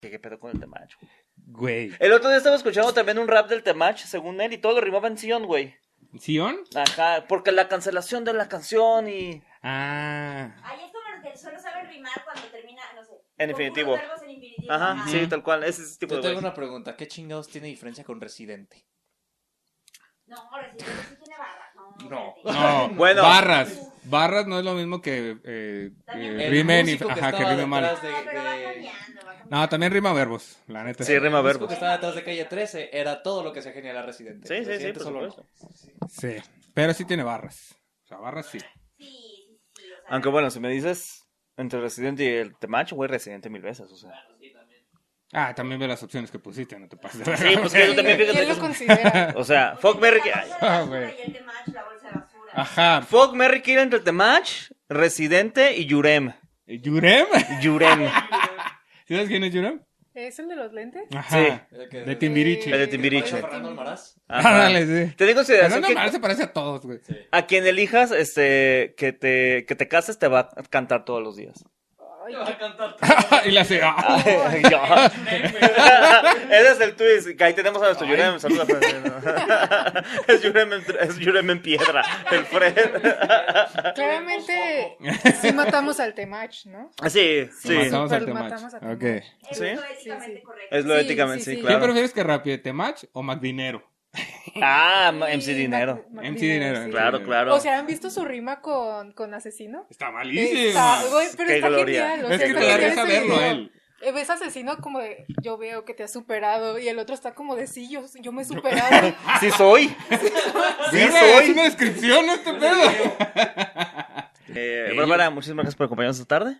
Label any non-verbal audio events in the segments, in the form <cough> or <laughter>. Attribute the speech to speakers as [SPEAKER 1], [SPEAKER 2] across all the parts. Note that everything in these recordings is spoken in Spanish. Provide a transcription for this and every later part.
[SPEAKER 1] ¿Qué, qué pedo con el temach, güey?
[SPEAKER 2] Güey.
[SPEAKER 1] El otro día estaba escuchando también un rap del temach, según él, y todo lo rimaba en Sion, güey.
[SPEAKER 2] ¿Sion?
[SPEAKER 1] Ajá, porque la cancelación de la canción y...
[SPEAKER 2] Ah.
[SPEAKER 3] Ahí es como los que solo saben rimar cuando termina, no sé.
[SPEAKER 1] En
[SPEAKER 3] con
[SPEAKER 1] infinitivo.
[SPEAKER 3] puros verbos en infinitivo.
[SPEAKER 1] Ajá,
[SPEAKER 2] Ajá.
[SPEAKER 1] sí, tal cual, ese es el tipo
[SPEAKER 4] Yo
[SPEAKER 1] de
[SPEAKER 4] tengo
[SPEAKER 1] güey.
[SPEAKER 4] una pregunta. ¿Qué chingados tiene diferencia con Residente?
[SPEAKER 3] No, ahora sí, pero sí tiene barra. No.
[SPEAKER 4] No.
[SPEAKER 3] espérate.
[SPEAKER 2] No,
[SPEAKER 1] <laughs> Bueno.
[SPEAKER 2] barras. Barras no es lo mismo que eh, eh,
[SPEAKER 4] El
[SPEAKER 2] rime en
[SPEAKER 4] músico que
[SPEAKER 2] ajá, que
[SPEAKER 4] estaba
[SPEAKER 2] rime mal.
[SPEAKER 4] detrás
[SPEAKER 3] No,
[SPEAKER 4] de-
[SPEAKER 3] pero va
[SPEAKER 4] de-
[SPEAKER 3] cambiando, va cambiando.
[SPEAKER 2] No, también rima verbos, la neta.
[SPEAKER 1] Sí, rima
[SPEAKER 4] Lo
[SPEAKER 1] verbos.
[SPEAKER 4] que estaba detrás de calle 13 era todo lo que se geniala Residente.
[SPEAKER 1] pues. Sí, sí, sí,
[SPEAKER 4] Residente
[SPEAKER 1] por
[SPEAKER 4] solo no.
[SPEAKER 1] supuesto.
[SPEAKER 2] Sí, pero sí tiene barras. O sea, barras sí.
[SPEAKER 3] Sí, sí, sí. O sea,
[SPEAKER 1] Aunque bueno, si me dices entre Residente y el Temach, güey, Residente mil veces, o sea.
[SPEAKER 2] Ah, también ve las opciones que pusiste, no te pases.
[SPEAKER 1] <laughs>
[SPEAKER 2] de
[SPEAKER 1] Sí,
[SPEAKER 2] verga.
[SPEAKER 1] pues que yo también pienso
[SPEAKER 5] ¿Quién
[SPEAKER 1] que
[SPEAKER 5] lo
[SPEAKER 1] es un-
[SPEAKER 5] considera?
[SPEAKER 1] <laughs> O sea, fuck, Mary Kill. ay,
[SPEAKER 2] Ah,
[SPEAKER 3] Ah,
[SPEAKER 2] güey. Ah,
[SPEAKER 3] güey. Y el de Match, la bolsa de basura.
[SPEAKER 2] Ajá.
[SPEAKER 1] Fuck, Mary Kill entre Temach, Residente y Yurem.
[SPEAKER 2] ¿Yurem? <laughs>
[SPEAKER 4] <laughs>
[SPEAKER 1] Yurem.
[SPEAKER 2] ¿Sí ¿Sabes quién es Yurem?
[SPEAKER 5] ¿Es el de los lentes?
[SPEAKER 2] Ajá.
[SPEAKER 4] El que-
[SPEAKER 2] De Timbiriche.
[SPEAKER 1] El de Timbiriche.
[SPEAKER 4] Fernando Almaraz.
[SPEAKER 2] Ah,
[SPEAKER 1] Ajá.
[SPEAKER 2] dale, sí.
[SPEAKER 1] Te digo consideración
[SPEAKER 2] Fernando
[SPEAKER 1] que
[SPEAKER 2] Almaraz se parece a todos, güey.
[SPEAKER 4] Sí.
[SPEAKER 1] a quien elijas este, que, te, que te cases te va a cantar todos los días.
[SPEAKER 5] Ay,
[SPEAKER 2] <laughs> y la hace. ah.
[SPEAKER 1] <laughs> Ay, yo. <laughs> Ese es el twist. que Ahí tenemos a nuestro
[SPEAKER 2] Ay.
[SPEAKER 1] Yurem. Saluda, <laughs> Fred. es, Yurem en, es Yurem en piedra. El Fred.
[SPEAKER 5] claramente sí matamos al Temach, ¿no?
[SPEAKER 1] <laughs> sí, sí.
[SPEAKER 2] Matamos al
[SPEAKER 5] Super
[SPEAKER 2] Temach.
[SPEAKER 5] matamos a
[SPEAKER 2] Ok.
[SPEAKER 5] Temach.
[SPEAKER 3] Es
[SPEAKER 1] ¿Sí?
[SPEAKER 3] lo éticamente
[SPEAKER 5] Sí, sí.
[SPEAKER 3] correcto.
[SPEAKER 1] Es lo
[SPEAKER 5] Sí,
[SPEAKER 1] éticamente, sí,
[SPEAKER 5] sí, sí.
[SPEAKER 2] ¿Quién
[SPEAKER 1] claro.
[SPEAKER 2] prefieres que rapie, Temach o McDinero?
[SPEAKER 1] Ah,
[SPEAKER 5] Y
[SPEAKER 1] MC
[SPEAKER 5] Mac-
[SPEAKER 1] Dinero.
[SPEAKER 5] Mac
[SPEAKER 2] MC Dinero,
[SPEAKER 5] sí.
[SPEAKER 1] Claro, claro.
[SPEAKER 5] O sea, ¿han visto su rima con, con Asesino?
[SPEAKER 2] Está malísimo.
[SPEAKER 5] Está, güey, pero
[SPEAKER 1] Qué
[SPEAKER 5] está
[SPEAKER 1] gloria.
[SPEAKER 5] genial. o
[SPEAKER 2] es
[SPEAKER 5] sea,
[SPEAKER 2] que
[SPEAKER 5] está
[SPEAKER 2] te da
[SPEAKER 5] genial
[SPEAKER 2] risa
[SPEAKER 5] ese
[SPEAKER 2] verlo
[SPEAKER 5] video.
[SPEAKER 2] él.
[SPEAKER 5] Eh, Ves asesino como de, yo veo que te has superado y el otro está como de sí, yo, yo me
[SPEAKER 2] <laughs>
[SPEAKER 5] he superado.
[SPEAKER 1] <laughs> Sí
[SPEAKER 5] <laughs>
[SPEAKER 1] soy. Sí
[SPEAKER 2] Verga,
[SPEAKER 1] soy.
[SPEAKER 2] Es una descripción este pedo.
[SPEAKER 1] Eh, Bárbara, muchísimas gracias por acompañarnos esta tarde.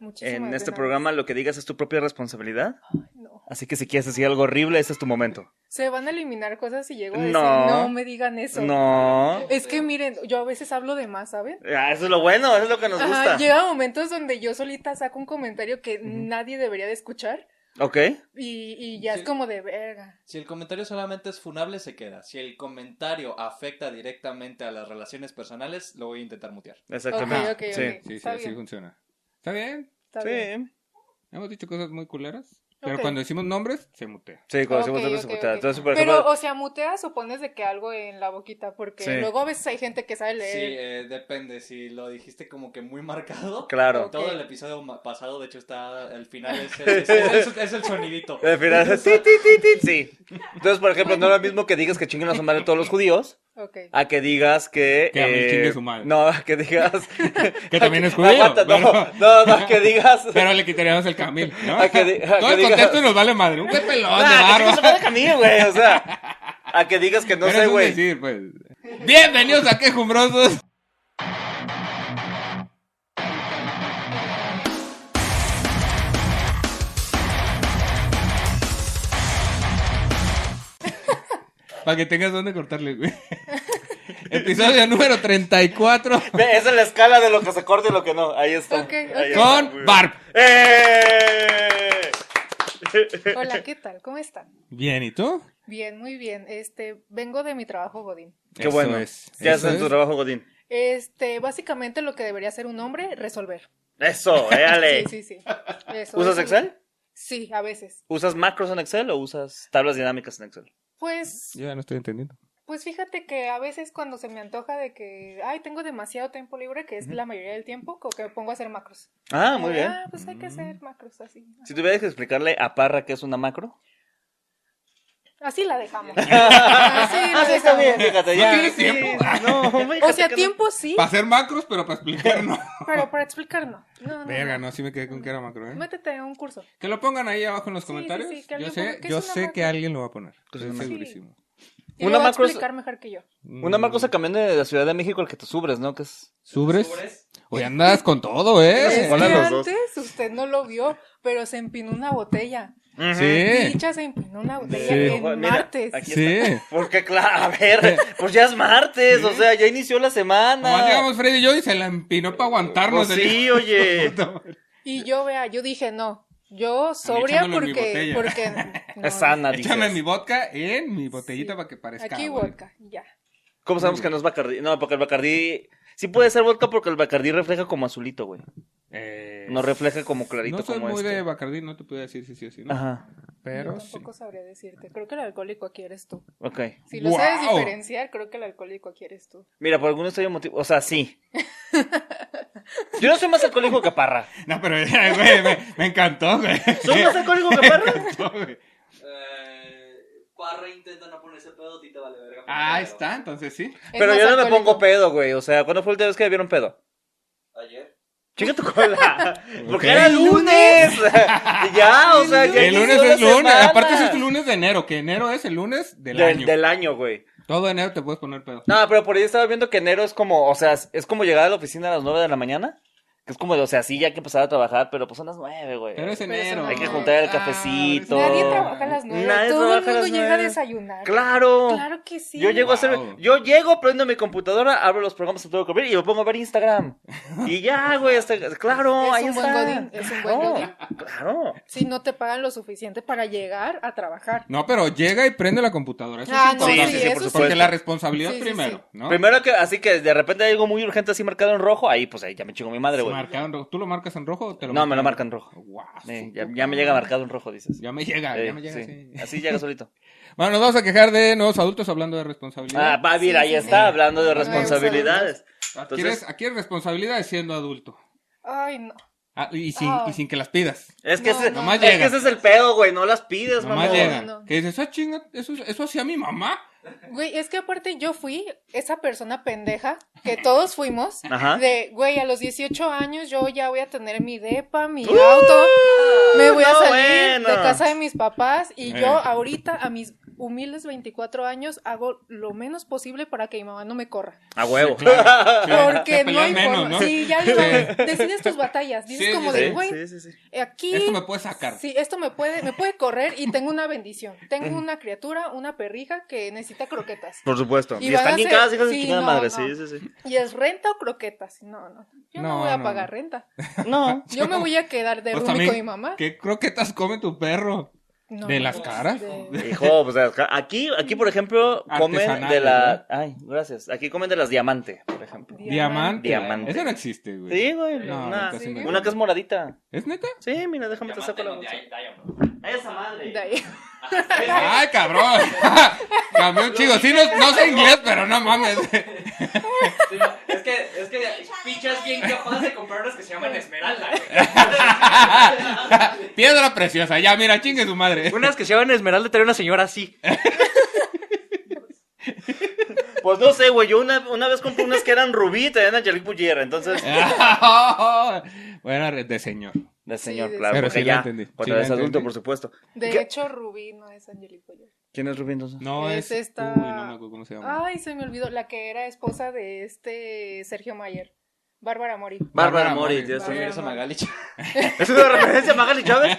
[SPEAKER 5] Muchísimas
[SPEAKER 1] En este
[SPEAKER 5] gracias.
[SPEAKER 1] programa lo que digas es tu propia responsabilidad.
[SPEAKER 5] No.
[SPEAKER 1] Así que si quieres decir algo horrible, este es tu momento.
[SPEAKER 5] Se van a eliminar cosas si llego a decir,
[SPEAKER 1] No.
[SPEAKER 5] no, me digan eso.
[SPEAKER 1] No.
[SPEAKER 5] Es que miren, yo a veces hablo de más, ¿saben?
[SPEAKER 1] Ah, eso es lo bueno, eso es lo que nos
[SPEAKER 5] Ajá,
[SPEAKER 1] gusta.
[SPEAKER 5] llega momentos donde yo solita saco un comentario que nadie debería de escuchar
[SPEAKER 1] Ok.
[SPEAKER 5] y, y ya
[SPEAKER 4] Sí.
[SPEAKER 5] es como de verga.
[SPEAKER 4] Si el comentario solamente es funable, se queda. Si el comentario afecta directamente a las relaciones personales, lo voy a intentar mutear.
[SPEAKER 1] Exactamente.
[SPEAKER 5] Ok, ok,
[SPEAKER 1] sí.
[SPEAKER 5] ok.
[SPEAKER 2] Sí, sí,
[SPEAKER 5] Está
[SPEAKER 2] así
[SPEAKER 5] bien.
[SPEAKER 2] funciona. Está bien.
[SPEAKER 5] Está
[SPEAKER 1] Sí.
[SPEAKER 5] bien.
[SPEAKER 2] Hemos dicho cosas muy culeras. Pero
[SPEAKER 5] Ok.
[SPEAKER 2] cuando decimos nombres, se mutea.
[SPEAKER 1] Sí, cuando hacemos
[SPEAKER 5] Ok,
[SPEAKER 1] algo
[SPEAKER 5] ok,
[SPEAKER 1] se mutea.
[SPEAKER 5] ok.
[SPEAKER 1] Entonces, por
[SPEAKER 5] Pero,
[SPEAKER 1] ejemplo,
[SPEAKER 5] o sea, muteas o pones de que algo en la boquita, porque
[SPEAKER 1] Sí.
[SPEAKER 5] luego a veces hay gente que sabe
[SPEAKER 4] Sí,
[SPEAKER 5] leer.
[SPEAKER 4] eh, depende. Si lo dijiste como que muy marcado.
[SPEAKER 1] <laughs> claro.
[SPEAKER 4] Todo
[SPEAKER 5] Ok.
[SPEAKER 4] el episodio ma- pasado, de hecho, está al final. Es
[SPEAKER 1] <laughs>
[SPEAKER 4] el, es el- es el sonidito.
[SPEAKER 1] Al <laughs> final es ti, ti, ti, ti, sí. Entonces, por ejemplo, no es lo mismo que digas que chinguen a su madre todos los judíos,
[SPEAKER 5] Ok.
[SPEAKER 1] <laughs> a que digas que. eh,
[SPEAKER 2] Que a mí chingue su madre.
[SPEAKER 1] No, a que <laughs> digas.
[SPEAKER 2] Que también es judío.
[SPEAKER 1] Aguanta, no,
[SPEAKER 2] pero-
[SPEAKER 1] no, no, a que digas.
[SPEAKER 2] <laughs> Pero le quitaríamos el Camil, ¿no?
[SPEAKER 1] A que di- a
[SPEAKER 2] Todo
[SPEAKER 1] que
[SPEAKER 2] el
[SPEAKER 1] diga-
[SPEAKER 2] contexto nos vale madre. Un pelón de
[SPEAKER 1] Ah, que chingue su
[SPEAKER 2] barba.
[SPEAKER 1] madre Camil, güey, o sea. A que digas que no
[SPEAKER 2] Pero
[SPEAKER 1] sé,
[SPEAKER 2] es un
[SPEAKER 1] güey.
[SPEAKER 2] decir, pues. Bienvenidos a Quejumbrosos. Para que tengas dónde cortarle,
[SPEAKER 1] <laughs>
[SPEAKER 2] güey. Episodio número 34
[SPEAKER 1] Ve, Esa es la escala de lo que se corta y lo que no. Ahí está.
[SPEAKER 5] Ok,
[SPEAKER 1] Ahí
[SPEAKER 5] ok.
[SPEAKER 1] está, muy
[SPEAKER 2] con
[SPEAKER 1] bien.
[SPEAKER 2] Barb.
[SPEAKER 1] ¡Eh!
[SPEAKER 5] Hola, ¿qué tal? ¿Cómo están?
[SPEAKER 2] Bien, ¿y tú?
[SPEAKER 5] Bien, muy bien. Este, vengo de mi trabajo, Godín.
[SPEAKER 1] Qué
[SPEAKER 2] Eso
[SPEAKER 1] bueno.
[SPEAKER 2] es,
[SPEAKER 1] ¿Qué
[SPEAKER 2] eso
[SPEAKER 1] haces en tu
[SPEAKER 2] es.
[SPEAKER 1] trabajo, Godín?
[SPEAKER 5] Este, básicamente lo que debería hacer un hombre, resolver.
[SPEAKER 1] Eso, éale.
[SPEAKER 5] Sí, sí,
[SPEAKER 1] <laughs>
[SPEAKER 5] sí. Eso,
[SPEAKER 1] ¿Usas
[SPEAKER 5] eso.
[SPEAKER 1] Excel?
[SPEAKER 5] Sí, a veces.
[SPEAKER 1] ¿Usas macros en Excel o usas tablas dinámicas en Excel?
[SPEAKER 5] Pues,
[SPEAKER 2] Yo ya no estoy entendiendo.
[SPEAKER 5] pues fíjate que a veces cuando se me antoja de que, ay, tengo demasiado tiempo libre, que es la mayoría del tiempo, como que me pongo a hacer macros.
[SPEAKER 1] Ah,
[SPEAKER 5] Como
[SPEAKER 1] muy
[SPEAKER 5] de,
[SPEAKER 1] bien. Mm.
[SPEAKER 5] Ah, pues hay que hacer macros así.
[SPEAKER 1] Si tuvieras que explicarle a Parra qué es una
[SPEAKER 5] <laughs>
[SPEAKER 1] macro.
[SPEAKER 5] Así
[SPEAKER 1] <laughs>
[SPEAKER 5] la dejamos. Así la
[SPEAKER 1] Ah, sí, está
[SPEAKER 5] dejamos.
[SPEAKER 1] bien, fíjate.
[SPEAKER 2] No
[SPEAKER 1] ya,
[SPEAKER 2] tienes
[SPEAKER 1] sí.
[SPEAKER 2] tiempo.
[SPEAKER 1] <laughs> No, fíjate
[SPEAKER 5] O sea,
[SPEAKER 1] que no.
[SPEAKER 5] tiempo sí,
[SPEAKER 2] Para hacer macros, pero para explicar no.
[SPEAKER 5] pero para explicar no. No, no,
[SPEAKER 2] Verga, no, sí me quedé con que era macro, ¿eh?
[SPEAKER 5] Métete a un curso.
[SPEAKER 2] Que lo pongan ahí abajo en los
[SPEAKER 5] Sí, sí,
[SPEAKER 2] comentarios.
[SPEAKER 5] sí, que
[SPEAKER 2] yo
[SPEAKER 5] alguien
[SPEAKER 2] sé,
[SPEAKER 5] ponga que
[SPEAKER 2] yo
[SPEAKER 5] es una
[SPEAKER 2] sé que
[SPEAKER 5] macro.
[SPEAKER 2] alguien lo va a poner.
[SPEAKER 1] Pues
[SPEAKER 2] Estoy
[SPEAKER 1] una-
[SPEAKER 2] segurísimo.
[SPEAKER 5] Y
[SPEAKER 1] Una Eh,
[SPEAKER 5] lo va a
[SPEAKER 1] macro es-
[SPEAKER 5] explicar mejor que yo.
[SPEAKER 1] Una macro se cambió de la Ciudad de México al que te subes, ¿no? Que es...
[SPEAKER 2] ¿Subres? Hoy andas con todo,
[SPEAKER 1] se
[SPEAKER 5] Es
[SPEAKER 2] ¿eh?
[SPEAKER 5] que
[SPEAKER 1] igualan los dos.
[SPEAKER 5] antes usted no lo vio, pero se empinó una botella.
[SPEAKER 1] Eh.
[SPEAKER 2] Sí.
[SPEAKER 5] Dicha se empinó una botella
[SPEAKER 2] Sí.
[SPEAKER 5] en
[SPEAKER 1] Ojo, mira,
[SPEAKER 5] martes.
[SPEAKER 1] aquí
[SPEAKER 2] Sí.
[SPEAKER 1] está. Porque, claro, a ver, pues ya es martes, o sea, ya inició la
[SPEAKER 2] Nomás
[SPEAKER 1] semana.
[SPEAKER 2] llegamos Freddy y yo y se la empinó para aguantarnos.
[SPEAKER 1] Pues sí,
[SPEAKER 5] <laughs>
[SPEAKER 1] oye.
[SPEAKER 5] Y yo, vea, yo dije, no, yo sobria
[SPEAKER 2] echándolo en mi
[SPEAKER 5] porque...
[SPEAKER 1] <laughs>
[SPEAKER 2] botella.
[SPEAKER 5] porque no,
[SPEAKER 1] Es sana,
[SPEAKER 2] <laughs> Échame mi
[SPEAKER 1] dices.
[SPEAKER 2] vodka en mi botellita
[SPEAKER 5] Sí.
[SPEAKER 2] para que parezca.
[SPEAKER 5] Aquí
[SPEAKER 2] agua.
[SPEAKER 5] vodka, ya.
[SPEAKER 2] Mm.
[SPEAKER 1] ¿Cómo sabemos que no es Bacardí? No, porque el Bacardí... Sí puede ser vodka porque el Bacardí refleja como azulito, güey.
[SPEAKER 2] Eh,
[SPEAKER 1] No refleja como clarito
[SPEAKER 2] no soy
[SPEAKER 1] como
[SPEAKER 2] muy
[SPEAKER 1] este.
[SPEAKER 2] de Bacardí, no te puedo decir si sí o si no.
[SPEAKER 1] Ajá,
[SPEAKER 5] Yo
[SPEAKER 2] Pero sí.
[SPEAKER 5] tampoco sabría decirte. Creo que el alcohólico aquí eres tú.
[SPEAKER 1] ok.
[SPEAKER 5] Si lo
[SPEAKER 2] ¡Guau!
[SPEAKER 5] sabes diferenciar, creo que el alcohólico aquí eres tú.
[SPEAKER 1] Mira, por algún extraño motivo, o sea,
[SPEAKER 2] <laughs>
[SPEAKER 1] sí. Yo no soy más alcohólico que Parra.
[SPEAKER 2] No, pero <laughs> eh, güey, me, me encantó, güey. <laughs>
[SPEAKER 1] ¿Soy más alcohólico que Parra?
[SPEAKER 2] No, güey.
[SPEAKER 4] Eh, Parra intenta no ponerse pedo, ti te vale verga.
[SPEAKER 2] Ah, está, entonces sí.
[SPEAKER 5] Es
[SPEAKER 1] Pero
[SPEAKER 5] más
[SPEAKER 1] yo no me
[SPEAKER 5] alcohólico.
[SPEAKER 1] pongo pedo, güey. O sea, ¿cuándo fue la última vez que vieron pedo?
[SPEAKER 4] Ayer.
[SPEAKER 1] Chica tu cola.
[SPEAKER 2] <laughs>
[SPEAKER 1] Porque
[SPEAKER 2] Ok.
[SPEAKER 1] era lunes. <laughs> ya, o sea, ya
[SPEAKER 2] El lunes
[SPEAKER 1] inició la
[SPEAKER 2] es lunes.
[SPEAKER 1] semana.
[SPEAKER 2] Aparte, eso es el lunes de enero, que enero es el lunes del
[SPEAKER 1] Del-
[SPEAKER 2] año.
[SPEAKER 1] del año, güey.
[SPEAKER 2] Todo enero te puedes poner pedo.
[SPEAKER 1] No, pero por ahí estaba viendo que enero es como, o sea, es como llegar a la oficina a las 9 de la mañana. Que es como, de, o sea, sí, ya hay que empezar a trabajar, pero pues son las 9, güey.
[SPEAKER 2] Pero es
[SPEAKER 5] Pero eso
[SPEAKER 2] enero. Ah,
[SPEAKER 5] no.
[SPEAKER 1] Hay que juntar el cafecito.
[SPEAKER 5] Nadie trabaja a las nueve.
[SPEAKER 1] Nadie
[SPEAKER 5] Todo el
[SPEAKER 1] trabaja a
[SPEAKER 5] mundo
[SPEAKER 1] las
[SPEAKER 5] llega a
[SPEAKER 1] nueve.
[SPEAKER 5] desayunar.
[SPEAKER 1] Claro.
[SPEAKER 5] Claro que sí.
[SPEAKER 1] Yo llego a hacer,
[SPEAKER 2] Wow.
[SPEAKER 1] yo llego, prendo mi computadora, abro los programas que tengo que abrir y me pongo a ver Instagram. Y ya, güey, hasta- claro,
[SPEAKER 5] Es
[SPEAKER 1] ahí
[SPEAKER 5] un buen
[SPEAKER 1] está.
[SPEAKER 5] godín, es un buen
[SPEAKER 1] Claro,
[SPEAKER 5] godín.
[SPEAKER 1] Claro.
[SPEAKER 5] Si no te pagan lo suficiente para llegar a trabajar.
[SPEAKER 2] No, pero llega y prende la computadora. Eso
[SPEAKER 5] Ah,
[SPEAKER 2] es
[SPEAKER 5] no,
[SPEAKER 1] sí,
[SPEAKER 2] importante.
[SPEAKER 1] sí, sí, por
[SPEAKER 5] eso sí.
[SPEAKER 2] Porque la responsabilidad
[SPEAKER 5] Sí, sí,
[SPEAKER 2] primero, ¿no?
[SPEAKER 1] Primero que, así que de repente hay algo muy urgente así marcado en rojo, ahí pues ahí ya me chingo mi madre,
[SPEAKER 2] Se
[SPEAKER 1] güey.
[SPEAKER 2] marcaba en rojo. ¿Tú lo marcas en rojo o te lo
[SPEAKER 1] No, me lo
[SPEAKER 2] marcan
[SPEAKER 1] marcan rojo.
[SPEAKER 2] Guau,
[SPEAKER 1] Eh,
[SPEAKER 2] su
[SPEAKER 1] ya,
[SPEAKER 2] puta
[SPEAKER 1] ya me llega
[SPEAKER 2] madre.
[SPEAKER 1] marcado en rojo, dices.
[SPEAKER 2] Ya me llega,
[SPEAKER 1] Eh,
[SPEAKER 2] ya me llega.
[SPEAKER 1] sí.
[SPEAKER 2] sí.
[SPEAKER 1] Así llega solito.
[SPEAKER 2] Bueno, nos vamos a quejar de nuevos adultos hablando de responsabilidad.
[SPEAKER 1] Ah, va, mira,
[SPEAKER 5] Sí,
[SPEAKER 1] ahí
[SPEAKER 5] sí,
[SPEAKER 1] está,
[SPEAKER 5] sí.
[SPEAKER 1] hablando de
[SPEAKER 5] Nuevos
[SPEAKER 1] responsabilidades.
[SPEAKER 2] Adquieres-
[SPEAKER 1] entonces-
[SPEAKER 2] adquieres responsabilidades siendo adulto.
[SPEAKER 5] Ay, no.
[SPEAKER 2] Ah, y, sin,
[SPEAKER 5] Ah.
[SPEAKER 2] y sin que las pidas.
[SPEAKER 1] Es que,
[SPEAKER 5] No,
[SPEAKER 1] ese,
[SPEAKER 5] no.
[SPEAKER 1] es que ese es el pedo, güey. No las pides,
[SPEAKER 2] Nomás
[SPEAKER 1] mamá.
[SPEAKER 2] llega.
[SPEAKER 5] No, no.
[SPEAKER 2] Que dices, ah, chinga, eso, eso hacía mi mamá.
[SPEAKER 5] Güey, es que aparte yo fui esa persona pendeja que todos fuimos.
[SPEAKER 1] Ajá.
[SPEAKER 5] De, güey, a los 18 años yo ya voy a tener mi depa, mi auto, me voy a
[SPEAKER 1] no,
[SPEAKER 5] salir de
[SPEAKER 1] bueno.
[SPEAKER 5] casa de mis papás y
[SPEAKER 2] Eh.
[SPEAKER 5] yo ahorita a mis humildes 24 años hago lo menos posible para que mi mamá no me corra.
[SPEAKER 1] A huevo.
[SPEAKER 2] Sí, claro. Sí, te
[SPEAKER 5] Porque no
[SPEAKER 2] peleas
[SPEAKER 5] hay
[SPEAKER 2] menos,
[SPEAKER 5] forma.
[SPEAKER 2] ¿no?
[SPEAKER 5] Sí, ya le
[SPEAKER 2] Sí.
[SPEAKER 5] va- decides tus batallas. Dices
[SPEAKER 2] Sí,
[SPEAKER 5] como
[SPEAKER 2] sí,
[SPEAKER 5] de,
[SPEAKER 2] sí.
[SPEAKER 5] güey,
[SPEAKER 1] sí, sí.
[SPEAKER 5] aquí
[SPEAKER 2] Esto me puede sacar.
[SPEAKER 5] Sí, esto me puede, me puede correr y tengo una bendición. Tengo una criatura, una perrija que necesita croquetas.
[SPEAKER 1] Por supuesto.
[SPEAKER 5] Y
[SPEAKER 1] Y,
[SPEAKER 5] van
[SPEAKER 1] están
[SPEAKER 5] a
[SPEAKER 1] bien
[SPEAKER 5] ser-
[SPEAKER 1] caras, hijas de
[SPEAKER 5] sí,
[SPEAKER 1] chingada
[SPEAKER 5] no,
[SPEAKER 1] madre.
[SPEAKER 5] no.
[SPEAKER 1] Sí, sí, sí.
[SPEAKER 5] ¿Y es renta o croquetas? No, no. Yo no,
[SPEAKER 2] No,
[SPEAKER 5] voy a
[SPEAKER 2] no,
[SPEAKER 5] pagar
[SPEAKER 2] no. <laughs>
[SPEAKER 5] renta.
[SPEAKER 1] No.
[SPEAKER 5] Yo me voy a quedar de
[SPEAKER 2] Pues
[SPEAKER 5] roomie
[SPEAKER 2] también,
[SPEAKER 5] con mi mamá.
[SPEAKER 2] ¿Qué croquetas come tu perro?
[SPEAKER 5] No,
[SPEAKER 2] ¿De
[SPEAKER 5] no,
[SPEAKER 2] las
[SPEAKER 5] no,
[SPEAKER 2] caras? <laughs>
[SPEAKER 5] de-
[SPEAKER 1] Hijo, pues aquí, aquí, por ejemplo, comen de
[SPEAKER 2] Artesanales,
[SPEAKER 1] la.
[SPEAKER 2] ¿verdad?
[SPEAKER 1] Ay, gracias. Aquí comen de las diamante, por ejemplo.
[SPEAKER 2] Diamante.
[SPEAKER 1] Diamante.
[SPEAKER 2] Eso no existe, güey.
[SPEAKER 1] Sí, güey.
[SPEAKER 2] No,
[SPEAKER 1] una,
[SPEAKER 2] neta, sí me-
[SPEAKER 1] una que es moradita.
[SPEAKER 2] ¿Es neta?
[SPEAKER 1] Sí, mira, déjame te saco la
[SPEAKER 4] Llámate,
[SPEAKER 1] bolsa.
[SPEAKER 4] no, di- di-
[SPEAKER 1] Esa
[SPEAKER 5] de
[SPEAKER 1] madre.
[SPEAKER 5] ahí.
[SPEAKER 2] ¡Ay, cabrón! <laughs> Cambió chido. Sí, no, no sé inglés, pero no mames. <laughs>
[SPEAKER 4] Sí, no, es que, es que pichas bien capaz de comprar unas que se llaman esmeralda, güey.
[SPEAKER 2] Piedra preciosa. Ya, mira, chingue su madre. <laughs>
[SPEAKER 4] Unas que se llaman esmeralda trae una señora así.
[SPEAKER 1] <laughs> Pues no sé, güey. Yo una, una vez compré unas que eran rubí, traían Angelique Boyer. Entonces.
[SPEAKER 2] Buena red de señor.
[SPEAKER 1] De señor,
[SPEAKER 5] de
[SPEAKER 1] claro.
[SPEAKER 2] señor. Pero
[SPEAKER 1] porque
[SPEAKER 2] sí la
[SPEAKER 1] ya.
[SPEAKER 2] entendí, sí
[SPEAKER 1] Cuando
[SPEAKER 2] la
[SPEAKER 1] eres adulto,
[SPEAKER 2] entendí.
[SPEAKER 1] por supuesto.
[SPEAKER 5] De
[SPEAKER 1] ¿Qué?
[SPEAKER 5] hecho, Rubí no es Angelico Boyer.
[SPEAKER 1] ¿Quién es Rubí entonces?
[SPEAKER 2] No es.
[SPEAKER 5] Es esta- Ah.
[SPEAKER 2] Uy, no me acuerdo cómo se llama.
[SPEAKER 5] Ay, se me olvidó. La que era esposa de este Sergio Mayer. Bárbara Mori.
[SPEAKER 1] Bárbara
[SPEAKER 2] Bárbara
[SPEAKER 1] Mori.
[SPEAKER 2] Mori.
[SPEAKER 1] tienes
[SPEAKER 5] Bárbara
[SPEAKER 1] razón.
[SPEAKER 4] Esa Magali.
[SPEAKER 1] ¿Es una referencia a Magali <laughs> Chávez?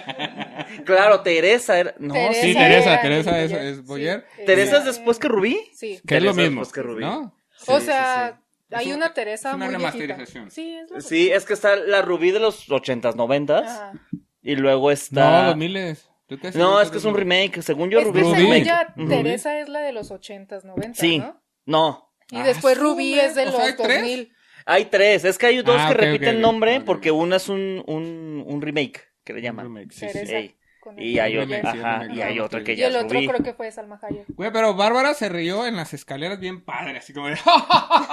[SPEAKER 1] Claro, Teresa era. No, sí.
[SPEAKER 2] Sí, Teresa,
[SPEAKER 5] era
[SPEAKER 2] Teresa
[SPEAKER 5] Angelique
[SPEAKER 2] es- es
[SPEAKER 5] Sí,
[SPEAKER 2] Boyer.
[SPEAKER 1] ¿Teresa es
[SPEAKER 5] era-
[SPEAKER 1] después que Rubí?
[SPEAKER 5] Sí.
[SPEAKER 2] Que es lo
[SPEAKER 1] Teresa
[SPEAKER 2] mismo.
[SPEAKER 1] Vázquez Rubí.
[SPEAKER 2] ¿no?
[SPEAKER 5] o
[SPEAKER 1] Sí,
[SPEAKER 5] sea,
[SPEAKER 2] sí.
[SPEAKER 5] hay
[SPEAKER 2] Es
[SPEAKER 5] una
[SPEAKER 2] un-
[SPEAKER 5] Teresa
[SPEAKER 2] es una
[SPEAKER 5] muy viejita.
[SPEAKER 2] remasterización.
[SPEAKER 5] Sí, es la
[SPEAKER 1] Sí, es que está la Rubí de los 80s, 90s.
[SPEAKER 5] Ajá.
[SPEAKER 1] Y luego
[SPEAKER 2] No,
[SPEAKER 1] está.
[SPEAKER 2] los miles. ¿Tú qué
[SPEAKER 1] No,
[SPEAKER 2] haces?
[SPEAKER 1] es que es un remake. Según yo,
[SPEAKER 5] es
[SPEAKER 1] Rubí
[SPEAKER 5] que
[SPEAKER 1] es un
[SPEAKER 5] según
[SPEAKER 2] Rubí.
[SPEAKER 1] remake.
[SPEAKER 5] ya, Teresa es la de los 80s, 90
[SPEAKER 1] Sí.
[SPEAKER 5] ¿no?
[SPEAKER 1] No.
[SPEAKER 5] Y
[SPEAKER 2] Ah,
[SPEAKER 5] después
[SPEAKER 2] sí,
[SPEAKER 5] Rubí
[SPEAKER 2] güey.
[SPEAKER 5] es
[SPEAKER 2] O
[SPEAKER 5] de
[SPEAKER 2] sea,
[SPEAKER 5] los
[SPEAKER 2] hay tres.
[SPEAKER 5] 2000.
[SPEAKER 1] Hay tres. Es que hay dos
[SPEAKER 2] Ah,
[SPEAKER 1] que
[SPEAKER 2] ok,
[SPEAKER 1] repiten
[SPEAKER 2] ok, ok.
[SPEAKER 1] nombre
[SPEAKER 2] Ok, ok.
[SPEAKER 1] porque una es un, un, un remake, que le llaman.
[SPEAKER 2] Remake, sí, sí.
[SPEAKER 5] Teresa.
[SPEAKER 1] Ey,
[SPEAKER 5] con el
[SPEAKER 1] Y hay
[SPEAKER 5] Rubí
[SPEAKER 1] otro,
[SPEAKER 5] Boyer.
[SPEAKER 2] remake, sí,
[SPEAKER 1] ajá,
[SPEAKER 2] remake,
[SPEAKER 1] y hay
[SPEAKER 2] claro,
[SPEAKER 1] otro
[SPEAKER 2] sí.
[SPEAKER 1] que
[SPEAKER 5] Y
[SPEAKER 1] ya
[SPEAKER 5] el
[SPEAKER 1] es
[SPEAKER 5] otro
[SPEAKER 1] Rubí.
[SPEAKER 5] creo que fue Salma Hayek.
[SPEAKER 2] Güey, pero Bárbara se rió en las escaleras bien padre, así como de... "Oh,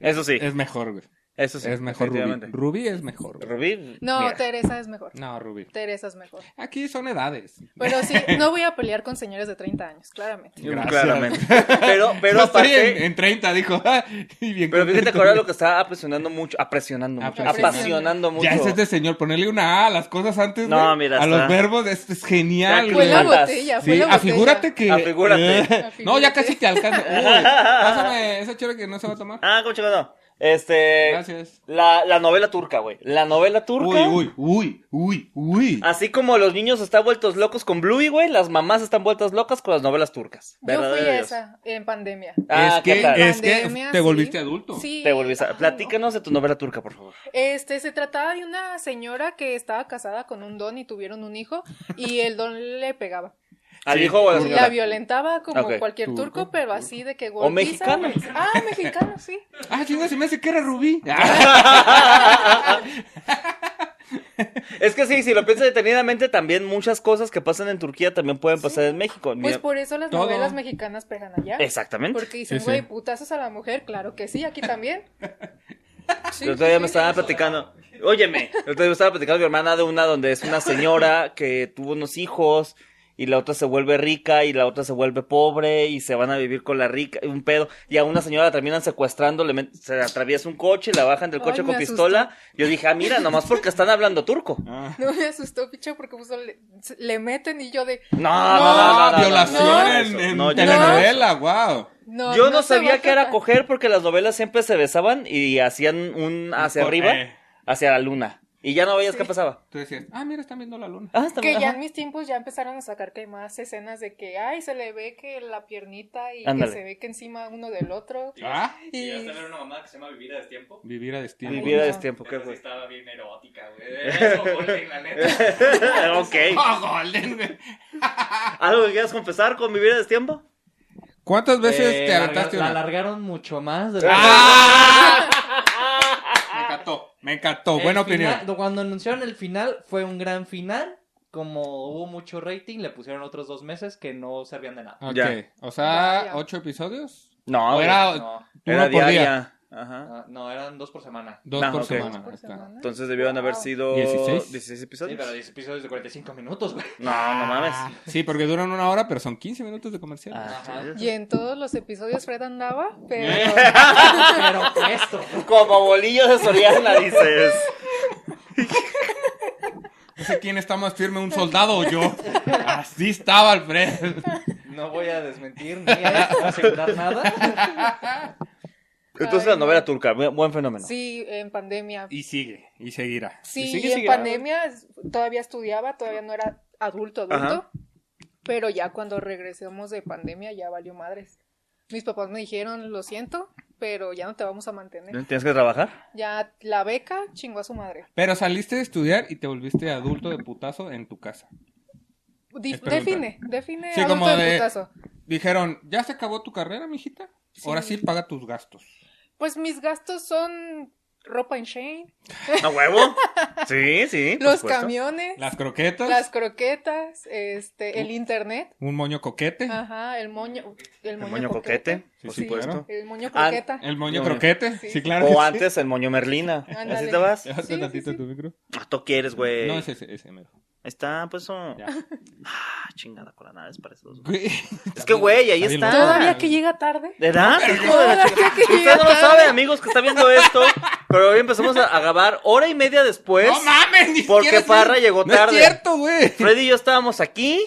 [SPEAKER 1] Eso sí,
[SPEAKER 2] es mejor, güey.
[SPEAKER 1] eso sí.
[SPEAKER 2] es mejor
[SPEAKER 1] efectivamente.
[SPEAKER 2] Ruby. Ruby es mejor. güey.
[SPEAKER 1] Rubí.
[SPEAKER 5] No,
[SPEAKER 1] mira.
[SPEAKER 5] Teresa es mejor.
[SPEAKER 2] No, Ruby.
[SPEAKER 5] Teresa
[SPEAKER 1] <laughs>
[SPEAKER 5] es mejor.
[SPEAKER 2] Aquí son edades. <laughs>
[SPEAKER 5] Pero sí, no voy a pelear con señores de 30 años, claramente.
[SPEAKER 1] Mm,
[SPEAKER 2] Gracias. <laughs>
[SPEAKER 1] Claramente. Pero, pero
[SPEAKER 2] No estoy
[SPEAKER 1] aparte.
[SPEAKER 2] en, en 30, dijo. <laughs> "Ah, y bien
[SPEAKER 1] Pero fíjate que
[SPEAKER 2] contento.
[SPEAKER 1] ahora lo que
[SPEAKER 2] <laughs>
[SPEAKER 1] está apresionando mucho, apresionando mucho,
[SPEAKER 2] Apresionando.
[SPEAKER 1] apasionando mucho.
[SPEAKER 2] Ya es este señor, ponerle una A a las cosas antes,
[SPEAKER 1] No,
[SPEAKER 2] güey,
[SPEAKER 1] mira,
[SPEAKER 2] a
[SPEAKER 1] está-
[SPEAKER 2] los verbos, esto es genial,
[SPEAKER 1] Está
[SPEAKER 5] Fue
[SPEAKER 2] güey.
[SPEAKER 5] la
[SPEAKER 1] Matas.
[SPEAKER 5] botella, fue
[SPEAKER 2] Sí,
[SPEAKER 5] la botella.
[SPEAKER 2] afigúrate que... Eh,
[SPEAKER 1] Afigúrate.
[SPEAKER 2] no,
[SPEAKER 5] <laughs> Afigúrate.
[SPEAKER 2] ya casi
[SPEAKER 1] <laughs>
[SPEAKER 2] te alcanza. Uy, pásame esa chora que no se va a tomar.
[SPEAKER 1] Ah, cómo chingado. Este.
[SPEAKER 2] Gracias.
[SPEAKER 1] La, la novela turca, güey. La novela turca.
[SPEAKER 2] Uy, uy, uy, uy, uy.
[SPEAKER 1] Así como los niños están vueltos locos con Bluey, güey, las mamás están vueltas locas con las novelas turcas.
[SPEAKER 5] Yo
[SPEAKER 1] Verdad
[SPEAKER 5] fui
[SPEAKER 1] de Dios.
[SPEAKER 5] esa en pandemia.
[SPEAKER 1] Ah,
[SPEAKER 2] es que,
[SPEAKER 1] ¿qué tal?
[SPEAKER 2] es que
[SPEAKER 5] Pandemia,
[SPEAKER 2] te
[SPEAKER 5] sí.
[SPEAKER 2] volviste adulto.
[SPEAKER 5] Sí.
[SPEAKER 1] Te volviste
[SPEAKER 5] ay,
[SPEAKER 1] a...
[SPEAKER 5] no.
[SPEAKER 1] Platícanos de tu novela turca, por favor.
[SPEAKER 5] Este, se trataba de una señora que estaba casada con un don y tuvieron un hijo y el don le pegaba.
[SPEAKER 1] Al
[SPEAKER 2] Sí,
[SPEAKER 1] hijo o a la
[SPEAKER 2] turco.
[SPEAKER 1] señora.
[SPEAKER 5] La violentaba como
[SPEAKER 1] Ok.
[SPEAKER 5] cualquier turco,
[SPEAKER 2] Turco,
[SPEAKER 5] pero así de que
[SPEAKER 1] O
[SPEAKER 5] golpiza,
[SPEAKER 1] mexicano.
[SPEAKER 5] güey. Ah, mexicano, sí.
[SPEAKER 2] Ah, chinga, se me hace que
[SPEAKER 1] <laughs>
[SPEAKER 2] era Rubí. Ah.
[SPEAKER 1] Es que sí, si lo piensas detenidamente, también muchas cosas que pasan en Turquía también pueden pasar en México.
[SPEAKER 5] Pues
[SPEAKER 1] Mira-
[SPEAKER 5] por eso las
[SPEAKER 2] Todo.
[SPEAKER 5] novelas mexicanas pegan allá.
[SPEAKER 1] Exactamente.
[SPEAKER 5] Porque dicen,
[SPEAKER 2] Sí, sí.
[SPEAKER 5] güey, putazos a la mujer, claro que sí,
[SPEAKER 1] <laughs>
[SPEAKER 5] aquí también. Sí,
[SPEAKER 1] el otro día
[SPEAKER 5] sí,
[SPEAKER 1] me
[SPEAKER 5] sí.
[SPEAKER 1] estaba platicando. Óyeme, el otro día me estaba platicando mi hermana de una donde es una señora que tuvo unos hijos y la otra se vuelve rica y la otra se vuelve pobre y se van a vivir con la rica, un pedo. Y a una señora la terminan secuestrando, le met- se le atraviesa un coche, la bajan del
[SPEAKER 5] Ay,
[SPEAKER 1] coche
[SPEAKER 5] me
[SPEAKER 1] con
[SPEAKER 5] asustó.
[SPEAKER 1] pistola. Yo dije, ah, mira, nomás porque están hablando turco.
[SPEAKER 2] Ah.
[SPEAKER 5] <laughs> No me asustó, picha, porque puso le, le meten y yo de.
[SPEAKER 1] No, no, no, no, no, no,
[SPEAKER 2] violación
[SPEAKER 1] no,
[SPEAKER 2] en,
[SPEAKER 1] eso,
[SPEAKER 2] en
[SPEAKER 1] no, yo-
[SPEAKER 2] telenovela, wow.
[SPEAKER 5] No,
[SPEAKER 1] Yo no,
[SPEAKER 5] se va
[SPEAKER 1] sabía
[SPEAKER 5] a
[SPEAKER 1] que era
[SPEAKER 5] tocar".
[SPEAKER 1] coger porque las novelas siempre se besaban y hacían un eh. hacia arriba, hacia la luna. Y ya no veías qué pasaba.
[SPEAKER 2] eh, Tú decías, ah, mira, están viendo la luna.
[SPEAKER 1] Ah, está
[SPEAKER 5] Que
[SPEAKER 1] bien,
[SPEAKER 5] ya
[SPEAKER 1] ajá.
[SPEAKER 5] en mis tiempos ya empezaron a sacar que hay más escenas de que, ay, se le ve que la piernita y
[SPEAKER 1] Ándale.
[SPEAKER 5] que se ve que encima uno del otro.
[SPEAKER 2] Ah,
[SPEAKER 5] Y-
[SPEAKER 4] Y hasta ver una mamá que se llama Vivir a Destiempo.
[SPEAKER 2] vivir a destino.
[SPEAKER 1] Mi vida de
[SPEAKER 5] Ajá.
[SPEAKER 1] tiempo, qué
[SPEAKER 4] Esa sí
[SPEAKER 1] güey.
[SPEAKER 4] estaba bien erótica, güey. Eso, Golden, la
[SPEAKER 1] <laughs>
[SPEAKER 2] <laughs>
[SPEAKER 4] neta.
[SPEAKER 1] ok.
[SPEAKER 2] Ah, Golden, güey.
[SPEAKER 1] ¿Algo que quieras confesar con mi vida de tiempo?
[SPEAKER 2] ¿Cuántas veces
[SPEAKER 4] Eh,
[SPEAKER 2] te
[SPEAKER 4] la-
[SPEAKER 2] aventaste
[SPEAKER 4] La
[SPEAKER 2] una?
[SPEAKER 4] alargaron mucho más. de lo
[SPEAKER 2] ¡Ah! Me encantó, me encantó.
[SPEAKER 4] El
[SPEAKER 2] Buena
[SPEAKER 4] final-
[SPEAKER 2] opinión.
[SPEAKER 4] cuando anunciaron el final, fue un gran final. Como hubo mucho rating, le pusieron otros dos meses que no servían de nada.
[SPEAKER 2] Ok,
[SPEAKER 1] Ya.
[SPEAKER 2] o sea,
[SPEAKER 5] Ya, ya.
[SPEAKER 2] ocho episodios.
[SPEAKER 1] No,
[SPEAKER 2] o
[SPEAKER 1] güey,
[SPEAKER 2] era,
[SPEAKER 4] No,
[SPEAKER 1] era
[SPEAKER 2] uno por
[SPEAKER 1] diaria.
[SPEAKER 2] día.
[SPEAKER 1] Ajá.
[SPEAKER 4] no, no, eran dos por semana.
[SPEAKER 2] Dos
[SPEAKER 1] No,
[SPEAKER 2] por
[SPEAKER 1] ok.
[SPEAKER 2] semana.
[SPEAKER 5] Por
[SPEAKER 2] ahí está.
[SPEAKER 5] semana.
[SPEAKER 1] Entonces debieron haber
[SPEAKER 5] Wow.
[SPEAKER 1] sido
[SPEAKER 2] 16.
[SPEAKER 1] 16
[SPEAKER 4] Sí,
[SPEAKER 1] episodios.
[SPEAKER 4] pero 10 episodios de 45 minutos, güey. <laughs>
[SPEAKER 1] No, no mames.
[SPEAKER 2] Sí, porque duran una hora, pero son 15 minutos de comercial.
[SPEAKER 1] Ah,
[SPEAKER 4] Ajá.
[SPEAKER 5] Y en todos los episodios Fred andaba, pero.
[SPEAKER 4] Pero esto.
[SPEAKER 1] Como bolillos de Soriana, dices.
[SPEAKER 2] No sé quién está más firme, un soldado o yo. Así estaba Alfred.
[SPEAKER 4] No voy a desmentir ni a asegurar
[SPEAKER 2] <laughs>
[SPEAKER 4] nada.
[SPEAKER 1] Entonces la novela turca, bu- buen fenómeno.
[SPEAKER 5] Sí, en pandemia.
[SPEAKER 2] Y sigue, y seguirá.
[SPEAKER 5] Sí,
[SPEAKER 1] sigue,
[SPEAKER 5] y en
[SPEAKER 1] sigue.
[SPEAKER 5] pandemia es- todavía estudiaba, todavía no era adulto, adulto.
[SPEAKER 1] Ajá.
[SPEAKER 5] Pero ya cuando regresamos de pandemia ya valió madres. Mis papás me dijeron, lo siento, pero ya no te vamos a mantener.
[SPEAKER 1] ¿Tienes que trabajar?
[SPEAKER 5] Ya la beca chingó a su madre.
[SPEAKER 2] Pero saliste de estudiar y te volviste adulto de putazo en tu casa.
[SPEAKER 5] Di-
[SPEAKER 2] Es pregunta.
[SPEAKER 5] define, define
[SPEAKER 2] Sí,
[SPEAKER 5] adulto
[SPEAKER 2] como
[SPEAKER 5] de
[SPEAKER 2] de-
[SPEAKER 5] putazo.
[SPEAKER 2] Dijeron, ¿ya se acabó tu carrera, mijita? Ahora sí paga tus gastos.
[SPEAKER 5] Pues mis gastos son ropa en Shane,
[SPEAKER 1] ¿A huevo? <laughs> Sí, sí. por
[SPEAKER 5] los
[SPEAKER 1] supuesto.
[SPEAKER 5] camiones,
[SPEAKER 2] Las croquetas,
[SPEAKER 5] las croquetas, este, el internet,
[SPEAKER 2] un moño coquete.
[SPEAKER 5] ajá, el moño, el
[SPEAKER 1] El
[SPEAKER 5] moño,
[SPEAKER 1] moño coquete, por
[SPEAKER 5] Sí,
[SPEAKER 1] supuesto.
[SPEAKER 5] el moño
[SPEAKER 1] Ah,
[SPEAKER 5] croqueta.
[SPEAKER 2] El moño
[SPEAKER 1] No,
[SPEAKER 2] croquete,
[SPEAKER 5] sí.
[SPEAKER 2] sí, claro. que
[SPEAKER 1] O
[SPEAKER 2] sí. <laughs>
[SPEAKER 1] antes el moño <laughs> merlina.
[SPEAKER 5] Ándale.
[SPEAKER 1] ¿Así te vas?
[SPEAKER 2] Hazte
[SPEAKER 5] Sí, sí,
[SPEAKER 2] tantito
[SPEAKER 5] sí.
[SPEAKER 2] tu micro.
[SPEAKER 1] Ah, Tú quieres, güey.
[SPEAKER 2] No, es ese, ese mero.
[SPEAKER 1] Ahí está, pues eso.
[SPEAKER 2] Ya.
[SPEAKER 1] Ah, chingada con la nave, es para esos.
[SPEAKER 2] Güey.
[SPEAKER 1] Es que, güey, ahí
[SPEAKER 2] Está bien
[SPEAKER 1] está.
[SPEAKER 2] loco.
[SPEAKER 5] Todavía que llega tarde.
[SPEAKER 1] ¿De edad? Hijo de la
[SPEAKER 5] Todavía
[SPEAKER 1] chingada.
[SPEAKER 5] que
[SPEAKER 1] Usted no lo
[SPEAKER 5] llega
[SPEAKER 1] sabe,
[SPEAKER 5] tarde.
[SPEAKER 1] amigos, que está viendo esto. Pero hoy empezamos a, a grabar hora y media después.
[SPEAKER 2] <laughs> ¡No mames! ni
[SPEAKER 1] porque
[SPEAKER 2] siquiera es
[SPEAKER 1] Parra
[SPEAKER 2] cierto.
[SPEAKER 1] llegó tarde.
[SPEAKER 2] No es
[SPEAKER 1] <laughs>
[SPEAKER 2] cierto, güey.
[SPEAKER 1] Freddy y yo estábamos aquí.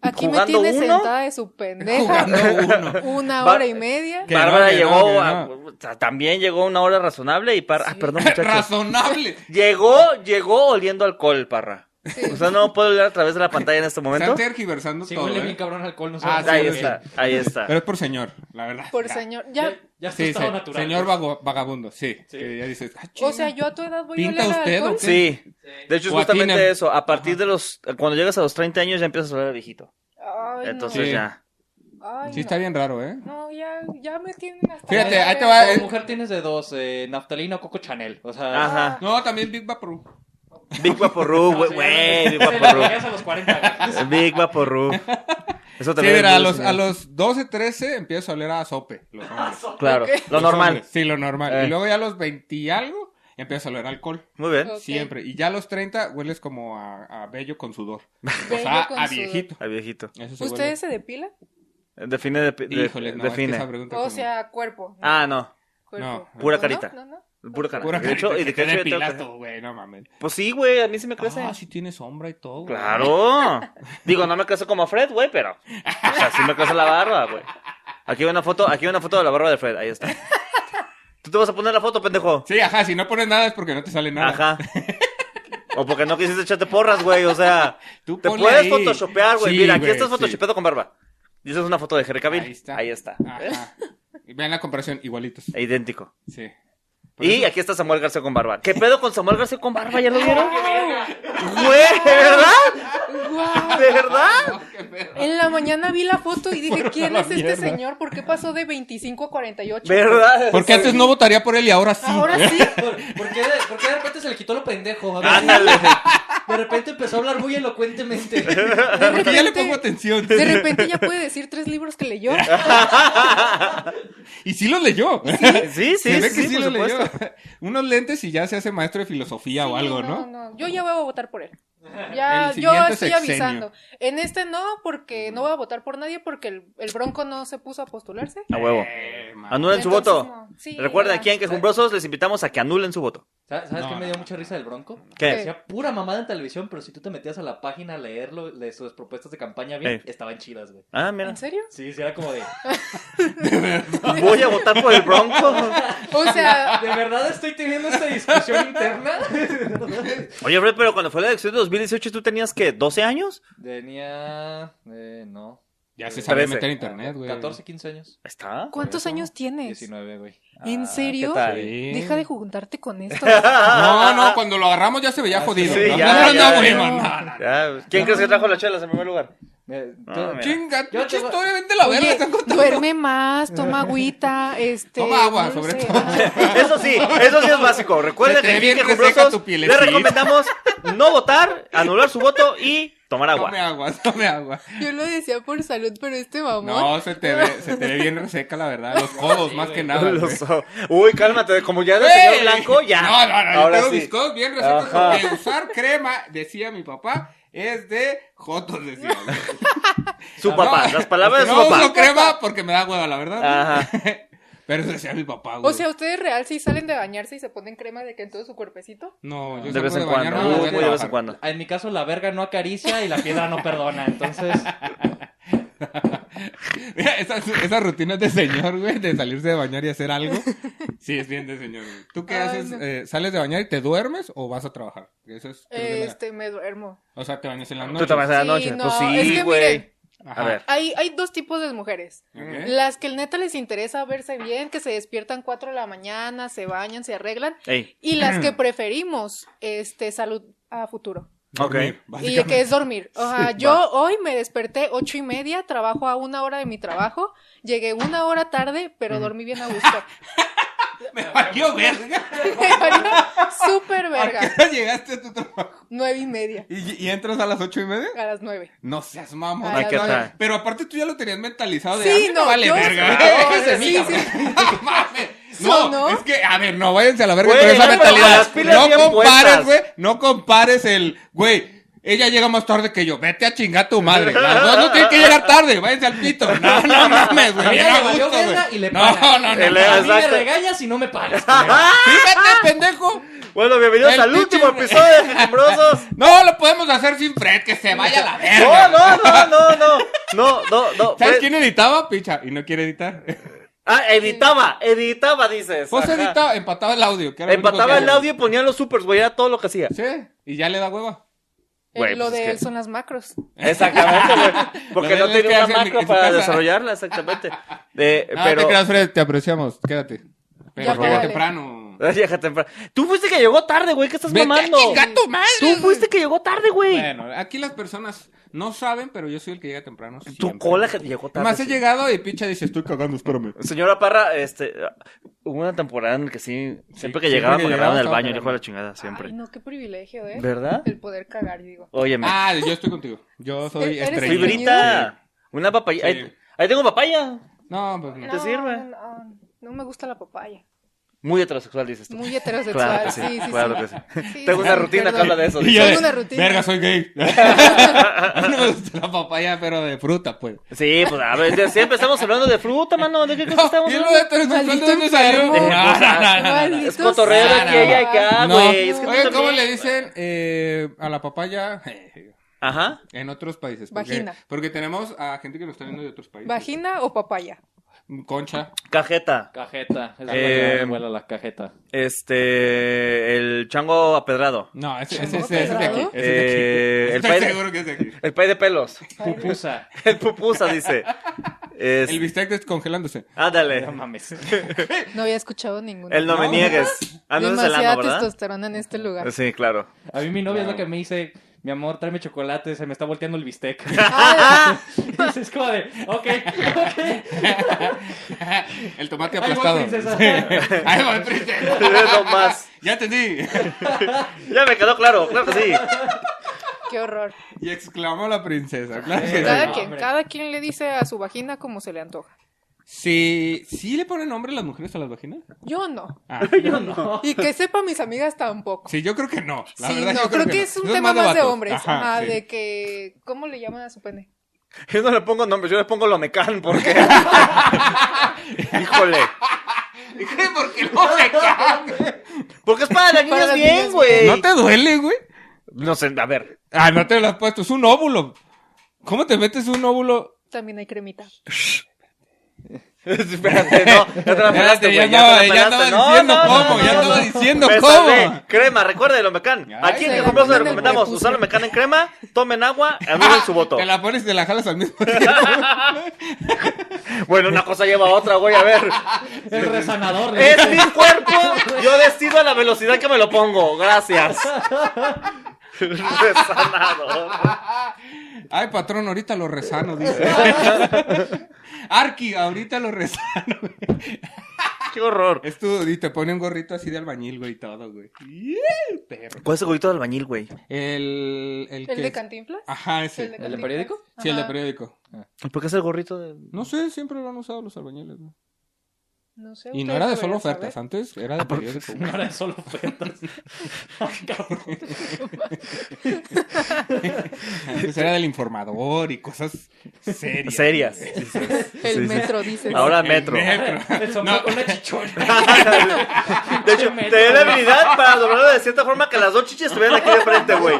[SPEAKER 5] Aquí me
[SPEAKER 1] ¿Jugando
[SPEAKER 5] tiene
[SPEAKER 1] uno?
[SPEAKER 5] sentada de su pendeja
[SPEAKER 2] Jugando uno.
[SPEAKER 5] una
[SPEAKER 1] Va-
[SPEAKER 5] hora y media.
[SPEAKER 2] Que
[SPEAKER 1] Bárbara
[SPEAKER 2] no, que
[SPEAKER 1] llegó.
[SPEAKER 2] no, que
[SPEAKER 1] a- o sea, también llegó a una hora razonable y Parra. Ah, perdón,
[SPEAKER 2] <laughs>
[SPEAKER 1] muchachos.
[SPEAKER 2] Razonable.
[SPEAKER 1] llegó, llegó oliendo alcohol, Parra.
[SPEAKER 5] Sí.
[SPEAKER 1] O sea, no puedo oler a través de la pantalla en este momento.
[SPEAKER 2] Están tergiversando
[SPEAKER 4] Si
[SPEAKER 2] todo.
[SPEAKER 4] huele
[SPEAKER 2] ¿eh?
[SPEAKER 4] bien cabrón alcohol, no sé.
[SPEAKER 2] Ah,
[SPEAKER 1] Ahí
[SPEAKER 2] sí,
[SPEAKER 1] está, ahí está.
[SPEAKER 2] Pero es por señor, la verdad.
[SPEAKER 5] Por
[SPEAKER 2] Ya.
[SPEAKER 5] señor, ya,
[SPEAKER 4] Ya, ya está
[SPEAKER 2] Sí,
[SPEAKER 4] estado
[SPEAKER 2] se-
[SPEAKER 4] natural. pues.
[SPEAKER 2] señor
[SPEAKER 4] güey.
[SPEAKER 2] vago- vagabundo, sí.
[SPEAKER 4] Sí.
[SPEAKER 2] Que ya dices, ah,
[SPEAKER 5] o
[SPEAKER 2] chinga.
[SPEAKER 5] sea, yo a tu edad voy a
[SPEAKER 2] ¿Pinta
[SPEAKER 5] oler a
[SPEAKER 2] usted o
[SPEAKER 5] alcohol.
[SPEAKER 2] qué?
[SPEAKER 1] Sí.
[SPEAKER 4] Sí.
[SPEAKER 1] De hecho, es
[SPEAKER 2] O
[SPEAKER 1] justamente
[SPEAKER 2] atinan.
[SPEAKER 1] eso. A partir de los. Cuando llegas a los 30 años ya empiezas a oler a viejito.
[SPEAKER 5] Ay, no.
[SPEAKER 1] Entonces
[SPEAKER 2] Sí.
[SPEAKER 1] ya.
[SPEAKER 5] Ay,
[SPEAKER 2] Sí,
[SPEAKER 5] no.
[SPEAKER 2] está bien raro, ¿eh?
[SPEAKER 5] No, ya, ya me tienen hasta.
[SPEAKER 2] Fíjate,
[SPEAKER 5] la
[SPEAKER 2] ahí te
[SPEAKER 5] verga.
[SPEAKER 2] va,
[SPEAKER 4] Como
[SPEAKER 2] eh.
[SPEAKER 4] mujer tienes de dos, eh, naftalina o Coco Chanel. O sea,
[SPEAKER 1] Ajá.
[SPEAKER 2] No, también Big Vaporú.
[SPEAKER 1] Big Vaporru, Ah, güey, güey. Big
[SPEAKER 4] Se la
[SPEAKER 1] Vaporru.
[SPEAKER 4] pegas a los 40, güey.
[SPEAKER 1] Big Vaporru. Eso
[SPEAKER 2] Sí,
[SPEAKER 1] también. es
[SPEAKER 2] mira, a
[SPEAKER 1] muy
[SPEAKER 2] los, a
[SPEAKER 1] señal.
[SPEAKER 2] los 12, 13 empiezo a oler a sope. Los hombres.
[SPEAKER 1] Claro,
[SPEAKER 5] Ok.
[SPEAKER 1] Ah, lo
[SPEAKER 2] Los
[SPEAKER 1] normal.
[SPEAKER 2] hombres, Sí, lo normal.
[SPEAKER 1] Eh.
[SPEAKER 2] Y luego ya a los 20 y algo empiezo a oler alcohol.
[SPEAKER 1] Muy bien.
[SPEAKER 5] Ok.
[SPEAKER 2] Siempre. Y ya a los 30 hueles como a, a bello con sudor. o
[SPEAKER 5] Bello
[SPEAKER 2] sea,
[SPEAKER 5] con
[SPEAKER 2] a
[SPEAKER 5] sudor.
[SPEAKER 2] viejito.
[SPEAKER 1] Al viejito.
[SPEAKER 2] Eso se
[SPEAKER 5] ¿Ustedes se depilan?
[SPEAKER 1] Eh, Define. de- de-
[SPEAKER 2] huele. Híjole, no, es que
[SPEAKER 1] define.
[SPEAKER 2] esa pregunta
[SPEAKER 5] O
[SPEAKER 2] como-
[SPEAKER 5] sea, cuerpo. ¿no?
[SPEAKER 1] Ah, no.
[SPEAKER 5] Cuerpo.
[SPEAKER 2] no.
[SPEAKER 1] Pura
[SPEAKER 5] ¿No?
[SPEAKER 1] carita.
[SPEAKER 5] ¿No? ¿No?
[SPEAKER 1] Pura cara.
[SPEAKER 2] Pura
[SPEAKER 1] de hecho,
[SPEAKER 2] carita
[SPEAKER 1] y de
[SPEAKER 2] que
[SPEAKER 1] hecho
[SPEAKER 2] te
[SPEAKER 1] yo tengo
[SPEAKER 2] depilaste,
[SPEAKER 1] que-
[SPEAKER 2] güey, no mames.
[SPEAKER 1] Pues sí, güey. A mí sí me crece.
[SPEAKER 2] Ah, sí tiene sombra y todo. güey. <laughs>
[SPEAKER 1] Claro. Digo, no me crece como Fred, güey, pero. O sea, sí me crece la barba, güey. Aquí hay una foto, aquí hay una foto de la barba de Fred. Ahí está. ¿Tú te vas a poner la foto, pendejo?
[SPEAKER 2] Sí, ajá, si no pones nada es porque no te sale nada.
[SPEAKER 1] Ajá. O porque no quisiste echarte porras, güey. O sea,
[SPEAKER 2] Tú
[SPEAKER 1] te
[SPEAKER 2] ponle
[SPEAKER 1] puedes
[SPEAKER 2] ahí.
[SPEAKER 1] photoshopear, güey.
[SPEAKER 2] Sí,
[SPEAKER 1] Mira, aquí
[SPEAKER 2] güey,
[SPEAKER 1] estás
[SPEAKER 2] sí.
[SPEAKER 1] photoshopeado con barba. Y esa es una foto de Henry Cavill.
[SPEAKER 2] Ahí está.
[SPEAKER 1] Ahí está. ¿Ves?
[SPEAKER 2] Ajá. Y Vean la comparación, igualitos.
[SPEAKER 1] E Idéntico.
[SPEAKER 2] Sí. Por
[SPEAKER 1] Y
[SPEAKER 2] eso-
[SPEAKER 1] aquí está Samuel García con barba. ¿Qué pedo con Samuel García con barba? ¿Ya lo vieron? ¡Güey! ¿Verdad?
[SPEAKER 5] ¡Guau!
[SPEAKER 1] ¿De verdad?
[SPEAKER 2] Qué perro.
[SPEAKER 5] En la mañana vi la foto y dije, ¿quién
[SPEAKER 2] la
[SPEAKER 5] es este
[SPEAKER 2] mierda.
[SPEAKER 5] señor? ¿Por qué pasó de 25 a 48?
[SPEAKER 1] ¿Verdad?
[SPEAKER 2] Porque antes no votaría por él y ahora sí.
[SPEAKER 5] Ahora sí.
[SPEAKER 4] ¿Por, por qué de, por qué de repente se le quitó lo pendejo? A ver,
[SPEAKER 1] Ándale.
[SPEAKER 4] De repente empezó a hablar muy
[SPEAKER 1] <laughs>
[SPEAKER 4] elocuentemente.
[SPEAKER 5] De
[SPEAKER 2] Porque ya le pongo
[SPEAKER 5] repente,
[SPEAKER 2] atención.
[SPEAKER 5] de repente ya puede decir tres libros que leyó.
[SPEAKER 2] Y sí los leyó.
[SPEAKER 1] <laughs> Sí, sí,
[SPEAKER 2] Se ve
[SPEAKER 1] sí,
[SPEAKER 2] que
[SPEAKER 1] sí,
[SPEAKER 2] sí
[SPEAKER 1] por
[SPEAKER 2] los leyó.
[SPEAKER 1] supuesto.
[SPEAKER 2] <laughs> Unos lentes y ya se hace maestro de filosofía o
[SPEAKER 5] Sí,
[SPEAKER 2] algo, ¿no?
[SPEAKER 5] Yo ya voy a votar por él. Ya,
[SPEAKER 2] El
[SPEAKER 5] yo
[SPEAKER 2] siguiente
[SPEAKER 5] estoy
[SPEAKER 2] sexenio.
[SPEAKER 5] avisando. En este no, porque no voy a votar por nadie porque el, el bronco no se puso a postularse.
[SPEAKER 1] A huevo.
[SPEAKER 2] Eh, ma-
[SPEAKER 1] Anulen su
[SPEAKER 5] Entonces,
[SPEAKER 1] voto.
[SPEAKER 5] no. Sí,
[SPEAKER 1] Recuerden,
[SPEAKER 5] ya.
[SPEAKER 1] aquí en Quejumbrosos les invitamos a que anulen su voto.
[SPEAKER 4] ¿Sabes sabes
[SPEAKER 2] No,
[SPEAKER 4] qué me
[SPEAKER 2] no,
[SPEAKER 4] dio
[SPEAKER 2] no.
[SPEAKER 4] mucha risa del Bronco?
[SPEAKER 1] ¿Qué?
[SPEAKER 5] Sí.
[SPEAKER 4] Decía pura mamada en televisión, pero si tú te metías a la página a leerlo, de sus propuestas de campaña bien,
[SPEAKER 1] Ey.
[SPEAKER 4] estaban chidas, güey.
[SPEAKER 1] Ah, mira.
[SPEAKER 5] ¿En serio?
[SPEAKER 4] Sí, sí, era como de.
[SPEAKER 1] Voy a votar por el
[SPEAKER 5] <laughs>
[SPEAKER 1] Bronco.
[SPEAKER 5] O
[SPEAKER 2] <laughs>
[SPEAKER 5] sea,
[SPEAKER 4] ¿De verdad estoy teniendo esta discusión interna? <laughs>
[SPEAKER 1] Oye, Fred, pero cuando fue la elección de 2018, ¿tú tenías qué? ¿12 años?
[SPEAKER 4] Tenía. Eh, no.
[SPEAKER 2] Ya se sabe
[SPEAKER 1] Trece.
[SPEAKER 2] meter a internet, güey.
[SPEAKER 4] 14, 15 años.
[SPEAKER 1] ¿Está?
[SPEAKER 5] ¿cuántos años tienes?
[SPEAKER 4] 19, güey.
[SPEAKER 1] Ah,
[SPEAKER 5] ¿En serio?
[SPEAKER 1] ¿qué tal?
[SPEAKER 2] Sí.
[SPEAKER 5] Deja de juntarte
[SPEAKER 2] <laughs>
[SPEAKER 5] con esto.
[SPEAKER 1] Ah,
[SPEAKER 2] No, no, cuando lo agarramos ya se veía jodido.
[SPEAKER 1] sí,
[SPEAKER 2] no,
[SPEAKER 1] ya,
[SPEAKER 2] no, no,
[SPEAKER 1] ya,
[SPEAKER 2] güey,
[SPEAKER 1] ya.
[SPEAKER 2] man, no, no.
[SPEAKER 1] Ya, ¿Quién crees que trajo las chelas en primer lugar?
[SPEAKER 4] Eh,
[SPEAKER 1] Ah,
[SPEAKER 4] tú-
[SPEAKER 1] mira.
[SPEAKER 2] Chinga,
[SPEAKER 4] Yo
[SPEAKER 2] pinche
[SPEAKER 4] te-
[SPEAKER 2] historia, vente a la verga,
[SPEAKER 5] Oye,
[SPEAKER 2] están contando.
[SPEAKER 5] duerme más,
[SPEAKER 2] <laughs>
[SPEAKER 5] toma agüita, este...
[SPEAKER 2] Toma agua,
[SPEAKER 5] no
[SPEAKER 2] sobre
[SPEAKER 5] sé.
[SPEAKER 2] todo.
[SPEAKER 1] <laughs> Eso sí, eso sí es básico. Recuerden
[SPEAKER 2] Se te
[SPEAKER 1] que
[SPEAKER 2] ve
[SPEAKER 1] aquí en
[SPEAKER 2] bien reseca
[SPEAKER 1] Quejumbrosos
[SPEAKER 2] tu piel,
[SPEAKER 1] les
[SPEAKER 2] sí.
[SPEAKER 1] recomendamos no votar, anular su voto y tomar agua.
[SPEAKER 2] Tome agua, <laughs> tome agua.
[SPEAKER 5] Yo lo decía por salud, pero este mamón...
[SPEAKER 2] No, se te ve, se te ve bien reseca, la verdad.
[SPEAKER 1] <laughs>
[SPEAKER 2] Los codos, más que nada. güey.
[SPEAKER 1] Los ojos. Uy, cálmate, como ya eres
[SPEAKER 2] ¡Ey!
[SPEAKER 1] señor blanco, ya.
[SPEAKER 2] No, no, no, yo
[SPEAKER 1] Ahora
[SPEAKER 2] tengo
[SPEAKER 1] sí.
[SPEAKER 2] mis codos bien resecos
[SPEAKER 1] Ajá.
[SPEAKER 2] porque usar crema, decía mi papá, es de jotos, decía.
[SPEAKER 1] <laughs> Su papá, las palabras de su
[SPEAKER 2] no uso
[SPEAKER 1] Pues, papá. Ah,
[SPEAKER 2] crema porque me da hueva, la verdad.
[SPEAKER 1] Ajá.
[SPEAKER 2] Pero eso decía mi papá, güey.
[SPEAKER 5] O sea, ¿ustedes real sí salen de bañarse y se ponen crema de que en todo su cuerpecito?
[SPEAKER 2] no, yo
[SPEAKER 1] De vez
[SPEAKER 2] salgo
[SPEAKER 1] en
[SPEAKER 2] de bañarme,
[SPEAKER 1] cuando,
[SPEAKER 2] Pues me voy
[SPEAKER 1] muy,
[SPEAKER 2] a
[SPEAKER 1] muy de vez en
[SPEAKER 2] trabajar.
[SPEAKER 1] cuando.
[SPEAKER 4] En mi caso, la verga no acaricia y la piedra no perdona. Entonces,
[SPEAKER 2] <laughs> <laughs> Mira, esas, esas rutinas de señor, güey, de salirse de bañar y hacer algo. Sí, es bien de señor, güey. ¿Tú qué
[SPEAKER 5] Ay,
[SPEAKER 2] haces?
[SPEAKER 5] no.
[SPEAKER 2] Eh, ¿Sales de bañar y te duermes o vas a trabajar? Eso es. creo que la-
[SPEAKER 5] Este, me duermo.
[SPEAKER 2] O sea, te bañas en la noche.
[SPEAKER 1] Tú te vas a la
[SPEAKER 5] Sí,
[SPEAKER 1] noche.
[SPEAKER 5] no,
[SPEAKER 1] Pues
[SPEAKER 5] es
[SPEAKER 1] sí,
[SPEAKER 5] que
[SPEAKER 1] güey.
[SPEAKER 5] miren.
[SPEAKER 2] Ajá.
[SPEAKER 1] A ver.
[SPEAKER 5] Hay, hay dos tipos de mujeres.
[SPEAKER 2] Ok.
[SPEAKER 5] Las que el neta les interesa verse bien, que se despiertan 4 de la mañana, se bañan, se arreglan.
[SPEAKER 1] Ey,
[SPEAKER 5] Y las que preferimos este salud a futuro.
[SPEAKER 2] Dormir,
[SPEAKER 5] Y que es dormir. O sea, yo
[SPEAKER 1] va.
[SPEAKER 5] hoy me desperté ocho y media, trabajo a una hora de mi trabajo, llegué una hora tarde, pero dormí bien a gusto.
[SPEAKER 2] <laughs>
[SPEAKER 5] <laughs>
[SPEAKER 2] Me valió verga.
[SPEAKER 5] Me valió Súper
[SPEAKER 2] ¿A qué
[SPEAKER 5] verga.
[SPEAKER 2] hora llegaste a tu trabajo?
[SPEAKER 5] Nueve y media,
[SPEAKER 2] ¿Y, y entras a las ocho y media?
[SPEAKER 5] a las nueve.
[SPEAKER 2] No seas mamón.
[SPEAKER 5] Ay,
[SPEAKER 1] ¿qué tal?
[SPEAKER 2] Pero aparte tú ya lo tenías mentalizado de
[SPEAKER 5] Sí,
[SPEAKER 2] "A mí me
[SPEAKER 5] no,
[SPEAKER 2] vale
[SPEAKER 5] yo-
[SPEAKER 2] verga.
[SPEAKER 5] no,
[SPEAKER 2] déjense de
[SPEAKER 5] sí,
[SPEAKER 2] mí, cabrón". <laughs> No mames. No,
[SPEAKER 5] So, ¿no?
[SPEAKER 2] es que, a ver, no, váyanse a la verga
[SPEAKER 1] Güey,
[SPEAKER 2] con esa
[SPEAKER 1] no, pero
[SPEAKER 2] mentalidad.
[SPEAKER 1] las pilas bien
[SPEAKER 2] no compares,
[SPEAKER 1] puestas.
[SPEAKER 2] güey, no compares el, güey, ella llega más tarde que yo, vete a chingar a
[SPEAKER 1] <laughs>
[SPEAKER 2] tu madre. Las dos no tienen que llegar tarde, váyanse al pito. No, no mames, güey, bien
[SPEAKER 4] Ella
[SPEAKER 2] a
[SPEAKER 4] le valió
[SPEAKER 2] gusto, güey.
[SPEAKER 4] verga y le
[SPEAKER 2] No,
[SPEAKER 4] para.
[SPEAKER 2] no, no,
[SPEAKER 1] El-
[SPEAKER 2] no.
[SPEAKER 4] a mí me
[SPEAKER 1] exacto.
[SPEAKER 4] regañas y no me paras. culero.
[SPEAKER 2] Fíjate, pendejo.
[SPEAKER 1] Bueno, bienvenidos
[SPEAKER 2] El
[SPEAKER 1] al
[SPEAKER 2] pinche-
[SPEAKER 1] último episodio de Quejumbrosos.
[SPEAKER 2] No, lo podemos hacer sin Fred, que se vaya a la <laughs> verga.
[SPEAKER 1] <laughs> No, no, no, no, no. No, no, no.
[SPEAKER 2] ¿Sabes
[SPEAKER 1] Fue-
[SPEAKER 2] quién editaba? Picha, y no quiere editar.
[SPEAKER 1] Ah, editaba, editaba, dices.
[SPEAKER 2] Pues
[SPEAKER 1] Ajá.
[SPEAKER 2] editaba, empataba el audio. que era lo único
[SPEAKER 1] Empataba
[SPEAKER 2] que-
[SPEAKER 1] el audio y ponía los supers, güey, era todo lo que hacía.
[SPEAKER 2] Sí, y ya le da hueva.
[SPEAKER 5] Eh,
[SPEAKER 1] Güey,
[SPEAKER 5] Lo
[SPEAKER 1] pues es
[SPEAKER 5] de
[SPEAKER 1] que-
[SPEAKER 5] él son las macros.
[SPEAKER 1] Exactamente,
[SPEAKER 2] <laughs>
[SPEAKER 1] güey. Porque no
[SPEAKER 2] Lo de él es que
[SPEAKER 1] tenía
[SPEAKER 2] hace
[SPEAKER 1] una
[SPEAKER 2] en mi-
[SPEAKER 1] macro
[SPEAKER 2] en su
[SPEAKER 1] para
[SPEAKER 2] casa.
[SPEAKER 1] desarrollarla, exactamente. De,
[SPEAKER 2] <laughs> No Ah, te
[SPEAKER 1] Eh, pero. <laughs>
[SPEAKER 2] creas, Fred, te apreciamos. Quédate. Pero
[SPEAKER 5] Ya,
[SPEAKER 2] llega
[SPEAKER 5] vale.
[SPEAKER 2] temprano.
[SPEAKER 1] Llega temprano. Tú fuiste que llegó tarde, güey, ¿qué estás
[SPEAKER 2] Vete a
[SPEAKER 1] mamando?
[SPEAKER 2] chingar tu madre.
[SPEAKER 1] Tú fuiste que llegó tarde, güey.
[SPEAKER 2] Bueno, aquí las personas no saben, pero yo soy el que llega temprano.
[SPEAKER 1] tu
[SPEAKER 2] siempre.
[SPEAKER 1] cola que llegó tarde.
[SPEAKER 2] Más he
[SPEAKER 1] sí.
[SPEAKER 2] llegado y picha dice, estoy cagando, espérame.
[SPEAKER 1] Señora Parra, este, hubo una temporada en que sí, siempre que
[SPEAKER 2] siempre
[SPEAKER 1] llegaba
[SPEAKER 2] que
[SPEAKER 1] me
[SPEAKER 2] llegaba
[SPEAKER 1] agarraban del
[SPEAKER 2] estaba
[SPEAKER 1] baño, el
[SPEAKER 2] cagando.
[SPEAKER 1] hijo de la chingada, siempre.
[SPEAKER 5] Ay, no, qué privilegio, ¿eh?
[SPEAKER 1] ¿Verdad?
[SPEAKER 5] El poder cagar, digo.
[SPEAKER 1] Óyeme.
[SPEAKER 2] Ah, yo estoy contigo. Yo soy
[SPEAKER 5] Eres
[SPEAKER 2] estrella.
[SPEAKER 5] pequeño.
[SPEAKER 1] Fibrita, una papaya.
[SPEAKER 2] Sí.
[SPEAKER 1] Ahí, ahí tengo papaya.
[SPEAKER 2] No, pues no.
[SPEAKER 1] te sirve?
[SPEAKER 5] No, no, no me gusta la papaya.
[SPEAKER 1] Muy heterosexual, dices tú.
[SPEAKER 5] Muy heterosexual,
[SPEAKER 1] Claro que
[SPEAKER 5] sí,
[SPEAKER 1] sí,
[SPEAKER 5] sí, sí.
[SPEAKER 1] claro que sí.
[SPEAKER 5] Sí,
[SPEAKER 1] Tengo
[SPEAKER 5] sí,
[SPEAKER 1] una
[SPEAKER 5] sí,
[SPEAKER 1] rutina que
[SPEAKER 5] perdón.
[SPEAKER 1] habla de eso.
[SPEAKER 2] Y
[SPEAKER 1] dice.
[SPEAKER 2] yo
[SPEAKER 5] Tengo
[SPEAKER 2] de,
[SPEAKER 5] una rutina.
[SPEAKER 2] Verga,
[SPEAKER 1] <laughs>
[SPEAKER 2] soy gay. <laughs> A mí no me gusta la papaya, pero de fruta, pues.
[SPEAKER 1] Sí, pues a ver, ya siempre estamos hablando de fruta, mano. ¿De qué cosa estamos
[SPEAKER 2] Y <laughs> lo
[SPEAKER 1] hablando?
[SPEAKER 2] de heterosexual, ¿de
[SPEAKER 5] Maldito
[SPEAKER 2] dónde salió?
[SPEAKER 5] enfermo.
[SPEAKER 1] Eh, pues,
[SPEAKER 2] No, no, no, no, no.
[SPEAKER 1] ah,
[SPEAKER 5] Maldito
[SPEAKER 1] Es cotorreo de
[SPEAKER 2] sea.
[SPEAKER 1] aquí y acá,
[SPEAKER 2] No.
[SPEAKER 1] Ah, güey. Es que tú
[SPEAKER 2] Oye, ¿cómo
[SPEAKER 1] también-
[SPEAKER 2] le dicen eh, a la papaya <laughs> eh,
[SPEAKER 1] Ajá.
[SPEAKER 2] en otros países? Porque-
[SPEAKER 5] Vagina.
[SPEAKER 2] Porque tenemos a gente que nos está viendo de otros países.
[SPEAKER 5] ¿Vagina o papaya?
[SPEAKER 2] Concha.
[SPEAKER 1] Cajeta.
[SPEAKER 4] Cajeta. Es
[SPEAKER 1] Eh,
[SPEAKER 4] eh... vuela la cajeta.
[SPEAKER 1] Este. El chango apedrado.
[SPEAKER 2] No, ese, ese,
[SPEAKER 5] ¿Chango
[SPEAKER 2] ese- ese es de aquí.
[SPEAKER 5] pedrado?
[SPEAKER 2] ese es de aquí.
[SPEAKER 1] Eh, el
[SPEAKER 2] <laughs> Estoy
[SPEAKER 1] pay de,
[SPEAKER 2] seguro que es de aquí.
[SPEAKER 1] el pay de pelos. <laughs>
[SPEAKER 2] <laughs>
[SPEAKER 4] Pupusa.
[SPEAKER 1] El pupusa, dice. Es-
[SPEAKER 2] El bistec descongelándose.
[SPEAKER 1] Ándale.
[SPEAKER 2] Eh, <laughs>
[SPEAKER 4] No mames.
[SPEAKER 5] No había escuchado ninguna.
[SPEAKER 1] El Pues no me <laughs>
[SPEAKER 2] No.
[SPEAKER 1] niegues. Ah, no ese es el
[SPEAKER 5] Demasiada
[SPEAKER 1] ano, ¿verdad?
[SPEAKER 5] testosterona en este lugar.
[SPEAKER 1] Sí, claro.
[SPEAKER 4] A mí mi novia es la que me dice, mi amor, tráeme chocolate, se me está volteando el bistec. <laughs>
[SPEAKER 5] Ah,
[SPEAKER 4] es como de, ok, ok.
[SPEAKER 2] El tomate
[SPEAKER 4] Ahí voy,
[SPEAKER 2] aplastado.
[SPEAKER 4] princesa.
[SPEAKER 2] Sí. <laughs> Ahí voy, princesa.
[SPEAKER 1] no más.
[SPEAKER 2] <laughs> Ya entendí.
[SPEAKER 1] Ya me quedó claro, claro que sí.
[SPEAKER 5] qué horror.
[SPEAKER 2] Y exclamó la princesa. Claro que
[SPEAKER 5] Cada
[SPEAKER 4] no,
[SPEAKER 5] quien,
[SPEAKER 4] hombre.
[SPEAKER 5] cada quien le dice a su vagina como se le antoja.
[SPEAKER 2] sí. ¿Sí, ¿sí le ponen nombre las mujeres a las vaginas?
[SPEAKER 5] Yo no.
[SPEAKER 2] Ah,
[SPEAKER 4] <laughs> Yo no.
[SPEAKER 5] Y que sepa mis amigas tampoco.
[SPEAKER 2] sí, yo creo que no. La
[SPEAKER 5] sí,
[SPEAKER 2] verdad,
[SPEAKER 5] no,
[SPEAKER 2] yo
[SPEAKER 5] creo que
[SPEAKER 2] no.
[SPEAKER 5] es un
[SPEAKER 2] Eso
[SPEAKER 5] tema más de
[SPEAKER 2] vatos.
[SPEAKER 5] hombres.
[SPEAKER 2] Ajá, <laughs>
[SPEAKER 5] Ajá,
[SPEAKER 2] sí.
[SPEAKER 5] de que, ¿cómo le llaman a su pene?
[SPEAKER 1] <laughs> Yo no le pongo nombres, yo le pongo Lomecan porque. <laughs> Híjole.
[SPEAKER 2] ¿Qué? ¿Por qué no se
[SPEAKER 5] <laughs>
[SPEAKER 2] cae?
[SPEAKER 1] Porque es para las niñas
[SPEAKER 5] las
[SPEAKER 1] bien,
[SPEAKER 5] niñas
[SPEAKER 1] güey.
[SPEAKER 2] ¿No te duele, güey?
[SPEAKER 1] No sé, a ver.
[SPEAKER 2] Ah, no te lo has puesto. Es un óvulo. ¿Cómo te metes un óvulo?
[SPEAKER 5] También hay cremita.
[SPEAKER 1] <laughs> Espérate, no. Ya te la pelaste,
[SPEAKER 2] Espérate, ya
[SPEAKER 1] güey. Ya
[SPEAKER 2] estaba
[SPEAKER 1] te la
[SPEAKER 2] ya
[SPEAKER 1] pelaste. No,
[SPEAKER 2] estaba diciendo
[SPEAKER 1] no, no,
[SPEAKER 2] cómo.
[SPEAKER 1] no, no,
[SPEAKER 2] Ya estaba
[SPEAKER 1] no.
[SPEAKER 2] diciendo
[SPEAKER 1] Me
[SPEAKER 2] cómo.
[SPEAKER 1] salvé. Crema, recuerden el Omecán.
[SPEAKER 2] Ay,
[SPEAKER 1] Aquí en
[SPEAKER 5] se
[SPEAKER 1] Quejo
[SPEAKER 5] la
[SPEAKER 1] Bros le
[SPEAKER 5] ponen en el
[SPEAKER 1] recomendamos
[SPEAKER 5] prepucio.
[SPEAKER 1] usar Omecán en crema, tomen
[SPEAKER 2] <laughs>
[SPEAKER 1] agua, anulen su voto.
[SPEAKER 2] Ah, Te la pones y te la jalas al
[SPEAKER 1] <laughs>
[SPEAKER 2] mismo tiempo.
[SPEAKER 1] Bueno, una cosa lleva a otra, güey, a ver.
[SPEAKER 4] El resanador. le
[SPEAKER 1] Es <laughs>
[SPEAKER 4] dice.
[SPEAKER 1] mi cuerpo, yo decido a la velocidad que me lo pongo. Gracias. Resanador.
[SPEAKER 2] Ay, patrón, ahorita lo rezano,
[SPEAKER 1] <laughs>
[SPEAKER 2] dice. Arqui, ahorita lo rezano.
[SPEAKER 1] Qué horror.
[SPEAKER 2] Es tu, y te pone un gorrito así de albañil, güey, y todo, güey. ¡Yee, Perro.
[SPEAKER 1] ¿Cuál es el gorrito del albañil, güey?
[SPEAKER 2] El, el, que
[SPEAKER 5] ¿El de
[SPEAKER 2] es-
[SPEAKER 5] Cantinflas?
[SPEAKER 2] Ajá, ese.
[SPEAKER 5] de
[SPEAKER 4] ¿El de
[SPEAKER 5] Cantinflas?
[SPEAKER 4] periódico?
[SPEAKER 2] Sí, el de
[SPEAKER 5] Ajá.
[SPEAKER 2] periódico.
[SPEAKER 1] ¿Por qué es el gorrito de.?
[SPEAKER 2] No sé, siempre lo han usado los albañiles, güey.
[SPEAKER 5] No sé,
[SPEAKER 2] Y no era
[SPEAKER 5] ustedes
[SPEAKER 2] de
[SPEAKER 5] deberían
[SPEAKER 2] solo ofertas,
[SPEAKER 5] saber.
[SPEAKER 2] antes era de
[SPEAKER 1] Ah, por-
[SPEAKER 2] periódico. güey.
[SPEAKER 4] No eran solo ofertas. Ay, cabrón.
[SPEAKER 2] <laughs> Antes era del informador y
[SPEAKER 1] <laughs>
[SPEAKER 2] cosas serias.
[SPEAKER 1] Serias. Sí, sí.
[SPEAKER 5] El metro dice.
[SPEAKER 1] Ahora
[SPEAKER 2] El
[SPEAKER 1] metro.
[SPEAKER 4] El sombrero con una chichona.
[SPEAKER 1] <laughs> De hecho, tenía la habilidad para doblarlo de cierta forma que las dos chichis estuvieran aquí de frente, güey.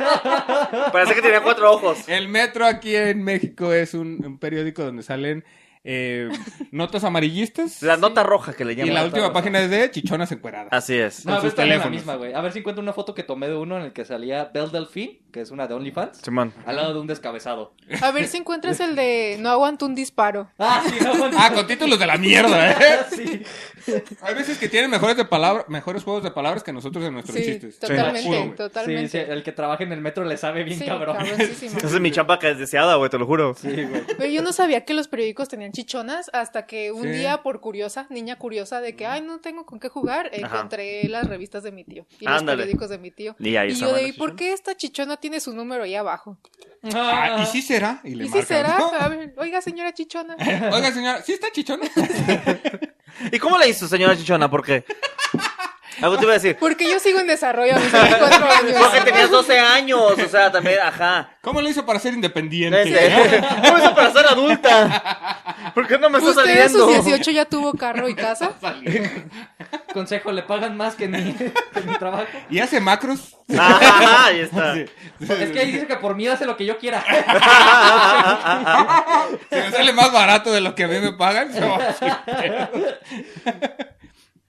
[SPEAKER 1] Parece que tenía cuatro ojos.
[SPEAKER 2] El metro aquí en México es un, un periódico donde salen
[SPEAKER 1] <laughs>
[SPEAKER 2] eh, notas amarillistas.
[SPEAKER 1] La nota roja que le
[SPEAKER 2] y
[SPEAKER 1] llaman.
[SPEAKER 2] la última
[SPEAKER 1] Nota roja.
[SPEAKER 2] página es de chichonas encueradas.
[SPEAKER 1] Así es.
[SPEAKER 4] No, a ver,
[SPEAKER 2] sus
[SPEAKER 4] también la
[SPEAKER 2] teléfonos.
[SPEAKER 4] misma, güey. A ver si encuentro una foto que tomé de uno en el que salía Belle Delphine, que es una de OnlyFans,
[SPEAKER 1] Simón.
[SPEAKER 4] al lado de un descabezado.
[SPEAKER 5] A ver si encuentras el de no aguanto un disparo.
[SPEAKER 4] Ah, sí, no, man.
[SPEAKER 2] Ah, con títulos de la
[SPEAKER 1] <laughs>
[SPEAKER 2] mierda, ¿eh?
[SPEAKER 4] <laughs> Sí.
[SPEAKER 2] Hay veces que tienen mejores, de palabra, mejores juegos de palabras que nosotros en nuestros
[SPEAKER 5] Sí,
[SPEAKER 2] chistes.
[SPEAKER 5] totalmente,
[SPEAKER 2] Puro, güey.
[SPEAKER 5] totalmente.
[SPEAKER 4] Sí, sí, el que trabaja en el metro le sabe bien
[SPEAKER 5] Sí,
[SPEAKER 4] cabrón.
[SPEAKER 5] cabroncísimo.
[SPEAKER 1] Esa es mi chamba que es deseada, güey, te lo juro.
[SPEAKER 4] Sí, güey.
[SPEAKER 5] Pero yo no sabía que los periódicos tenían chichonas hasta que un
[SPEAKER 2] Sí.
[SPEAKER 5] día, por curiosa, niña curiosa, de que, ay, no tengo con qué jugar, eh, encontré las revistas de mi tío y
[SPEAKER 1] Ándale.
[SPEAKER 5] los periódicos de mi tío.
[SPEAKER 1] Y ahí
[SPEAKER 5] Y
[SPEAKER 1] está
[SPEAKER 5] yo
[SPEAKER 1] la
[SPEAKER 5] de, "¿Y por
[SPEAKER 1] chichona".
[SPEAKER 5] qué esta chichona tiene su número ahí abajo?
[SPEAKER 2] Ah, y sí será. Y, le
[SPEAKER 5] ¿Y si
[SPEAKER 2] marcan,
[SPEAKER 5] será?
[SPEAKER 2] ¿no?
[SPEAKER 5] A ver, oiga, señora
[SPEAKER 2] <laughs>
[SPEAKER 5] chichona.
[SPEAKER 2] Oiga, señora, ¿sí está chichona?
[SPEAKER 1] ¿Y cómo le hizo, señora Chichona? ¿Por qué? Algo te iba a decir.
[SPEAKER 5] Porque yo sigo en desarrollo a mis 24
[SPEAKER 2] <laughs>
[SPEAKER 1] Porque
[SPEAKER 5] años.
[SPEAKER 1] tenías 12 años, o sea, también, ajá.
[SPEAKER 2] ¿Cómo le hizo para ser independiente?
[SPEAKER 1] Ese- <laughs> ¿Cómo hizo para ser adulta? ¿Por qué no me está
[SPEAKER 5] ¿Usted a
[SPEAKER 1] saliendo?
[SPEAKER 5] sus 18 ya tuvo carro y
[SPEAKER 2] <laughs>
[SPEAKER 5] casa?
[SPEAKER 4] Consejo, le pagan más que en mi, que en mi trabajo.
[SPEAKER 2] ¿Y hace macros?
[SPEAKER 1] <laughs> Ajá, ahí está.
[SPEAKER 2] Sí.
[SPEAKER 4] Es que ahí dice que por mí hace lo que yo quiera. <laughs>
[SPEAKER 2] Se me sale más barato de lo que a mí
[SPEAKER 1] <laughs>
[SPEAKER 2] me pagan. No, sí.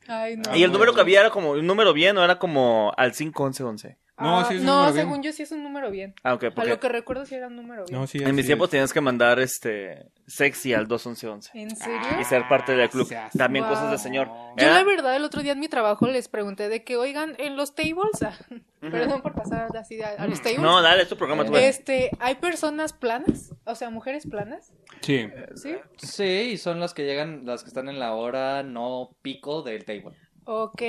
[SPEAKER 5] Ay, no.
[SPEAKER 1] Y el número que había era como un número bien, ¿no? Era como al 51111.
[SPEAKER 2] No,
[SPEAKER 5] Ah,
[SPEAKER 2] sí es un
[SPEAKER 5] no
[SPEAKER 2] número bien.
[SPEAKER 5] según yo sí es un número bien.
[SPEAKER 1] Ah, ok,
[SPEAKER 5] A lo
[SPEAKER 1] porque
[SPEAKER 5] que recuerdo sí era un número bien.
[SPEAKER 2] No, sí,
[SPEAKER 1] en mis
[SPEAKER 2] así
[SPEAKER 1] tiempos
[SPEAKER 2] es.
[SPEAKER 1] tenías que mandar este sexy al 21111
[SPEAKER 5] ¿En serio?
[SPEAKER 2] Ah,
[SPEAKER 1] y ser parte del club.
[SPEAKER 2] se hace.
[SPEAKER 1] También
[SPEAKER 5] Wow.
[SPEAKER 1] cosas de señor.
[SPEAKER 5] Yo
[SPEAKER 1] Era-
[SPEAKER 5] la verdad el otro día en mi trabajo les pregunté de que, oigan, en los tables, ah, perdón por pasar así a, a los tables,
[SPEAKER 1] No, dale, es tu programa. Tú ves.
[SPEAKER 5] este, ¿hay personas planas? O sea, mujeres planas,
[SPEAKER 2] Sí.
[SPEAKER 5] ¿sí?
[SPEAKER 4] Sí, y son las que llegan, las que están en la hora no pico del table.
[SPEAKER 5] Ok.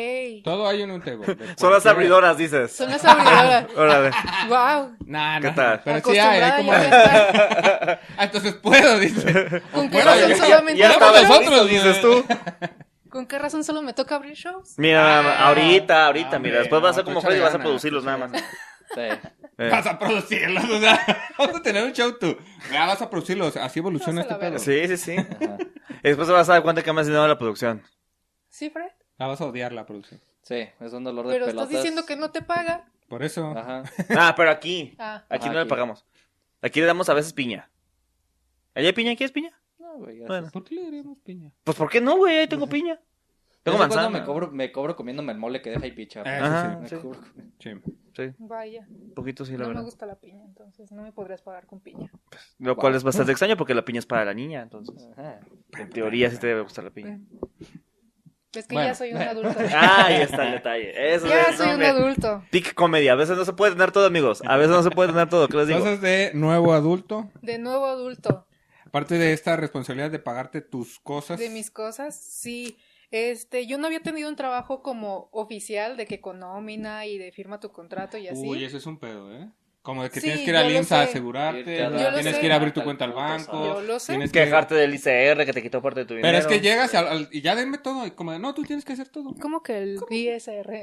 [SPEAKER 2] Todo hay en un table.
[SPEAKER 1] Son las abridoras, dices.
[SPEAKER 2] <laughs>
[SPEAKER 5] Son las abridoras.
[SPEAKER 1] Órale.
[SPEAKER 5] wow.
[SPEAKER 2] Nah,
[SPEAKER 1] ¿Qué
[SPEAKER 2] nah,
[SPEAKER 1] tal?
[SPEAKER 2] Pero sí hay,
[SPEAKER 5] Acostumbrada
[SPEAKER 2] hay como...
[SPEAKER 5] ya a estar
[SPEAKER 2] Ah, entonces puedo, dice.
[SPEAKER 5] ¿Con qué
[SPEAKER 2] Bueno,
[SPEAKER 5] razón
[SPEAKER 2] ya-
[SPEAKER 5] solamente
[SPEAKER 1] Ya
[SPEAKER 5] me
[SPEAKER 1] estaba
[SPEAKER 5] toca-
[SPEAKER 2] nosotros,
[SPEAKER 1] listo, dices tú.
[SPEAKER 5] ¿Con qué razón solo me toca abrir shows?
[SPEAKER 1] Mira,
[SPEAKER 2] Ah,
[SPEAKER 1] ahorita, ahorita,
[SPEAKER 2] hombre,
[SPEAKER 1] mira, después vas a ser
[SPEAKER 2] no,
[SPEAKER 1] como
[SPEAKER 2] tú échale
[SPEAKER 1] Freddy y vas a
[SPEAKER 2] ganas,
[SPEAKER 1] producirlos nada más.
[SPEAKER 4] Sí.
[SPEAKER 1] Eh,
[SPEAKER 2] Vas a producirlos, o sea, <laughs> vas a tener un show tú. Ya vas a producirlos, así evoluciona
[SPEAKER 5] Vas
[SPEAKER 2] este
[SPEAKER 5] a la
[SPEAKER 1] <laughs>
[SPEAKER 2] pedo.
[SPEAKER 5] verga.
[SPEAKER 1] Sí, Eh, sí, sí. Después te vas a dar cuenta que me has dinero la producción.
[SPEAKER 5] ¿Sí, Fred?
[SPEAKER 2] La "Ah, vas a odiar la producción.
[SPEAKER 4] Sí, es un dolor de
[SPEAKER 5] Pero
[SPEAKER 4] pelotas.
[SPEAKER 5] estás diciendo que no te paga.
[SPEAKER 2] Por eso.
[SPEAKER 4] Ajá.
[SPEAKER 1] Ah, pero aquí.
[SPEAKER 5] Ah,
[SPEAKER 1] Aquí
[SPEAKER 4] Ajá,
[SPEAKER 1] no le
[SPEAKER 4] aquí.
[SPEAKER 1] pagamos. Aquí le damos a veces piña. ¿Allá hay piña? ¿Aquí es piña?
[SPEAKER 4] No, güey, gracias.
[SPEAKER 1] Bueno.
[SPEAKER 2] ¿Por qué le daríamos piña?
[SPEAKER 1] Pues ¿por qué no, güey? Ahí tengo piña. Tengo
[SPEAKER 4] ¿Sabes cuándo
[SPEAKER 1] manzana.
[SPEAKER 4] Me cobro, me cobro comiéndome el mole que deja y picha. pues.
[SPEAKER 2] Eh,
[SPEAKER 1] Ajá,
[SPEAKER 4] Me
[SPEAKER 1] Ah, sí.
[SPEAKER 4] cobro-
[SPEAKER 2] Sí.
[SPEAKER 1] Sí,
[SPEAKER 5] vaya.
[SPEAKER 1] un poquito sí, la
[SPEAKER 5] No me
[SPEAKER 1] verdad.
[SPEAKER 5] gusta la piña, entonces no me podrías pagar con piña.
[SPEAKER 1] Lo cual es bastante extraño porque la piña es para la niña, entonces.
[SPEAKER 4] Ajá.
[SPEAKER 1] En teoría sí te debe gustar la piña.
[SPEAKER 5] Mm. Es que
[SPEAKER 2] Bueno.
[SPEAKER 5] ya soy un adulto.
[SPEAKER 1] Ah, <laughs> ahí está <laughs> el detalle. Eso
[SPEAKER 5] ya
[SPEAKER 1] es,
[SPEAKER 5] soy
[SPEAKER 1] no,
[SPEAKER 5] un
[SPEAKER 1] me-
[SPEAKER 5] adulto.
[SPEAKER 1] Tic comedia. A veces no se puede tener todo, amigos. A veces no se puede tener todo, ¿qué les digo?
[SPEAKER 2] Entonces, de nuevo adulto,
[SPEAKER 5] De nuevo adulto.
[SPEAKER 2] aparte de esta responsabilidad de pagarte tus cosas.
[SPEAKER 5] De mis cosas, sí. Este, yo no había tenido un trabajo como oficial de que con nómina y de firma tu contrato y así.
[SPEAKER 2] Uy, eso es un pedo, ¿eh? Como de que
[SPEAKER 5] Sí,
[SPEAKER 2] tienes que ir
[SPEAKER 5] yo
[SPEAKER 2] al
[SPEAKER 5] lo
[SPEAKER 2] IMSS a
[SPEAKER 5] sé.
[SPEAKER 2] asegurarte,
[SPEAKER 4] Irte a
[SPEAKER 5] la- Yo lo
[SPEAKER 2] tienes
[SPEAKER 5] sé.
[SPEAKER 2] que ir a abrir tu cuenta al
[SPEAKER 4] Yo
[SPEAKER 2] banco.
[SPEAKER 5] lo sé.
[SPEAKER 2] tienes que-
[SPEAKER 1] Quejarte del ICR que te quitó parte de tu dinero.
[SPEAKER 2] Pero es que llegas al- al- y ya denme todo. Y como, de, no, tú tienes que hacer todo.
[SPEAKER 5] ¿Cómo que el <laughs> ISR?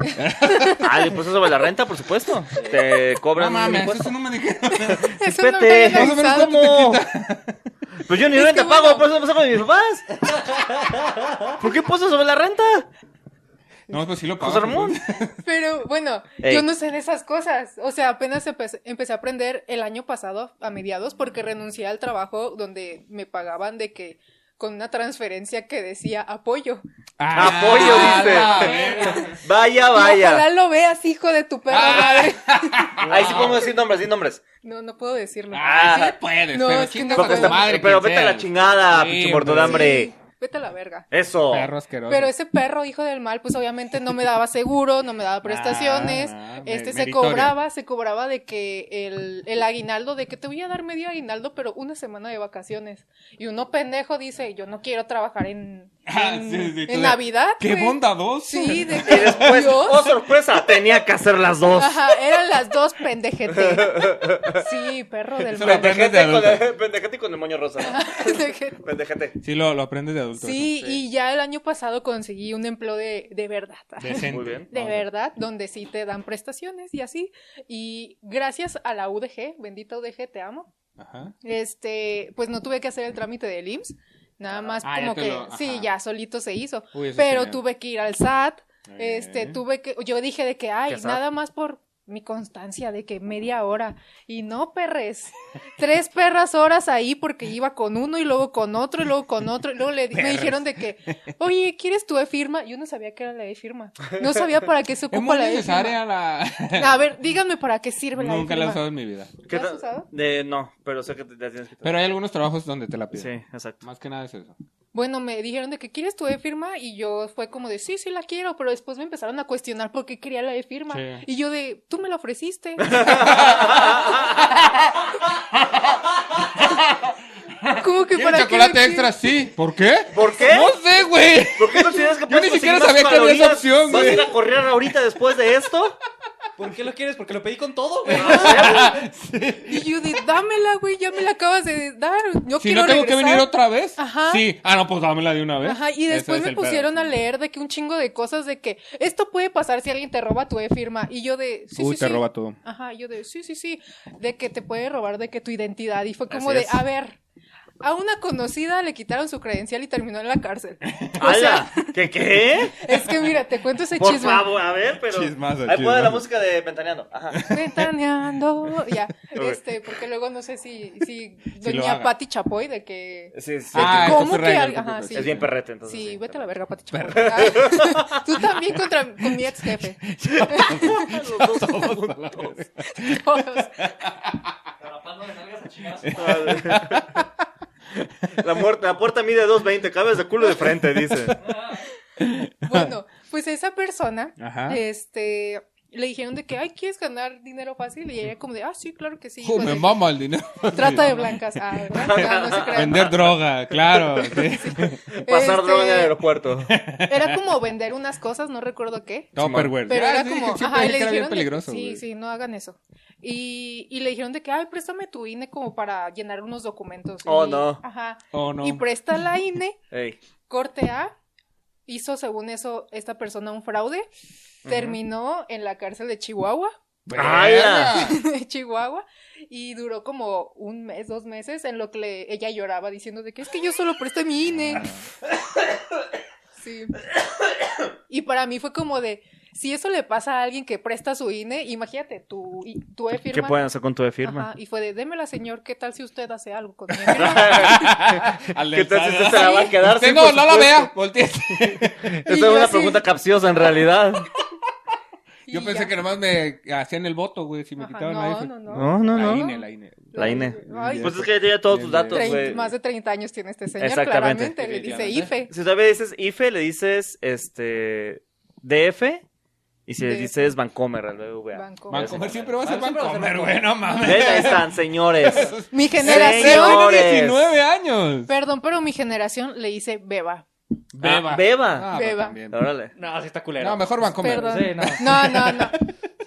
[SPEAKER 1] Ah, el impuesto sobre la renta, por supuesto. Te cobran
[SPEAKER 2] No
[SPEAKER 1] un
[SPEAKER 2] mames,
[SPEAKER 1] impuesto.
[SPEAKER 2] eso no me dijeron.
[SPEAKER 5] Eso no
[SPEAKER 1] Espérate.
[SPEAKER 5] me había
[SPEAKER 2] Más o menos
[SPEAKER 5] avisado.
[SPEAKER 2] cuánto te
[SPEAKER 1] Pues yo ni
[SPEAKER 5] Es
[SPEAKER 1] renta
[SPEAKER 5] que
[SPEAKER 1] pago,
[SPEAKER 5] bueno.
[SPEAKER 1] por eso me saco de mis papás. ¿Por qué impuesto sobre la renta?
[SPEAKER 2] No, pues sí lo pagas.
[SPEAKER 1] José Ramón.
[SPEAKER 2] pues. <laughs>
[SPEAKER 5] Pero bueno,
[SPEAKER 1] Ey.
[SPEAKER 5] yo no sé de esas cosas. O sea, apenas empe- empecé a aprender el año pasado a mediados porque renuncié al trabajo donde me pagaban de que con una transferencia que decía apoyo.
[SPEAKER 1] Apoyo, dice.
[SPEAKER 2] Ah, la verga.
[SPEAKER 1] Ah, Vaya,
[SPEAKER 5] Y ojalá
[SPEAKER 1] vaya.
[SPEAKER 5] lo veas, hijo de tu perra madre.
[SPEAKER 1] Ahí sí podemos decir nombres, sí nombres.
[SPEAKER 5] No, no puedo decirlo.
[SPEAKER 2] Ah, sí puedes,
[SPEAKER 5] No,
[SPEAKER 2] pero
[SPEAKER 5] es que
[SPEAKER 2] chingas
[SPEAKER 5] no
[SPEAKER 2] a tu
[SPEAKER 1] Porque está-
[SPEAKER 2] madre,
[SPEAKER 1] pero
[SPEAKER 2] quien
[SPEAKER 1] vete a la
[SPEAKER 2] seas.
[SPEAKER 1] chingada,
[SPEAKER 2] Sí,
[SPEAKER 1] pinche
[SPEAKER 2] hombre.
[SPEAKER 1] mortodambre.
[SPEAKER 5] Sí, vete a la verga.
[SPEAKER 1] Eso.
[SPEAKER 2] Perro asqueroso.
[SPEAKER 5] Pero ese perro, hijo del mal, pues obviamente no me daba seguro, no
[SPEAKER 2] <laughs>
[SPEAKER 5] me daba prestaciones.
[SPEAKER 2] Ah, ah,
[SPEAKER 5] este
[SPEAKER 2] me-
[SPEAKER 5] se
[SPEAKER 2] meritorio.
[SPEAKER 5] cobraba, se cobraba de que el, el aguinaldo, de que te voy a dar medio aguinaldo, pero una semana de vacaciones. Y uno pendejo dice, yo no quiero trabajar en,
[SPEAKER 2] <laughs> Ah,
[SPEAKER 5] en,
[SPEAKER 2] sí, sí,
[SPEAKER 5] en
[SPEAKER 2] tú de-
[SPEAKER 5] Navidad.
[SPEAKER 2] ¡Qué
[SPEAKER 5] güey".
[SPEAKER 2] bondadoso! <laughs>
[SPEAKER 5] Sí, de
[SPEAKER 1] Y
[SPEAKER 5] que
[SPEAKER 1] después,
[SPEAKER 5] Dios.
[SPEAKER 1] oh sorpresa, tenía que hacer las dos.
[SPEAKER 5] Ajá, eran las dos pendejete.
[SPEAKER 2] <laughs>
[SPEAKER 5] Sí, perro del
[SPEAKER 2] Eso lo
[SPEAKER 5] <laughs> mal.
[SPEAKER 2] aprendes de adulto.
[SPEAKER 1] Pendejete con- pendejete con el moño rosa.
[SPEAKER 5] Pendejete.
[SPEAKER 1] Pendejete.
[SPEAKER 2] Sí, lo, lo aprendes de adulto.
[SPEAKER 5] Sí, y ya el año pasado conseguí un empleo de, de verdad.
[SPEAKER 2] eso. Decente.
[SPEAKER 1] Muy bien.
[SPEAKER 5] De
[SPEAKER 2] Vamos.
[SPEAKER 5] verdad, donde sí te dan prestaciones y así. Y gracias a la UDG, bendita UDG, te amo.
[SPEAKER 2] Ajá.
[SPEAKER 5] Este, pues no tuve que hacer el trámite del IMSS, nada más
[SPEAKER 2] Ah, ya
[SPEAKER 5] como
[SPEAKER 2] te
[SPEAKER 5] que
[SPEAKER 2] lo-
[SPEAKER 5] sí,
[SPEAKER 2] ajá.
[SPEAKER 5] ya solito se hizo.
[SPEAKER 2] Uy, eso
[SPEAKER 5] Pero
[SPEAKER 2] es genial.
[SPEAKER 5] tuve que ir al SAT,
[SPEAKER 2] Muy
[SPEAKER 5] este,
[SPEAKER 2] bien.
[SPEAKER 5] tuve que yo dije de que ay,
[SPEAKER 1] ¿Qué SAT?
[SPEAKER 5] nada más por mi constancia de que media hora y no perres. <laughs> Tres perras horas ahí porque iba con uno y luego con otro y luego con otro y luego le, me
[SPEAKER 2] Perres.
[SPEAKER 5] dijeron de que, "Oye, ¿quieres tu e-firma?" Yo no sabía que era la e-firma. No sabía para qué
[SPEAKER 2] <laughs> Es
[SPEAKER 5] se ocupa
[SPEAKER 2] muy
[SPEAKER 5] la e-firma.
[SPEAKER 2] necesaria la...
[SPEAKER 5] A ver, díganme para qué sirve la
[SPEAKER 2] Nunca la he
[SPEAKER 5] e-firma.
[SPEAKER 2] usado en mi vida.
[SPEAKER 5] ¿La has
[SPEAKER 1] tal?
[SPEAKER 5] usado?
[SPEAKER 1] Eh, no, pero sé que te la tienes que
[SPEAKER 2] Pero hay algunos trabajos donde te la piden.
[SPEAKER 1] Sí, exacto.
[SPEAKER 2] Más que nada es eso.
[SPEAKER 5] Bueno, me dijeron de que quieres tu e-firma y yo fue como de sí, sí la quiero, pero después me empezaron a cuestionar por qué quería la e-firma.
[SPEAKER 2] Sí.
[SPEAKER 5] Y yo de, tú me
[SPEAKER 2] <laughs>
[SPEAKER 5] la ofreciste. como que
[SPEAKER 2] ¿Quieres
[SPEAKER 5] para qué
[SPEAKER 2] chocolate
[SPEAKER 5] la
[SPEAKER 2] extra? Sí. ¿Por qué?
[SPEAKER 1] ¿Por qué?
[SPEAKER 2] No sé, güey.
[SPEAKER 1] <laughs> ¿Por qué consideras que
[SPEAKER 2] Yo ni
[SPEAKER 1] puedes
[SPEAKER 2] siquiera
[SPEAKER 1] conseguir
[SPEAKER 2] sabía
[SPEAKER 1] más
[SPEAKER 2] que había esa
[SPEAKER 1] calorías?
[SPEAKER 2] opción,
[SPEAKER 1] ¿Vas a ir
[SPEAKER 2] güey.
[SPEAKER 1] a correr ahorita después de <laughs> esto?
[SPEAKER 4] ¿Por qué lo quieres? Porque lo pedí con todo, güey.
[SPEAKER 5] quiero? Y yo de, dámela, güey, ya me la acabas de dar. Yo
[SPEAKER 2] Si
[SPEAKER 5] quiero
[SPEAKER 2] no tengo que
[SPEAKER 5] regresar".
[SPEAKER 2] venir otra vez.
[SPEAKER 5] Ajá.
[SPEAKER 2] Sí. Ah, no, pues dámela de una vez.
[SPEAKER 5] Ajá, y
[SPEAKER 2] Ese
[SPEAKER 5] después
[SPEAKER 2] es
[SPEAKER 5] me
[SPEAKER 2] el pedo.
[SPEAKER 5] pusieron a leer de que un chingo de cosas de que esto puede pasar si alguien te roba tu e-firma. Y yo de, sí,
[SPEAKER 2] Uy,
[SPEAKER 5] sí,
[SPEAKER 2] Uh, te
[SPEAKER 5] sí.
[SPEAKER 2] roba todo.
[SPEAKER 5] Ajá, yo de, sí, sí, sí, de que te puede robar de que tu identidad. Y fue como
[SPEAKER 1] Así
[SPEAKER 5] de,
[SPEAKER 1] es.
[SPEAKER 5] a ver, a una conocida le quitaron su credencial y terminó en la
[SPEAKER 2] <laughs>
[SPEAKER 5] cárcel. O sea,
[SPEAKER 1] ¡Hala! ¿Qué
[SPEAKER 5] <laughs>
[SPEAKER 1] qué?
[SPEAKER 5] es que mira, te cuento ese
[SPEAKER 1] Por
[SPEAKER 5] chisme.
[SPEAKER 1] favor, a ver, pero.
[SPEAKER 2] Chismazo,
[SPEAKER 1] Ahí puede la
[SPEAKER 2] chismazo.
[SPEAKER 1] música de Ventaneando. Ajá.
[SPEAKER 5] Ventaneando,
[SPEAKER 2] <laughs>
[SPEAKER 5] ya,
[SPEAKER 1] Ok.
[SPEAKER 5] este, porque luego no sé si, si
[SPEAKER 2] lo
[SPEAKER 5] doña
[SPEAKER 2] haga.
[SPEAKER 5] Pati Chapoy de que...
[SPEAKER 1] Sí, sí.
[SPEAKER 2] Ah,
[SPEAKER 5] ¿Cómo
[SPEAKER 2] copyright,
[SPEAKER 5] que
[SPEAKER 2] no,
[SPEAKER 5] al- ajá,
[SPEAKER 2] copyright.
[SPEAKER 5] sí.
[SPEAKER 1] es bien perrete, entonces.
[SPEAKER 5] Sí,
[SPEAKER 1] sí.
[SPEAKER 5] vete a la verga, Pati Chapoy. Ah, Tú también contra con mi ex
[SPEAKER 2] <laughs>
[SPEAKER 5] jefe.
[SPEAKER 1] Los dos.
[SPEAKER 5] Todos.
[SPEAKER 1] La, muerte, la puerta mide 2.20, cabes de culo de frente,
[SPEAKER 5] <laughs>
[SPEAKER 1] dice.
[SPEAKER 5] Bueno, pues esa persona
[SPEAKER 2] Ajá.
[SPEAKER 5] este le dijeron de que ay quieres ganar dinero fácil y ella como de ah sí claro que sí
[SPEAKER 2] Jo,
[SPEAKER 5] hijo
[SPEAKER 2] me
[SPEAKER 5] de-
[SPEAKER 2] mama el dinero.
[SPEAKER 5] trata de blancas ah, ¿verdad? Ah, no se crean.
[SPEAKER 2] Vender droga, claro. sí.
[SPEAKER 1] Pasar
[SPEAKER 5] Este,
[SPEAKER 1] droga en el aeropuerto.
[SPEAKER 5] era como vender unas cosas no recuerdo qué
[SPEAKER 2] Tupperware.
[SPEAKER 5] pero
[SPEAKER 2] Ah,
[SPEAKER 5] era
[SPEAKER 2] sí,
[SPEAKER 5] como
[SPEAKER 2] siempre
[SPEAKER 5] ajá, y
[SPEAKER 2] dije que era
[SPEAKER 5] le
[SPEAKER 2] bien
[SPEAKER 5] dijeron de-
[SPEAKER 2] peligroso,
[SPEAKER 5] sí
[SPEAKER 2] güey.
[SPEAKER 5] sí no hagan eso y, y le dijeron de que ay préstame tu INE como para llenar unos documentos Y-
[SPEAKER 1] Oh, no.
[SPEAKER 5] ajá
[SPEAKER 2] Oh, no.
[SPEAKER 5] y presta la INE
[SPEAKER 1] Ey.
[SPEAKER 5] corte A hizo según eso esta persona un fraude terminó en la cárcel de Chihuahua <laughs>
[SPEAKER 1] ¡Hala!
[SPEAKER 5] de Chihuahua y duró como un mes, dos meses en lo que le- ella lloraba diciendo de que es que yo solo presté mi
[SPEAKER 1] Ah.
[SPEAKER 5] INE. Sí. Y para mí fue como de, si eso le pasa a alguien que presta su INE, imagínate, tu, y- tu e-firma.
[SPEAKER 1] ¿Qué pueden hacer con tu firma?
[SPEAKER 5] Ajá, y fue de, démela señor, ¿qué tal si usted hace
[SPEAKER 2] <laughs>
[SPEAKER 5] algo con mi E?". firma?
[SPEAKER 2] Al
[SPEAKER 1] ¿Qué tal si
[SPEAKER 2] del-
[SPEAKER 1] usted se la va a quedar?
[SPEAKER 2] Usted
[SPEAKER 1] Sí,
[SPEAKER 2] no,
[SPEAKER 1] por
[SPEAKER 2] no la
[SPEAKER 1] supuesto.
[SPEAKER 2] vea. Voltee.
[SPEAKER 5] Y
[SPEAKER 1] Esa
[SPEAKER 5] yo
[SPEAKER 1] es una
[SPEAKER 5] así-
[SPEAKER 1] pregunta capciosa en realidad.
[SPEAKER 5] y
[SPEAKER 2] Yo pensé
[SPEAKER 5] ya.
[SPEAKER 2] que nomás me hacían el voto, güey, si me
[SPEAKER 5] Ajá,
[SPEAKER 2] quitaban
[SPEAKER 5] no,
[SPEAKER 2] la E. IFE.
[SPEAKER 5] no, no,
[SPEAKER 1] No, no,
[SPEAKER 2] La
[SPEAKER 1] no.
[SPEAKER 2] INE, la INE.
[SPEAKER 1] La INE.
[SPEAKER 5] E. Ay,
[SPEAKER 1] <laughs> Pues es que ya tenía todos tus datos,
[SPEAKER 5] trein-
[SPEAKER 1] güey.
[SPEAKER 5] más de 30 años tiene este señor,
[SPEAKER 1] Exactamente.
[SPEAKER 5] claramente. Le dice
[SPEAKER 4] Definitivamente.
[SPEAKER 5] IFE.
[SPEAKER 1] Si todavía dices IFE, le dices este DF y si le
[SPEAKER 5] DF.
[SPEAKER 1] dices Bancomer al BBVA.
[SPEAKER 5] Bancomer.
[SPEAKER 2] E. Bancomer siempre va a ser
[SPEAKER 4] Siempre va a ser
[SPEAKER 2] Bancomer, güey,
[SPEAKER 4] Bancomer.
[SPEAKER 2] no mames.
[SPEAKER 1] ¿Ven? Ahí están, señores.
[SPEAKER 5] Mi
[SPEAKER 1] Señor.
[SPEAKER 5] generación,
[SPEAKER 2] Tiene
[SPEAKER 1] Señores.
[SPEAKER 2] 19 años.
[SPEAKER 5] perdón, pero mi generación le dice beba.
[SPEAKER 2] <laughs> Beba.
[SPEAKER 1] Ah, Beba.
[SPEAKER 2] Ah, pero
[SPEAKER 5] Beba.
[SPEAKER 2] también.
[SPEAKER 1] Órale.
[SPEAKER 4] No, sí está culero.
[SPEAKER 2] No, mejor Bancomer.
[SPEAKER 5] Perdón.
[SPEAKER 4] Sí, no.
[SPEAKER 5] No, no, no.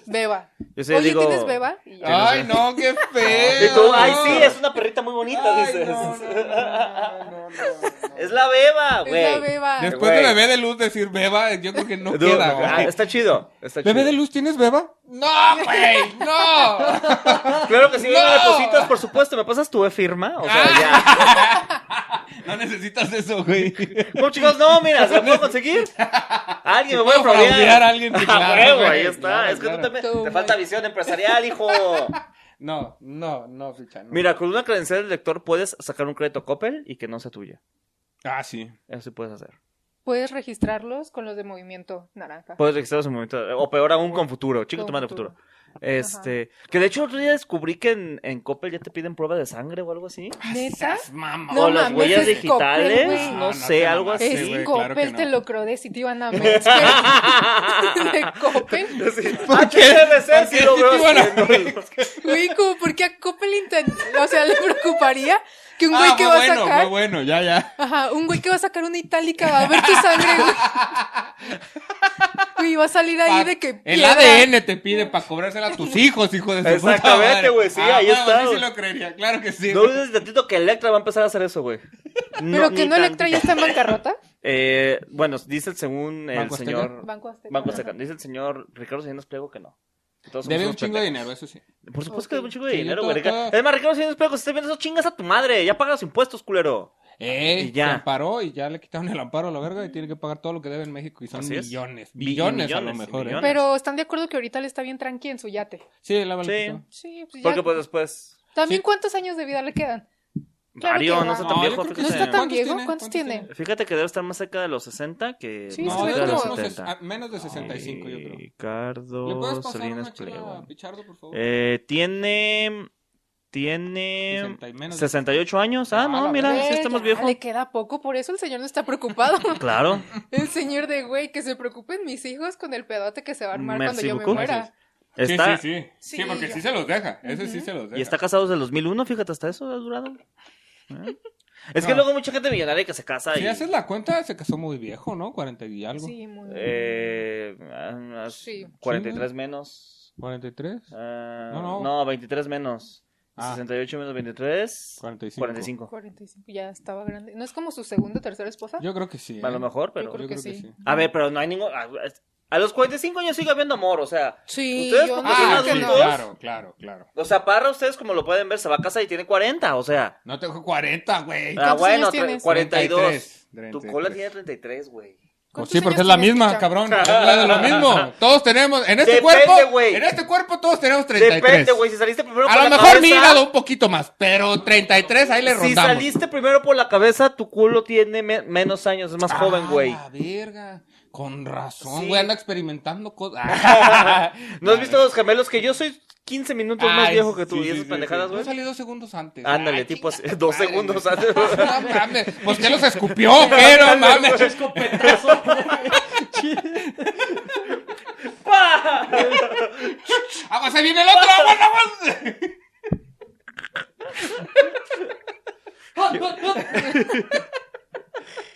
[SPEAKER 5] Beba.
[SPEAKER 1] Yo <laughs> sí
[SPEAKER 5] Oye,
[SPEAKER 1] digo-
[SPEAKER 5] ¿tienes beba? Ah, Y yo,
[SPEAKER 2] Ay, no, qué feo.
[SPEAKER 1] Y tú, ay, sí, es una perrita muy bonita,
[SPEAKER 2] Eh, Ay,
[SPEAKER 1] dices.
[SPEAKER 2] no, no, no, no, no, no.
[SPEAKER 1] <laughs> Es la beba,
[SPEAKER 5] "Es la
[SPEAKER 1] Ah, güey.
[SPEAKER 5] beba.
[SPEAKER 2] Después
[SPEAKER 1] Güey.
[SPEAKER 2] de bebé de luz decir beba, yo creo que no
[SPEAKER 1] Du-
[SPEAKER 2] queda,
[SPEAKER 1] ah,
[SPEAKER 2] güey.
[SPEAKER 1] está chido. Está
[SPEAKER 2] ¿Bebé
[SPEAKER 1] chido.
[SPEAKER 2] de luz tienes beba? No, güey, no.
[SPEAKER 1] Claro que sí,
[SPEAKER 2] No.
[SPEAKER 1] me depositas, por supuesto. ¿Me pasas tu firma? O sea,
[SPEAKER 5] Ah.
[SPEAKER 1] ya.
[SPEAKER 2] No necesitas eso, güey.
[SPEAKER 1] ¿Cómo, chicos? No, mira, ¿se lo puedo conseguir? Alguien me voy a
[SPEAKER 2] Puedo fraudear
[SPEAKER 1] fraudear.
[SPEAKER 2] a
[SPEAKER 1] <laughs>
[SPEAKER 2] <laughs> alguien, sí,
[SPEAKER 1] Ah,
[SPEAKER 2] claro,
[SPEAKER 1] huevo,
[SPEAKER 2] güey,
[SPEAKER 1] ahí está.
[SPEAKER 2] claro,
[SPEAKER 1] es que
[SPEAKER 2] claro.
[SPEAKER 1] tú también.
[SPEAKER 5] Tú,
[SPEAKER 1] te
[SPEAKER 5] güey.
[SPEAKER 1] falta visión empresarial, hijo.
[SPEAKER 2] No, no, no, ficha, no.
[SPEAKER 1] Mira, con una credencial del lector puedes sacar un crédito Coppel y que no sea tuya.
[SPEAKER 2] Ah, sí.
[SPEAKER 1] Eso sí puedes hacer.
[SPEAKER 5] Puedes registrarlos con los de movimiento naranja.
[SPEAKER 1] Puedes registrarlos en momento. O peor aún, con futuro. Chico,
[SPEAKER 5] Con
[SPEAKER 1] tu madre, Pues, futuro.
[SPEAKER 5] Futuro.
[SPEAKER 1] Este. Que de hecho, otro día descubrí que en, en Coppel ya te piden prueba de sangre o algo
[SPEAKER 2] <laughs>
[SPEAKER 1] así.
[SPEAKER 5] ¿Neta?
[SPEAKER 2] Mamá.
[SPEAKER 5] No
[SPEAKER 1] o las
[SPEAKER 5] mames,
[SPEAKER 1] huellas
[SPEAKER 5] es
[SPEAKER 1] digitales.
[SPEAKER 5] Coppel, güey.
[SPEAKER 1] no,
[SPEAKER 2] Ah, No, no
[SPEAKER 1] sé,
[SPEAKER 2] te
[SPEAKER 1] algo
[SPEAKER 2] mamaste,
[SPEAKER 1] así.
[SPEAKER 5] Es
[SPEAKER 2] güey, claro
[SPEAKER 5] Coppel,
[SPEAKER 2] que no.
[SPEAKER 5] te lo creo de si te iban
[SPEAKER 1] <laughs>
[SPEAKER 5] a meter. <laughs> ¿De Coppel?
[SPEAKER 1] ¿Por qué debe Ah, ser
[SPEAKER 2] ¿Por
[SPEAKER 1] si
[SPEAKER 2] qué
[SPEAKER 1] lo
[SPEAKER 2] te
[SPEAKER 1] veo
[SPEAKER 2] <laughs> iban a
[SPEAKER 1] haciendo?
[SPEAKER 5] Güey, como porque a Coppel inten- o sea, le preocuparía que un güey
[SPEAKER 2] Ah,
[SPEAKER 5] que
[SPEAKER 2] muy
[SPEAKER 5] va a
[SPEAKER 2] bueno,
[SPEAKER 5] sacar,
[SPEAKER 2] muy bueno, ya, ya.
[SPEAKER 5] ajá, un güey que va a sacar una itálica va a ver tu sangre, güey.
[SPEAKER 2] <laughs>
[SPEAKER 5] Güey, va a salir ahí de que
[SPEAKER 2] El
[SPEAKER 5] piedra.
[SPEAKER 2] ADN te pide para cobrársela a tus hijos, hijo de su puta
[SPEAKER 1] Exactamente,
[SPEAKER 2] madre.
[SPEAKER 1] güey, sí,
[SPEAKER 2] Ah,
[SPEAKER 1] ahí
[SPEAKER 2] bueno,
[SPEAKER 1] está,
[SPEAKER 2] Yo sí
[SPEAKER 1] güey.
[SPEAKER 2] lo creería, claro que sí.
[SPEAKER 1] No dudes tantito que Electra va a empezar a hacer eso, güey.
[SPEAKER 5] Pero que
[SPEAKER 1] ni
[SPEAKER 5] no Electra
[SPEAKER 1] tantito.
[SPEAKER 5] ya está en bancarrota.
[SPEAKER 1] Eh, bueno, dice el- según el
[SPEAKER 2] ¿Banco Azteca?
[SPEAKER 1] señor.
[SPEAKER 5] Banco Azteca.
[SPEAKER 1] Banco Azteca. Dice el señor Ricardo Salinas Pliego que no. Que todos somos
[SPEAKER 2] Debe un
[SPEAKER 1] unos
[SPEAKER 2] chingo de
[SPEAKER 1] pendejos.
[SPEAKER 2] dinero, eso sí.
[SPEAKER 1] Por supuesto que debe un chingo de
[SPEAKER 2] Sí, yo
[SPEAKER 1] dinero,
[SPEAKER 2] todo-
[SPEAKER 1] güey. Rica-
[SPEAKER 2] todo-
[SPEAKER 1] Es más, Ricardo Salinas Pliego, si estás viendo esos chingas a tu madre. Ya paga los impuestos, culero.
[SPEAKER 2] Eh,
[SPEAKER 1] Y ya.
[SPEAKER 2] se amparó y ya le quitaron el amparo a la verga y tiene que pagar todo lo que debe en México y son
[SPEAKER 1] Así es.
[SPEAKER 2] millones,
[SPEAKER 1] Mi- y
[SPEAKER 2] billones a lo
[SPEAKER 1] millones, y
[SPEAKER 2] mejor. ¿eh?
[SPEAKER 1] millones.
[SPEAKER 5] Pero están de acuerdo que ahorita le está bien tranqui en su yate.
[SPEAKER 2] Sí, la vale.
[SPEAKER 1] Sí.
[SPEAKER 2] que está.
[SPEAKER 5] Sí, pues ya.
[SPEAKER 1] Porque pues después.
[SPEAKER 5] También cuántos años de vida le quedan. Claro
[SPEAKER 1] Mario,
[SPEAKER 5] que
[SPEAKER 1] no
[SPEAKER 5] no.
[SPEAKER 1] está
[SPEAKER 5] No,
[SPEAKER 1] tan
[SPEAKER 2] yo
[SPEAKER 1] viejo.
[SPEAKER 2] creo que
[SPEAKER 5] No
[SPEAKER 1] fíjate.
[SPEAKER 5] está tan
[SPEAKER 2] ¿Cuántos
[SPEAKER 5] viejo.
[SPEAKER 2] tiene? ¿Cuántos
[SPEAKER 5] ¿Cuántos tiene?
[SPEAKER 1] Fíjate que debe estar más cerca de los 60 que
[SPEAKER 5] Sí,
[SPEAKER 1] más
[SPEAKER 2] No,
[SPEAKER 5] estoy
[SPEAKER 1] cerca
[SPEAKER 2] debe
[SPEAKER 1] de
[SPEAKER 5] como
[SPEAKER 1] los
[SPEAKER 2] tener
[SPEAKER 5] a
[SPEAKER 2] unos ses-
[SPEAKER 1] 70.
[SPEAKER 2] a- menos de 65 yo creo. ¿Le
[SPEAKER 1] Ricardo
[SPEAKER 2] puedes pasar
[SPEAKER 1] Salinas
[SPEAKER 2] una chela
[SPEAKER 1] Pliego.
[SPEAKER 2] a Pichardo, por favor?
[SPEAKER 1] Eh, tiene. Tiene.
[SPEAKER 2] 60 y menos de-
[SPEAKER 1] 68 años. Ah,
[SPEAKER 2] Ah,
[SPEAKER 1] no,
[SPEAKER 2] la
[SPEAKER 1] mira,
[SPEAKER 5] Güey,
[SPEAKER 1] sí estamos
[SPEAKER 5] ya
[SPEAKER 1] viejos.
[SPEAKER 5] Le queda poco, por eso el señor no está preocupado. <laughs>
[SPEAKER 1] Claro.
[SPEAKER 5] El señor de güey, que se preocupen mis hijos con el pedote que se va a armar
[SPEAKER 1] Merci
[SPEAKER 5] cuando yo me
[SPEAKER 1] beaucoup.
[SPEAKER 5] muera.
[SPEAKER 1] Está,
[SPEAKER 2] Sí, sí, sí. Sí,
[SPEAKER 5] Sí,
[SPEAKER 2] porque
[SPEAKER 5] ya.
[SPEAKER 2] sí se los deja. Ese sí se los deja.
[SPEAKER 1] Y está casado desde el 2001, fíjate, hasta eso ha durado. ¿Eh? Es que
[SPEAKER 2] No.
[SPEAKER 1] luego mucha gente millonaria que se casa y...
[SPEAKER 2] Si haces Ah. la cuenta, se casó muy viejo, ¿no? 40 y algo.
[SPEAKER 5] Sí, muy
[SPEAKER 1] eh, ah, unas
[SPEAKER 5] Sí.
[SPEAKER 1] 43 menos.
[SPEAKER 2] 43.
[SPEAKER 1] ah,
[SPEAKER 2] No,
[SPEAKER 1] no,
[SPEAKER 2] no.
[SPEAKER 1] 23 menos.
[SPEAKER 2] Ah.
[SPEAKER 1] 68 menos 23.
[SPEAKER 2] 45.
[SPEAKER 1] 45.
[SPEAKER 5] 45, ya estaba grande. ¿No es como su segunda o tercera esposa?
[SPEAKER 2] Yo creo que sí.
[SPEAKER 1] A lo
[SPEAKER 2] ¿eh?
[SPEAKER 1] mejor, pero...
[SPEAKER 5] Yo creo que sí.
[SPEAKER 1] A ver, pero no hay ningún... A, a los 45 años sigue habiendo amor, o sea...
[SPEAKER 5] Sí,
[SPEAKER 1] ¿Ustedes
[SPEAKER 5] yo
[SPEAKER 1] por
[SPEAKER 5] no
[SPEAKER 1] qué son
[SPEAKER 2] Ah,
[SPEAKER 5] digo
[SPEAKER 2] sí,
[SPEAKER 5] que no.
[SPEAKER 1] adultos?
[SPEAKER 2] claro, claro, claro.
[SPEAKER 1] O sea, Parra, ustedes como lo pueden ver, se va a casa y tiene 40, o sea...
[SPEAKER 2] No tengo 40, güey.
[SPEAKER 1] Ah,
[SPEAKER 5] ¿Cuántos
[SPEAKER 1] bueno,
[SPEAKER 5] años tienes?
[SPEAKER 1] 42.
[SPEAKER 2] 33,
[SPEAKER 1] Tu cola
[SPEAKER 2] 33.
[SPEAKER 1] tiene 33, güey.
[SPEAKER 2] Pues
[SPEAKER 5] ¿Cuántos
[SPEAKER 2] sí, porque
[SPEAKER 5] años
[SPEAKER 2] es la
[SPEAKER 5] tienes,
[SPEAKER 2] misma,
[SPEAKER 5] Picha?
[SPEAKER 2] cabrón. Es la de lo
[SPEAKER 1] <laughs>
[SPEAKER 2] mismo. Todos tenemos, en este
[SPEAKER 1] Depende,
[SPEAKER 2] cuerpo,
[SPEAKER 1] güey.
[SPEAKER 2] en este cuerpo todos tenemos 33.
[SPEAKER 1] Depende, güey, si saliste primero
[SPEAKER 2] A
[SPEAKER 1] por
[SPEAKER 2] lo
[SPEAKER 1] la
[SPEAKER 2] mejor mi
[SPEAKER 1] cabeza-
[SPEAKER 2] hígado un poquito más, pero 33 ahí le
[SPEAKER 1] Si
[SPEAKER 2] rondamos.
[SPEAKER 1] saliste primero por la cabeza, tu culo tiene me- menos años, es más joven, güey.
[SPEAKER 2] Ah, la verga. Con razón,
[SPEAKER 1] Sí.
[SPEAKER 2] güey, anda experimentando
[SPEAKER 1] <laughs>
[SPEAKER 2] cosas. Ah,
[SPEAKER 1] ¿No has visto los gemelos? Que yo soy 15 minutos más
[SPEAKER 2] Ay,
[SPEAKER 1] viejo que tú
[SPEAKER 2] sí,
[SPEAKER 1] y
[SPEAKER 2] sí,
[SPEAKER 1] esas
[SPEAKER 2] sí,
[SPEAKER 1] pendejadas,
[SPEAKER 2] sí. Yo
[SPEAKER 1] güey.
[SPEAKER 2] salí dos segundos antes.
[SPEAKER 1] Ándale,
[SPEAKER 2] Ay,
[SPEAKER 1] tipo así, <laughs> dos
[SPEAKER 2] madre,
[SPEAKER 1] segundos
[SPEAKER 2] güey.
[SPEAKER 1] antes.
[SPEAKER 2] <laughs> No mames, pues que los escupió, ¿qué? No mames. <laughs> ¡Ah, se viene el otro! ¡Aguas, aguas!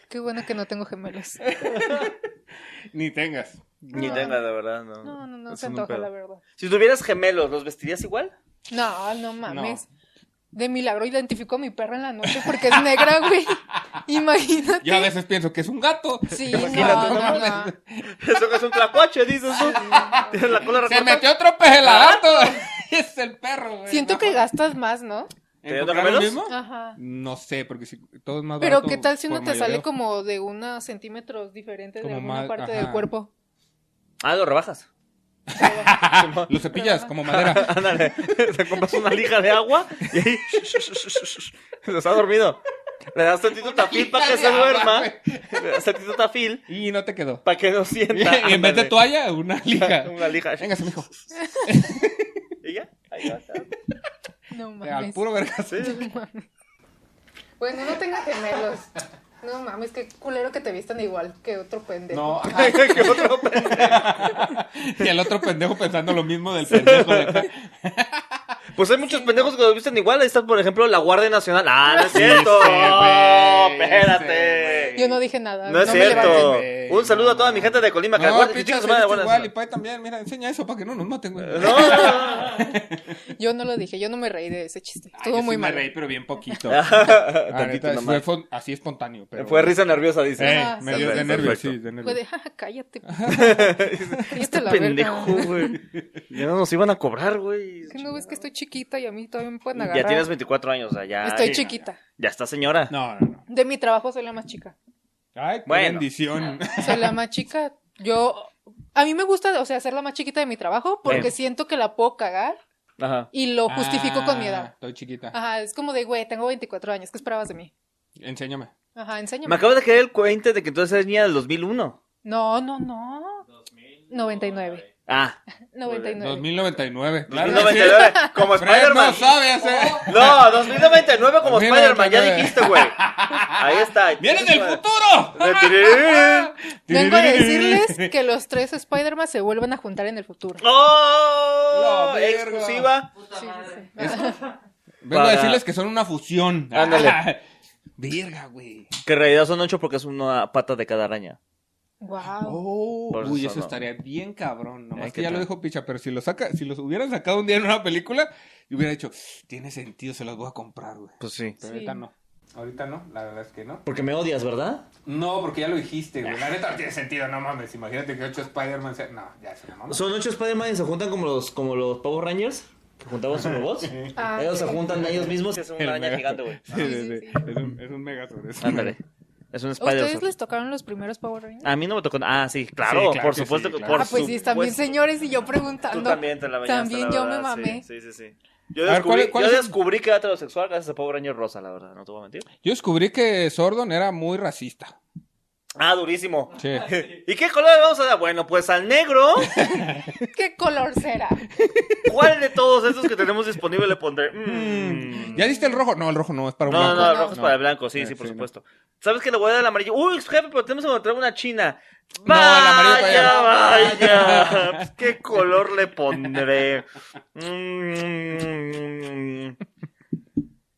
[SPEAKER 5] Qué bueno que no
[SPEAKER 1] <laughs>
[SPEAKER 5] tengo gemelos.
[SPEAKER 2] Ni tengas.
[SPEAKER 1] Ni
[SPEAKER 5] No.
[SPEAKER 1] tenga, la verdad, no.
[SPEAKER 5] No, no, no
[SPEAKER 1] Es
[SPEAKER 5] se
[SPEAKER 1] un
[SPEAKER 5] antoja,
[SPEAKER 1] pedo.
[SPEAKER 5] la verdad.
[SPEAKER 1] Si tuvieras gemelos, ¿los vestirías igual? <laughs>
[SPEAKER 5] No, no mames. De milagro identifico a mi perra en la noche porque es negra,
[SPEAKER 2] <laughs>
[SPEAKER 5] güey. Imagínate.
[SPEAKER 2] Yo a veces pienso que es un gato. <laughs>
[SPEAKER 5] Sí, no,
[SPEAKER 2] Imagínate,
[SPEAKER 5] no,
[SPEAKER 2] mames.
[SPEAKER 5] no.
[SPEAKER 1] Eso que es un tlacuache, dices
[SPEAKER 2] <laughs>
[SPEAKER 1] tú. Tienes la cola
[SPEAKER 2] Se
[SPEAKER 1] recortada.
[SPEAKER 2] metió otro pez el gato. <laughs> es el perro, güey.
[SPEAKER 5] Siento
[SPEAKER 2] No.
[SPEAKER 5] que gastas más, ¿no?
[SPEAKER 1] ¿Te dio
[SPEAKER 2] ¿En comprar
[SPEAKER 1] gemelos?
[SPEAKER 2] lo mismo?
[SPEAKER 5] Ajá.
[SPEAKER 2] No sé, porque si todo es más
[SPEAKER 5] Pero
[SPEAKER 2] barato
[SPEAKER 5] qué tal si uno
[SPEAKER 2] por
[SPEAKER 5] te sale
[SPEAKER 2] mayoreo.
[SPEAKER 5] como de unos centímetros diferentes de
[SPEAKER 2] Como más-
[SPEAKER 5] alguna parte
[SPEAKER 2] ajá.
[SPEAKER 5] del cuerpo.
[SPEAKER 1] Ah, lo
[SPEAKER 2] <laughs>
[SPEAKER 1] rebajas.
[SPEAKER 2] Lo cepillas como
[SPEAKER 5] <laughs>
[SPEAKER 2] madera.
[SPEAKER 1] <laughs> Ándale. Te compras una lija de agua y ahí. <laughs> Los ha dormido. Le das tantito tafil para que
[SPEAKER 2] lija
[SPEAKER 1] se
[SPEAKER 2] de agua,
[SPEAKER 1] duerma.
[SPEAKER 2] güey.
[SPEAKER 1] Le das tantito tafil.
[SPEAKER 2] Y no te quedó.
[SPEAKER 1] Para que no sienta.
[SPEAKER 2] Y en vez de
[SPEAKER 1] <laughs> Ándale.
[SPEAKER 2] toalla, una lija.
[SPEAKER 1] <laughs> Una lija.
[SPEAKER 2] Véngase, mijo.
[SPEAKER 1] ¿Y ya? Ahí va, ya.
[SPEAKER 5] No
[SPEAKER 2] Al
[SPEAKER 5] mames.
[SPEAKER 2] puro vergas.
[SPEAKER 5] Bueno, Pues, no tenga gemelos. No mames, qué culero que te vistan igual que otro
[SPEAKER 1] <laughs>
[SPEAKER 5] pendejo.
[SPEAKER 2] No, ajá. y el otro pendejo pensando lo mismo del pendejo de
[SPEAKER 1] <laughs>
[SPEAKER 2] acá.
[SPEAKER 1] Pues hay muchos pendejos que lo visten igual. Ahí está, por ejemplo, la Guardia Nacional. Ah, no es cierto.
[SPEAKER 2] sí,
[SPEAKER 1] No,
[SPEAKER 2] güey, sí,
[SPEAKER 1] espérate.
[SPEAKER 5] Yo no dije nada.
[SPEAKER 1] No es
[SPEAKER 5] me levanten.
[SPEAKER 1] cierto.
[SPEAKER 2] levanten.
[SPEAKER 1] Un saludo a toda mi gente de Colima. que la
[SPEAKER 2] No,
[SPEAKER 1] Guardia-
[SPEAKER 2] pinche
[SPEAKER 1] chicos, madre, la Guardia
[SPEAKER 2] igual y
[SPEAKER 1] Nacional.
[SPEAKER 2] pay también. Mira, enseña eso para que no nos maten, güey.
[SPEAKER 1] No, no,
[SPEAKER 2] <laughs>
[SPEAKER 1] no, no.
[SPEAKER 5] Yo no lo dije, yo no me reí de ese chiste.
[SPEAKER 2] Ay,
[SPEAKER 5] Estuvo
[SPEAKER 2] yo
[SPEAKER 5] muy
[SPEAKER 2] sí
[SPEAKER 5] mal.
[SPEAKER 2] Me reí, pero
[SPEAKER 1] <laughs>
[SPEAKER 2] bien poquito. La
[SPEAKER 1] Ah, Tantito
[SPEAKER 2] neta, fue,
[SPEAKER 1] nomás.
[SPEAKER 2] fue así espontáneo. Pero...
[SPEAKER 1] Fue risa nerviosa, dice.
[SPEAKER 2] Eh,
[SPEAKER 5] Ah,
[SPEAKER 2] me
[SPEAKER 5] sí.
[SPEAKER 2] dio de
[SPEAKER 1] Perfecto,
[SPEAKER 2] nervios,
[SPEAKER 1] perfecto.
[SPEAKER 2] sí, de nervios.
[SPEAKER 5] Fue de, "Ja,
[SPEAKER 1] <laughs>
[SPEAKER 5] cállate. Este
[SPEAKER 1] Pendejo, güey. <laughs> Ya no nos iban a cobrar, güey.
[SPEAKER 5] ¿Qué no ves que estoy chiquita y a mí todavía me pueden agarrar?
[SPEAKER 1] Ya tienes 24 años, o sea, ya.
[SPEAKER 5] Estoy
[SPEAKER 1] ya-
[SPEAKER 5] chiquita.
[SPEAKER 1] Ya está, señora.
[SPEAKER 2] No, no, no.
[SPEAKER 5] De mi trabajo soy la más chica.
[SPEAKER 2] Ay, qué
[SPEAKER 1] Bueno.
[SPEAKER 5] <laughs>
[SPEAKER 2] bendición.
[SPEAKER 5] Soy la más chica. Yo. A mí me gusta, o sea, ser la más chiquita de mi trabajo porque
[SPEAKER 1] Bien.
[SPEAKER 5] siento que la puedo cagar
[SPEAKER 1] Ajá.
[SPEAKER 5] y lo justifico con mi
[SPEAKER 2] Ah,
[SPEAKER 5] edad.
[SPEAKER 2] Estoy chiquita.
[SPEAKER 5] Ajá, es como de, güey, tengo 24 años, ¿qué esperabas de mí?
[SPEAKER 2] Enséñame.
[SPEAKER 5] Ajá,
[SPEAKER 1] Me
[SPEAKER 5] enséñame.
[SPEAKER 1] acabo de caer el cuente de que entonces eres niña del 2001.
[SPEAKER 5] No, no, no. 99.
[SPEAKER 1] Ah,
[SPEAKER 5] 99.
[SPEAKER 2] 2099. Claro. que sí.
[SPEAKER 1] 2099. Como
[SPEAKER 2] Fred no
[SPEAKER 1] Spider-Man. Oh.
[SPEAKER 2] sabe hacer.
[SPEAKER 1] No, 2099 como
[SPEAKER 2] 2099.
[SPEAKER 1] Spider-Man, ya dijiste, güey. Ahí está.
[SPEAKER 2] ¡Viene del futuro!
[SPEAKER 1] <laughs>
[SPEAKER 2] <laughs>
[SPEAKER 5] Vengo a decirles que los tres Spider-Man se vuelven a juntar en el futuro.
[SPEAKER 1] ¡Oh!
[SPEAKER 2] La verga.
[SPEAKER 1] Exclusiva.
[SPEAKER 5] Sí, sí, Ah, sí.
[SPEAKER 2] Vengo a
[SPEAKER 1] Para-
[SPEAKER 2] decirles que son una fusión.
[SPEAKER 1] Ándale.
[SPEAKER 2] <laughs> Verga, güey.
[SPEAKER 1] Que en realidad son ocho porque es una pata de cada araña.
[SPEAKER 5] Wow.
[SPEAKER 2] Oh,
[SPEAKER 1] Por
[SPEAKER 2] uy,
[SPEAKER 1] eso
[SPEAKER 2] eso
[SPEAKER 1] no.
[SPEAKER 2] estaría bien cabrón. Nomás
[SPEAKER 1] Ay,
[SPEAKER 2] que
[SPEAKER 1] qué
[SPEAKER 2] ya lo
[SPEAKER 1] tal.
[SPEAKER 2] dijo Picha, pero si lo saca, si los hubieran sacado un día en una película, yo hubiera dicho, tiene sentido, se los voy a comprar, güey.
[SPEAKER 1] Pues sí.
[SPEAKER 2] Pero
[SPEAKER 5] Sí.
[SPEAKER 2] ahorita no. Ahorita no, la verdad es que no.
[SPEAKER 1] Porque me odias, ¿verdad?
[SPEAKER 2] No, porque ya lo dijiste, güey. La neta no tiene sentido, no mames. Imagínate que ocho Spider-Man sea- No, ya se la mamó.
[SPEAKER 1] Son ocho Spider-Man y se juntan como los, como los Power Rangers. Que juntaban sus
[SPEAKER 2] <laughs>
[SPEAKER 1] robots.
[SPEAKER 5] Ah,
[SPEAKER 1] ellos se
[SPEAKER 5] sí.
[SPEAKER 1] juntan ellos mismos. Es una araña gigante, güey.
[SPEAKER 2] Sí, sí,
[SPEAKER 5] sí,
[SPEAKER 2] sí. Es un, es un megazord. es
[SPEAKER 1] <laughs>
[SPEAKER 2] un
[SPEAKER 1] Ándale. Es un
[SPEAKER 5] ¿A ¿Ustedes
[SPEAKER 1] Spider-Man.
[SPEAKER 5] les tocaron los primeros Power Rangers?
[SPEAKER 1] A mí no me tocó. Ah, sí, claro.
[SPEAKER 2] Sí, claro
[SPEAKER 1] por
[SPEAKER 2] que
[SPEAKER 1] supuesto
[SPEAKER 2] sí,
[SPEAKER 1] que
[SPEAKER 2] claro.
[SPEAKER 1] por
[SPEAKER 5] ah, pues sí, también
[SPEAKER 1] supuesto.
[SPEAKER 5] señores y yo
[SPEAKER 1] Tú
[SPEAKER 5] preguntando.
[SPEAKER 1] también te la bañaste,
[SPEAKER 5] También
[SPEAKER 1] la
[SPEAKER 5] yo
[SPEAKER 1] verdad,
[SPEAKER 5] me mamé.
[SPEAKER 1] Sí, sí, sí. sí. Yo,
[SPEAKER 2] A ver,
[SPEAKER 1] descubrí,
[SPEAKER 2] ¿cuál- cuál
[SPEAKER 1] yo
[SPEAKER 2] es el-
[SPEAKER 1] descubrí que era heterosexual gracias a Power Ranger Rosa, la verdad, no te voy a mentir.
[SPEAKER 2] Yo descubrí que Sordon era muy racista.
[SPEAKER 1] Ah, durísimo. <laughs>
[SPEAKER 2] Sí.
[SPEAKER 1] ¿Y qué color le vamos a dar? Bueno, pues al negro.
[SPEAKER 5] ¿Qué color será?
[SPEAKER 1] ¿Cuál de todos estos que tenemos disponible le
[SPEAKER 2] <laughs>
[SPEAKER 1] pondré?
[SPEAKER 2] Hmm.
[SPEAKER 1] Mm.
[SPEAKER 2] ¿Ya diste el rojo? No, el rojo no, es para
[SPEAKER 1] No,
[SPEAKER 2] un
[SPEAKER 1] no,
[SPEAKER 2] blanco.
[SPEAKER 1] no, el rojo es
[SPEAKER 2] No.
[SPEAKER 1] para el blanco, sí,
[SPEAKER 2] Eh,
[SPEAKER 1] sí, por
[SPEAKER 2] sí, no.
[SPEAKER 1] supuesto. ¿Sabes que le voy a dar el amarillo? Uy, jefe, pero tenemos que encontrar una china.
[SPEAKER 2] No, el amarillo
[SPEAKER 1] Vaya,
[SPEAKER 2] todavía
[SPEAKER 1] vaya. Pues, ¿Qué color le pondré? Mm.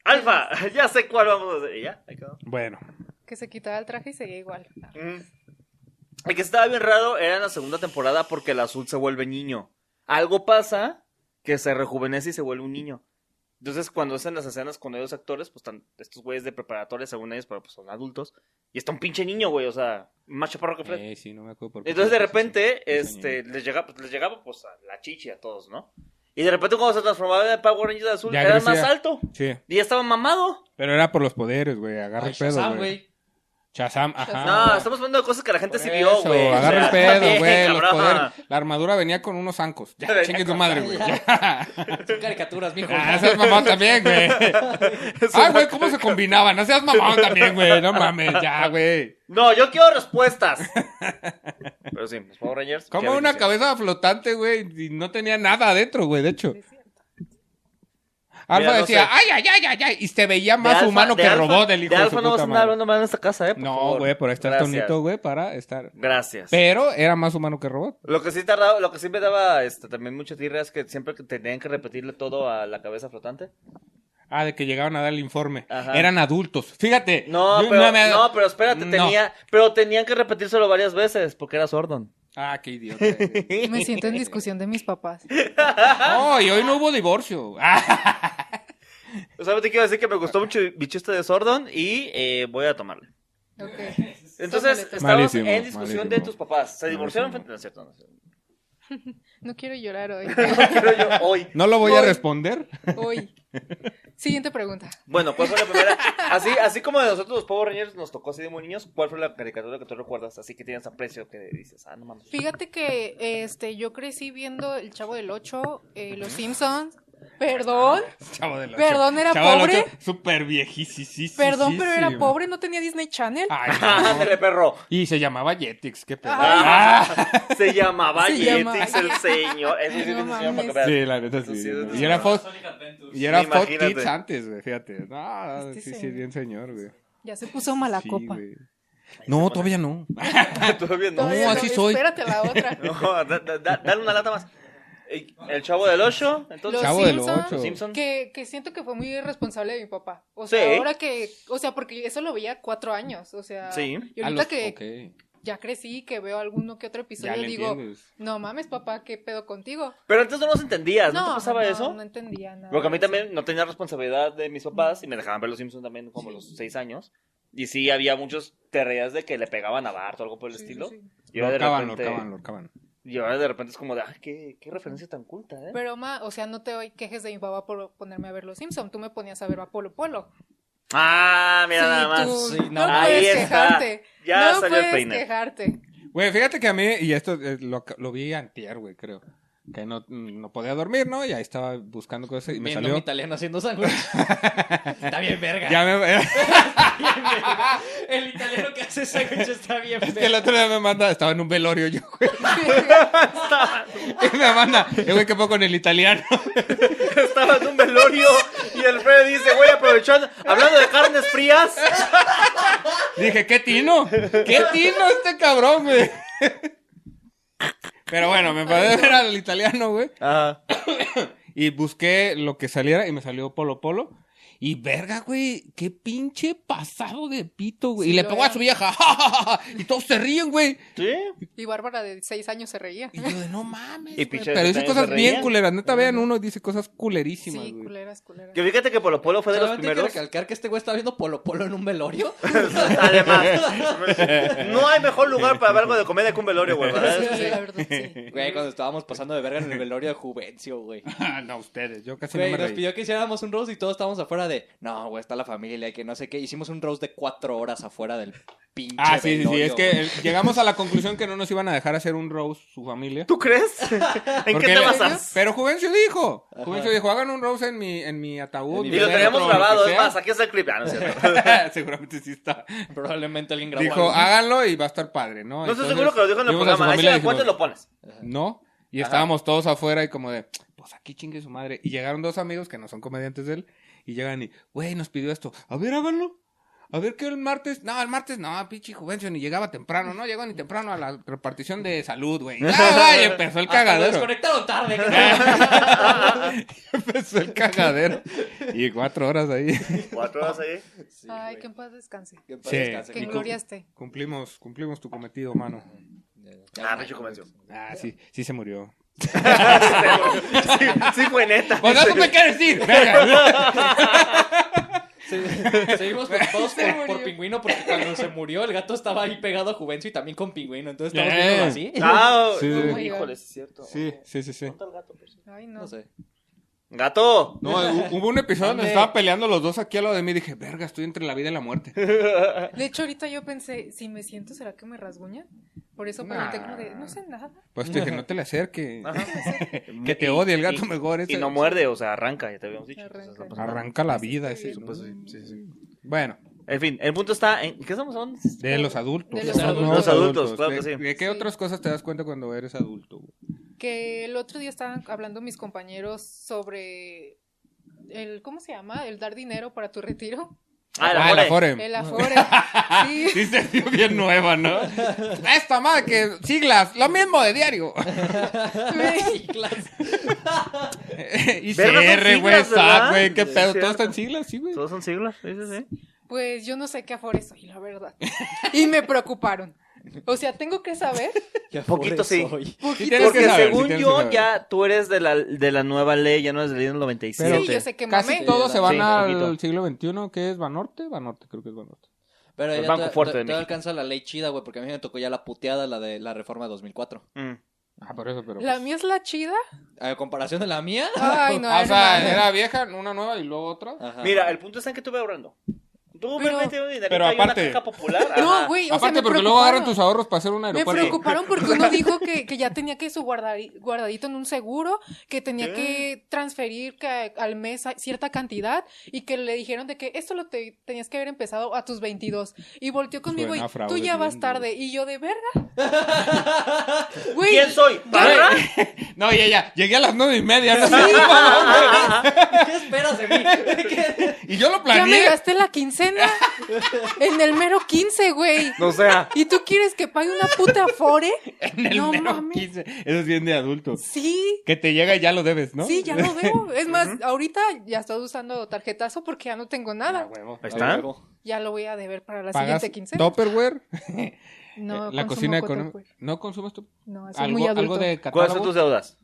[SPEAKER 1] Alfa, ya sé cuál vamos a hacer. ¿Y ya? Ahí quedó.
[SPEAKER 2] Bueno.
[SPEAKER 5] Que se quitaba el traje y seguía igual.
[SPEAKER 1] Mm. El que estaba bien raro era en la segunda temporada porque el azul se vuelve niño. Algo pasa que se rejuvenece y se vuelve un niño. Entonces, cuando hacen las escenas con ellos actores, pues están estos güeyes de preparatoria, según ellos, pero pues son adultos. Y está un pinche niño, güey, o sea, más chaparro que Fred.
[SPEAKER 2] Eh, sí, no me acuerdo por qué.
[SPEAKER 1] Entonces, de repente,
[SPEAKER 2] Sí, sí,
[SPEAKER 1] este, les llegaba, les llegaba, pues, a la chichi a todos, ¿no? Y de repente, cuando se transformaba en Power Rangers azul,
[SPEAKER 2] Ya
[SPEAKER 1] era
[SPEAKER 2] crecía.
[SPEAKER 1] más alto.
[SPEAKER 2] Sí,
[SPEAKER 1] Y ya estaba mamado.
[SPEAKER 2] pero era por los poderes, güey. Agarra
[SPEAKER 4] Ay,
[SPEAKER 2] el pedo,
[SPEAKER 4] Shazam,
[SPEAKER 2] güey.
[SPEAKER 4] güey.
[SPEAKER 2] Shazam, ajá.
[SPEAKER 1] no,
[SPEAKER 2] güey.
[SPEAKER 1] estamos hablando de cosas que la gente
[SPEAKER 2] Ah. Por
[SPEAKER 1] sí vio,
[SPEAKER 2] eso,
[SPEAKER 1] güey. O
[SPEAKER 2] Agarra el
[SPEAKER 1] sea, <laughs>
[SPEAKER 2] pedo,
[SPEAKER 1] también,
[SPEAKER 2] güey. Los
[SPEAKER 1] cabrón.
[SPEAKER 2] poderes. La armadura venía con unos zancos.
[SPEAKER 1] <laughs>
[SPEAKER 2] Ya,
[SPEAKER 1] Venía
[SPEAKER 2] chingue tu
[SPEAKER 1] con-
[SPEAKER 2] madre, güey. <laughs> Ya.
[SPEAKER 4] Son caricaturas, mijo.
[SPEAKER 2] <laughs> Ah, seas mamón también,
[SPEAKER 1] <laughs>
[SPEAKER 2] güey. Ay, Ah, güey, ¿cómo se combinaban? No seas mamón también, güey. No mames, ya, güey.
[SPEAKER 1] No, yo quiero respuestas.
[SPEAKER 2] <laughs>
[SPEAKER 1] Pero sí, los Power Rangers.
[SPEAKER 2] Como
[SPEAKER 1] qué
[SPEAKER 2] una
[SPEAKER 1] bendición.
[SPEAKER 2] cabeza flotante, güey. Y no tenía nada adentro, güey, de hecho.
[SPEAKER 5] Sí, es cierto.
[SPEAKER 2] Alfa
[SPEAKER 1] Mira, no
[SPEAKER 2] decía,
[SPEAKER 1] sé.
[SPEAKER 2] ay, ay, ay, ay, ay. Y se veía más
[SPEAKER 1] Alfa-
[SPEAKER 2] humano
[SPEAKER 1] de
[SPEAKER 2] que
[SPEAKER 1] Alfa-
[SPEAKER 2] robot el hijo
[SPEAKER 1] de
[SPEAKER 2] de,
[SPEAKER 1] Alfa
[SPEAKER 2] su
[SPEAKER 1] no vas a
[SPEAKER 2] puta
[SPEAKER 1] andar
[SPEAKER 2] madre.
[SPEAKER 1] hablando mal en esta casa, ¿eh? por
[SPEAKER 2] No,
[SPEAKER 1] favor.
[SPEAKER 2] güey, por ahí está el
[SPEAKER 1] Gracias.
[SPEAKER 2] tonito, güey, para estar.
[SPEAKER 1] Gracias.
[SPEAKER 2] Pero era más humano que robot.
[SPEAKER 1] Lo que sí tardaba, lo que sí me daba este, también mucha tirria es que siempre que tenían que repetirle todo a la cabeza flotante.
[SPEAKER 2] Ah, de que llegaban a dar el informe.
[SPEAKER 1] Ajá.
[SPEAKER 2] Eran adultos. Fíjate.
[SPEAKER 1] No,
[SPEAKER 2] yo-
[SPEAKER 1] pero, no,
[SPEAKER 2] me-
[SPEAKER 1] pero espérate,
[SPEAKER 2] No.
[SPEAKER 1] tenía, pero tenían que repetírselo varias veces porque era Sordon.
[SPEAKER 2] Ah, qué idiota.
[SPEAKER 1] <laughs>
[SPEAKER 2] eres.
[SPEAKER 5] Me siento en discusión de mis papás.
[SPEAKER 2] No, y hoy no hubo divorcio. Ah,
[SPEAKER 1] ¿Sabes te quiero decir que me gustó mucho mi chiste de Sordon y eh, voy a tomarle.
[SPEAKER 5] Ok.
[SPEAKER 1] Entonces,
[SPEAKER 5] Tómale,
[SPEAKER 1] estamos
[SPEAKER 5] tómale.
[SPEAKER 2] Malísimo,
[SPEAKER 1] en discusión de
[SPEAKER 2] malísimo.
[SPEAKER 1] tus papás. Se divorciaron frente
[SPEAKER 2] Malísimo.
[SPEAKER 1] a cierto. No, es cierto.
[SPEAKER 5] No quiero
[SPEAKER 1] <laughs>
[SPEAKER 5] llorar hoy.
[SPEAKER 1] No quiero yo hoy.
[SPEAKER 2] no lo voy a
[SPEAKER 5] Hoy.
[SPEAKER 2] responder.
[SPEAKER 5] Hoy. Siguiente pregunta.
[SPEAKER 1] Bueno, ¿cuál fue la primera? Así, así como de nosotros los Power Rangers nos tocó así de muy niños, ¿cuál fue la caricatura que tú recuerdas? Así que tienes aprecio que dices, ah, no mames.
[SPEAKER 5] Fíjate que este, yo crecí viendo El Chavo del Ocho, eh, Los Simpsons, Perdón,
[SPEAKER 2] Chavo del ocho.
[SPEAKER 5] Perdón, ¿era
[SPEAKER 2] Chavo del
[SPEAKER 5] pobre?
[SPEAKER 2] ocho, Súper viejísimo.
[SPEAKER 5] perdón, pero era pobre, no tenía Disney Channel.
[SPEAKER 1] <laughs>
[SPEAKER 2] Ay, no.
[SPEAKER 1] Ándale, perro.
[SPEAKER 2] Y se llamaba Jetix, qué pedo.
[SPEAKER 1] Ah.
[SPEAKER 2] Ah.
[SPEAKER 1] <laughs> Se llamaba
[SPEAKER 5] Se llamaba-
[SPEAKER 1] Jetix el señor. Eso sí
[SPEAKER 5] Ay, no
[SPEAKER 1] tiene un señor para
[SPEAKER 5] mames.
[SPEAKER 1] que veas.
[SPEAKER 2] Sí, la neta sí.
[SPEAKER 1] Eso sí, eso
[SPEAKER 2] Y
[SPEAKER 1] sí.
[SPEAKER 2] era Fox,
[SPEAKER 4] Sonic Adventures.
[SPEAKER 2] y era
[SPEAKER 1] Sí,
[SPEAKER 2] Fox
[SPEAKER 1] imagínate.
[SPEAKER 2] Kids antes, güey, fíjate. No,
[SPEAKER 5] Este
[SPEAKER 2] sí, sí,
[SPEAKER 5] señor.
[SPEAKER 2] bien señor, güey.
[SPEAKER 5] Ya se puso mala
[SPEAKER 2] Sí,
[SPEAKER 5] copa.
[SPEAKER 2] güey. No, todavía no.
[SPEAKER 1] Todavía no.
[SPEAKER 5] Todavía
[SPEAKER 2] así soy.
[SPEAKER 5] Espérate a la
[SPEAKER 2] <laughs>
[SPEAKER 5] otra.
[SPEAKER 1] No, <laughs> da- da- da- dale una lata más. Ey, El chavo del 8, entonces.
[SPEAKER 5] Los
[SPEAKER 2] Chavo del
[SPEAKER 5] Simpson.
[SPEAKER 2] ocho.
[SPEAKER 1] Simpson.
[SPEAKER 5] Que, que siento que fue muy irresponsable de mi papá. O sea,
[SPEAKER 1] Sí.
[SPEAKER 5] ahora que. O sea, porque eso lo veía a cuatro años. O sea.
[SPEAKER 1] Sí.
[SPEAKER 5] Y
[SPEAKER 2] A
[SPEAKER 5] ahorita
[SPEAKER 2] Ah, los-
[SPEAKER 5] que
[SPEAKER 2] ok,
[SPEAKER 5] ya crecí, que veo alguno que otro
[SPEAKER 2] Ya
[SPEAKER 5] episodio,
[SPEAKER 2] le
[SPEAKER 5] digo.
[SPEAKER 2] entiendes.
[SPEAKER 5] No mames, papá, ¿qué pedo contigo?
[SPEAKER 1] Pero antes no los entendías, ¿no, te pasaba
[SPEAKER 5] no,
[SPEAKER 1] eso?
[SPEAKER 5] No entendía nada.
[SPEAKER 1] Porque a mí
[SPEAKER 5] de eso.
[SPEAKER 1] también no tenía responsabilidad de mis papás y me dejaban ver los Simpsons también como los seis años. Y sí, había muchos terreas de que le pegaban a Bart o algo por el
[SPEAKER 5] Sí, sí,
[SPEAKER 1] estilo.
[SPEAKER 5] sí.
[SPEAKER 1] Y
[SPEAKER 2] Lo
[SPEAKER 1] ahora de
[SPEAKER 2] acaban, lo
[SPEAKER 1] repente-
[SPEAKER 2] acaban, lo acaban.
[SPEAKER 1] Y ahora de repente es como de, ah, qué, qué referencia tan culta, ¿eh?
[SPEAKER 5] Pero, ma, o sea, no te quejes de mi papá por ponerme a ver Los Simpson. Tú me ponías a ver a Polo Polo.
[SPEAKER 1] Ah, mira
[SPEAKER 5] Sí,
[SPEAKER 1] nada más.
[SPEAKER 5] tú
[SPEAKER 4] Sí,
[SPEAKER 5] no
[SPEAKER 4] nada
[SPEAKER 1] más. Ahí
[SPEAKER 5] puedes
[SPEAKER 1] está.
[SPEAKER 5] quejarte.
[SPEAKER 1] Ya
[SPEAKER 5] no
[SPEAKER 1] salió el
[SPEAKER 5] puedes
[SPEAKER 1] peine.
[SPEAKER 5] quejarte.
[SPEAKER 2] Güey, fíjate que a mí, y esto eh, lo, ac- lo vi antier, güey, creo. Que no, no podía dormir, ¿no? Y ahí estaba buscando cosas y me
[SPEAKER 4] Viendo
[SPEAKER 2] salió.
[SPEAKER 4] mi italiano haciendo
[SPEAKER 2] <laughs>
[SPEAKER 4] sándwiches. está bien verga.
[SPEAKER 2] Ya me-
[SPEAKER 4] El italiano que hace sándwiches está bien
[SPEAKER 2] es que el
[SPEAKER 4] verga.
[SPEAKER 2] otro día me manda, estaba en un velorio yo,
[SPEAKER 5] <laughs>
[SPEAKER 2] güey. y me manda, eh, güey, qué poco con el italiano.
[SPEAKER 1] <laughs> Estaba en un velorio y el Fred dice, güey, aprovechando, hablando de carnes frías.
[SPEAKER 2] Dije, ¿qué tino? ¿Qué tino este cabrón, güey? Pero bueno, me paré a ver al italiano, güey.
[SPEAKER 1] Ajá.
[SPEAKER 2] Y busqué lo que saliera y me salió Polo Polo. Y verga, güey, qué pinche pasado de pito, güey.
[SPEAKER 5] Sí,
[SPEAKER 2] y le
[SPEAKER 5] lo
[SPEAKER 2] pegó
[SPEAKER 5] era.
[SPEAKER 2] a su vieja. ¡ja, ja, ja, ja! Y todos se ríen, güey.
[SPEAKER 1] ¿Sí?
[SPEAKER 5] Y Bárbara de seis años se reía.
[SPEAKER 2] Y yo de no mames.
[SPEAKER 1] Y
[SPEAKER 2] güey".
[SPEAKER 1] pinche
[SPEAKER 2] Pero dice
[SPEAKER 1] detalles
[SPEAKER 2] cosas
[SPEAKER 1] se
[SPEAKER 2] bien
[SPEAKER 1] reían.
[SPEAKER 2] culeras. Neta, vean uno y dice cosas culerísimas,
[SPEAKER 5] Sí,
[SPEAKER 2] güey.
[SPEAKER 5] culeras, culeras.
[SPEAKER 1] Que fíjate que Polo Polo fue de los
[SPEAKER 4] Solamente hay que
[SPEAKER 1] primeros. <laughs>
[SPEAKER 4] recalcar que este güey está viendo Polo Polo en un velorio.
[SPEAKER 5] <laughs>
[SPEAKER 1] Además, no hay mejor lugar para ver algo de comedia que un velorio, güey, ¿verdad?
[SPEAKER 5] Sí, <laughs>
[SPEAKER 1] Eso sí.
[SPEAKER 5] la verdad, sí.
[SPEAKER 4] Güey, cuando estábamos pasando de verga en el velorio de Juvencio, güey.
[SPEAKER 2] Ah, <laughs> no, ustedes. Yo casi
[SPEAKER 4] Güey,
[SPEAKER 2] no me
[SPEAKER 4] nos
[SPEAKER 2] reí.
[SPEAKER 4] pidió que hiciéramos un roast y todos estábamos afuera de, no, güey, está la familia y que no sé qué. Hicimos un roast de cuatro horas afuera del pinche
[SPEAKER 2] Ah, sí, sí, sí.
[SPEAKER 4] velorio,
[SPEAKER 2] Es que eh, llegamos a la conclusión que no nos iban a dejar hacer un roast su familia.
[SPEAKER 1] ¿Tú crees? ¿En qué
[SPEAKER 2] Porque
[SPEAKER 1] te
[SPEAKER 2] le-
[SPEAKER 1] basas?
[SPEAKER 2] Pero Juvencio dijo.
[SPEAKER 4] Ajá.
[SPEAKER 2] Juvencio dijo, hagan un roast en mi, en mi ataúd.
[SPEAKER 4] Y
[SPEAKER 1] Y
[SPEAKER 4] lo
[SPEAKER 1] lo
[SPEAKER 2] féretro,
[SPEAKER 1] tenemos
[SPEAKER 2] que
[SPEAKER 1] grabado, es
[SPEAKER 2] sea".
[SPEAKER 1] más, aquí está el clip. Ah, no es cierto.
[SPEAKER 2] <laughs> Seguramente sí está.
[SPEAKER 4] Probablemente alguien grabó
[SPEAKER 2] Dijo,
[SPEAKER 4] algo.
[SPEAKER 2] háganlo y va a estar padre, ¿no?
[SPEAKER 1] No estoy
[SPEAKER 2] Entonces,
[SPEAKER 1] seguro que lo dijo en el
[SPEAKER 2] vimos a su
[SPEAKER 1] programa. Ahí si
[SPEAKER 2] familia
[SPEAKER 1] lo
[SPEAKER 2] y dijimos,
[SPEAKER 1] encuentras lo pones.
[SPEAKER 2] No. Y
[SPEAKER 1] Ajá.
[SPEAKER 2] estábamos todos afuera y como de, pues aquí chingue su madre. Y llegaron dos amigos que no son comediantes de él y llegan y, güey, nos pidió esto. A ver, háganlo. A ver, ¿qué el martes? No, el martes no, pinche Juvencio ni llegaba temprano, no llegó ni temprano a la repartición de salud, güey. Ya,
[SPEAKER 4] <laughs>
[SPEAKER 2] ya, "Ah, y empezó el
[SPEAKER 4] Hasta lo
[SPEAKER 2] cagadero.
[SPEAKER 4] desconectaron
[SPEAKER 2] <laughs>
[SPEAKER 4] tarde. cabrón.
[SPEAKER 2] empezó el cagadero. Y cuatro horas ahí.
[SPEAKER 1] Cuatro horas ahí.
[SPEAKER 4] <laughs> Sí,
[SPEAKER 5] Ay,
[SPEAKER 4] güey.
[SPEAKER 5] que en paz descanse.
[SPEAKER 4] Que en paz
[SPEAKER 2] Sí.
[SPEAKER 4] descanse,
[SPEAKER 5] Que
[SPEAKER 2] Y
[SPEAKER 5] en
[SPEAKER 4] güey.
[SPEAKER 2] con-
[SPEAKER 5] gloria esté.
[SPEAKER 2] Cumplimos, cumplimos tu cometido, mano.
[SPEAKER 4] Ya,
[SPEAKER 1] Ah,
[SPEAKER 4] güey.
[SPEAKER 1] Richo
[SPEAKER 2] <laughs>
[SPEAKER 1] convenció.
[SPEAKER 2] Ah, sí, sí se murió.
[SPEAKER 1] Sí, sí fue neta.
[SPEAKER 2] Pues eso me quiere decir. Verga.
[SPEAKER 4] <laughs> Se- Seguimos preocupados
[SPEAKER 2] Se
[SPEAKER 4] por, por
[SPEAKER 2] murió.
[SPEAKER 4] Pingüino porque cuando se murió el gato estaba ahí pegado a Juvencio y también con Pingüino. Entonces estamos
[SPEAKER 2] Eh.
[SPEAKER 4] viendo así.
[SPEAKER 1] Ah,
[SPEAKER 2] Sí.
[SPEAKER 1] oh, híjole, sí es cierto.
[SPEAKER 2] Sí, sí, sí, sí.
[SPEAKER 1] ¿Dónde está el gato? por cierto?
[SPEAKER 5] Ay, no.
[SPEAKER 4] No sé.
[SPEAKER 1] ¡Gato!
[SPEAKER 2] No, hu-
[SPEAKER 5] <laughs>
[SPEAKER 2] hubo un episodio donde
[SPEAKER 4] ¿Dónde?
[SPEAKER 2] estaban peleando los dos aquí al lado de mí. Dije, verga, estoy entre la vida y la muerte.
[SPEAKER 5] De hecho, ahorita yo pensé, si me siento, ¿será que me rasguña? Por eso pregunté como de, no sé nada.
[SPEAKER 2] Pues te dije, no te le acerques.
[SPEAKER 1] Ajá.
[SPEAKER 2] Que te
[SPEAKER 1] Y-
[SPEAKER 2] odie el gato
[SPEAKER 1] y-
[SPEAKER 2] mejor. Ese. pues,
[SPEAKER 1] Y no muerde, o sea, arranca, ya te habíamos dicho.
[SPEAKER 5] Arranca.
[SPEAKER 1] Entonces, no pasa nada.
[SPEAKER 2] Arranca la vida ese.
[SPEAKER 5] Sí,
[SPEAKER 2] ¿no?
[SPEAKER 1] pues, sí, sí, sí.
[SPEAKER 2] Bueno,
[SPEAKER 1] En fin, el punto está en... ¿Qué estamos hablando?
[SPEAKER 2] de los adultos.
[SPEAKER 5] De los adultos.
[SPEAKER 2] nuevos
[SPEAKER 5] Los
[SPEAKER 1] adultos, claro
[SPEAKER 2] ¿De-
[SPEAKER 1] que sí.
[SPEAKER 2] ¿De qué
[SPEAKER 5] Sí.
[SPEAKER 2] otras cosas te das cuenta cuando eres adulto? güey?
[SPEAKER 5] Que el otro día estaban hablando mis compañeros sobre el, ¿cómo se llama? El dar dinero para tu retiro.
[SPEAKER 1] Ah, el
[SPEAKER 2] Ah,
[SPEAKER 1] Afore.
[SPEAKER 2] la Forem.
[SPEAKER 5] El Afore. Sí.
[SPEAKER 2] <laughs> Sí, se dio bien nueva,
[SPEAKER 5] <laughs>
[SPEAKER 2] ¿no? Esta madre que siglas, lo mismo de
[SPEAKER 1] <laughs>
[SPEAKER 2] diario.
[SPEAKER 4] Sí, claro.
[SPEAKER 1] Verga, son
[SPEAKER 2] ICR, güey,
[SPEAKER 1] siglas, ¿verdad?
[SPEAKER 2] SAT, güey, qué
[SPEAKER 1] Sí,
[SPEAKER 2] pedo.
[SPEAKER 1] cierto.
[SPEAKER 2] Todo está en siglas, sí, güey.
[SPEAKER 1] ¿Todos son siglas? Sí, sí, sí.
[SPEAKER 5] Pues yo no sé qué Afore soy, la
[SPEAKER 2] <laughs>
[SPEAKER 5] verdad. Y me preocuparon. O sea, tengo que saber.
[SPEAKER 4] Ya
[SPEAKER 1] Poquito
[SPEAKER 4] pobre
[SPEAKER 1] sí.
[SPEAKER 4] soy.
[SPEAKER 2] Sí tienes que
[SPEAKER 1] Porque
[SPEAKER 2] saber, sí
[SPEAKER 1] según
[SPEAKER 2] tienes que
[SPEAKER 1] yo,
[SPEAKER 2] saber.
[SPEAKER 1] ya tú eres de la, de la nueva ley, ya no eres del ley del 97.
[SPEAKER 5] Sí, yo sé que
[SPEAKER 2] Casi
[SPEAKER 5] mamé.
[SPEAKER 2] todos se van
[SPEAKER 1] Sí,
[SPEAKER 2] al
[SPEAKER 1] poquito.
[SPEAKER 2] siglo XXI, que es Banorte, Banorte, creo que es Banorte.
[SPEAKER 4] Pero
[SPEAKER 1] El
[SPEAKER 4] ya
[SPEAKER 1] Pues Banco
[SPEAKER 4] to-
[SPEAKER 1] Fuerte
[SPEAKER 4] to-
[SPEAKER 1] de
[SPEAKER 4] todavía
[SPEAKER 1] México.
[SPEAKER 4] alcanza la ley chida, güey, porque a mí me tocó ya la puteada, la de la reforma 2004.
[SPEAKER 1] Mm.
[SPEAKER 2] Ah, por eso, pero...
[SPEAKER 5] La mía es la chida.
[SPEAKER 4] A comparación de la mía.
[SPEAKER 5] Ay, no.
[SPEAKER 2] Ah, o sea,
[SPEAKER 5] no.
[SPEAKER 2] era vieja, una nueva y luego otra.
[SPEAKER 4] Ajá.
[SPEAKER 1] Mira, el punto está en que estuve ahorrando. Tú
[SPEAKER 5] Pero-
[SPEAKER 1] me metiste una dinamita
[SPEAKER 2] Pero
[SPEAKER 1] y una
[SPEAKER 2] aparte-
[SPEAKER 1] caja popular.
[SPEAKER 5] <laughs> No,
[SPEAKER 1] ajá.
[SPEAKER 5] güey, o sea,
[SPEAKER 2] Aparte,
[SPEAKER 5] me
[SPEAKER 2] porque luego agarran
[SPEAKER 5] preocuparon.
[SPEAKER 2] tus ahorros para hacer un
[SPEAKER 5] Me
[SPEAKER 2] aeropuerto.
[SPEAKER 5] preocuparon porque
[SPEAKER 2] <laughs>
[SPEAKER 5] uno dijo que, que ya tenía que su guardari- guardadito en un seguro, que tenía que transferir ca- al mes a- cierta cantidad y que le dijeron de que esto lo te- tenías que haber empezado a tus 22. Y volteó conmigo
[SPEAKER 2] Suena a
[SPEAKER 5] y tú
[SPEAKER 2] fraude
[SPEAKER 5] ya vas
[SPEAKER 2] bien,
[SPEAKER 5] tarde. Y yo de verga.
[SPEAKER 2] <laughs>
[SPEAKER 5] Güey,
[SPEAKER 1] ¿Quién soy? ¿Parra?
[SPEAKER 2] No, ya, ya. Llegué a las nueve y media. ¿no?
[SPEAKER 4] ¿Qué esperas de mí? ¿Qué?
[SPEAKER 2] <laughs> Y yo lo
[SPEAKER 5] ya me
[SPEAKER 2] planeé.
[SPEAKER 5] gasté la
[SPEAKER 2] <laughs>
[SPEAKER 5] quincena en el mero 15, güey.
[SPEAKER 1] O sea,
[SPEAKER 5] ¿Y tú quieres que pague una puta fore?
[SPEAKER 2] <laughs> En el
[SPEAKER 5] No
[SPEAKER 2] mero
[SPEAKER 5] mames.
[SPEAKER 2] 15. Eso es bien de adulto.
[SPEAKER 5] Sí.
[SPEAKER 2] Que te llega y ya lo debes, ¿no?
[SPEAKER 5] Sí, ya lo
[SPEAKER 2] <laughs>
[SPEAKER 5] veo. Es más, ahorita ya estoy usando tarjetazo porque ya no tengo nada.
[SPEAKER 1] ahí está.
[SPEAKER 5] Ya lo voy a deber para la
[SPEAKER 2] Ah, Pagas
[SPEAKER 5] siguiente quincena.
[SPEAKER 2] Topperware.
[SPEAKER 5] No,
[SPEAKER 2] la
[SPEAKER 5] consumo
[SPEAKER 2] cocina
[SPEAKER 5] Cotton
[SPEAKER 2] económica.
[SPEAKER 5] Pull.
[SPEAKER 2] ¿No consumes tu...
[SPEAKER 5] No, eso es muy
[SPEAKER 2] algo,
[SPEAKER 5] adulto.
[SPEAKER 2] algo de
[SPEAKER 1] ¿Cuáles son
[SPEAKER 2] catálogo?
[SPEAKER 1] tus deudas?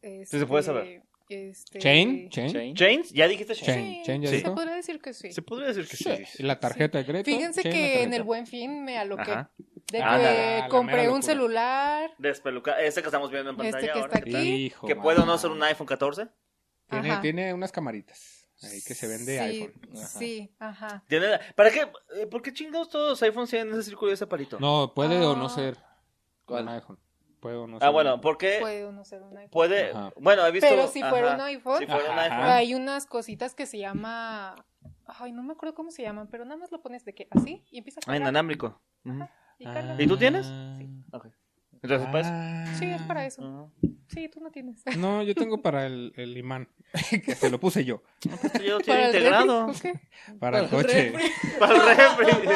[SPEAKER 5] Este,
[SPEAKER 1] se puede saber.
[SPEAKER 5] este,
[SPEAKER 2] Chain, chain,
[SPEAKER 4] Chain.
[SPEAKER 1] ¿Chains? ¿Ya dijiste
[SPEAKER 5] Sí,
[SPEAKER 1] chains?
[SPEAKER 2] Chain, chain, ya
[SPEAKER 5] se
[SPEAKER 2] dijo.
[SPEAKER 5] podría decir que sí.
[SPEAKER 1] Se podría decir que sí.
[SPEAKER 2] Y La tarjeta de crédito.
[SPEAKER 5] Fíjense
[SPEAKER 2] chain, la
[SPEAKER 5] que en
[SPEAKER 2] tarjeta.
[SPEAKER 5] el Buen Fin me aloqué.
[SPEAKER 1] Ajá.
[SPEAKER 5] De que
[SPEAKER 1] Ah, la-
[SPEAKER 2] la
[SPEAKER 5] compré
[SPEAKER 2] mera
[SPEAKER 5] un
[SPEAKER 2] locura.
[SPEAKER 5] celular.
[SPEAKER 1] Despeluca. Ese que estamos viendo en
[SPEAKER 5] Este
[SPEAKER 1] pantalla
[SPEAKER 5] que
[SPEAKER 1] ahora.
[SPEAKER 5] está
[SPEAKER 1] que-
[SPEAKER 5] aquí.
[SPEAKER 2] Hijo,
[SPEAKER 1] Que
[SPEAKER 2] mano.
[SPEAKER 1] puede o no ser un iPhone 14.
[SPEAKER 2] Tiene,
[SPEAKER 5] Ajá.
[SPEAKER 2] tiene unas camaritas ahí que se vende
[SPEAKER 5] sí,
[SPEAKER 2] iPhone.
[SPEAKER 4] Ajá.
[SPEAKER 5] Sí, ajá.
[SPEAKER 1] Tiene la- ¿Para qué? Eh, ¿Por qué chingados todos los iPhones tienen ese círculo y ese palito?
[SPEAKER 2] No, puede o no
[SPEAKER 5] Ah.
[SPEAKER 2] ser
[SPEAKER 4] ¿Cuál?
[SPEAKER 2] un iPhone. Puede o no ser.
[SPEAKER 1] Ah,
[SPEAKER 2] un
[SPEAKER 1] bueno,
[SPEAKER 2] iPhone.
[SPEAKER 1] ¿por qué
[SPEAKER 5] Puede no ser un iPhone.
[SPEAKER 1] puede?
[SPEAKER 2] Ajá.
[SPEAKER 1] Bueno, he visto.
[SPEAKER 5] Pues, Pero si fuera
[SPEAKER 1] ajá,
[SPEAKER 5] un iPhone,
[SPEAKER 1] Si fuera un
[SPEAKER 2] Ajá.
[SPEAKER 1] iPhone.
[SPEAKER 5] hay unas cositas que se llama... Ay, no me acuerdo cómo se llaman, pero nada más lo pones de que así y empieza a
[SPEAKER 1] Ah,
[SPEAKER 5] cargar,
[SPEAKER 1] inalámbrico. Ujú.
[SPEAKER 5] y carga.
[SPEAKER 1] ¿Y tú tienes?
[SPEAKER 2] Sí.
[SPEAKER 1] Entonces, pues.
[SPEAKER 2] Ah.
[SPEAKER 5] Sí, es para eso.
[SPEAKER 1] ujú.
[SPEAKER 5] Sí, tú no tienes.
[SPEAKER 2] No, yo tengo para el, el imán, <laughs> que se lo puse yo,
[SPEAKER 1] No, pues yo
[SPEAKER 5] <laughs>
[SPEAKER 1] lo
[SPEAKER 5] <laughs> ¿Para
[SPEAKER 1] tiene
[SPEAKER 5] el
[SPEAKER 1] integrado.
[SPEAKER 5] refri? ¿O qué?
[SPEAKER 2] para el coche.
[SPEAKER 1] <laughs> Para el refri.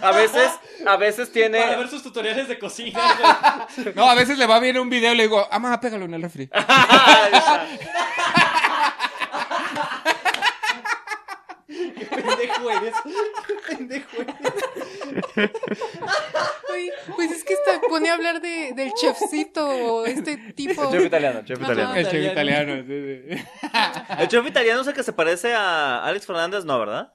[SPEAKER 1] A veces, a veces tiene. <laughs>
[SPEAKER 4] Para ver sus tutoriales de cocina, güey.
[SPEAKER 2] No, a veces le va bien un video y le digo, ah, ma, pégalo en el refri.
[SPEAKER 1] Ah,
[SPEAKER 4] Qué pendejo eres. Qué pendejo eres.
[SPEAKER 5] Ay, pues es que está, pone a hablar de, del chefcito o este tipo.
[SPEAKER 1] Chef italiano, chef
[SPEAKER 5] Ajá.
[SPEAKER 1] italiano.
[SPEAKER 2] El chef
[SPEAKER 4] Italiano.
[SPEAKER 2] italiano. sí, sí.
[SPEAKER 1] El chef italiano es el que se parece a Alex Fernández, no, ¿verdad?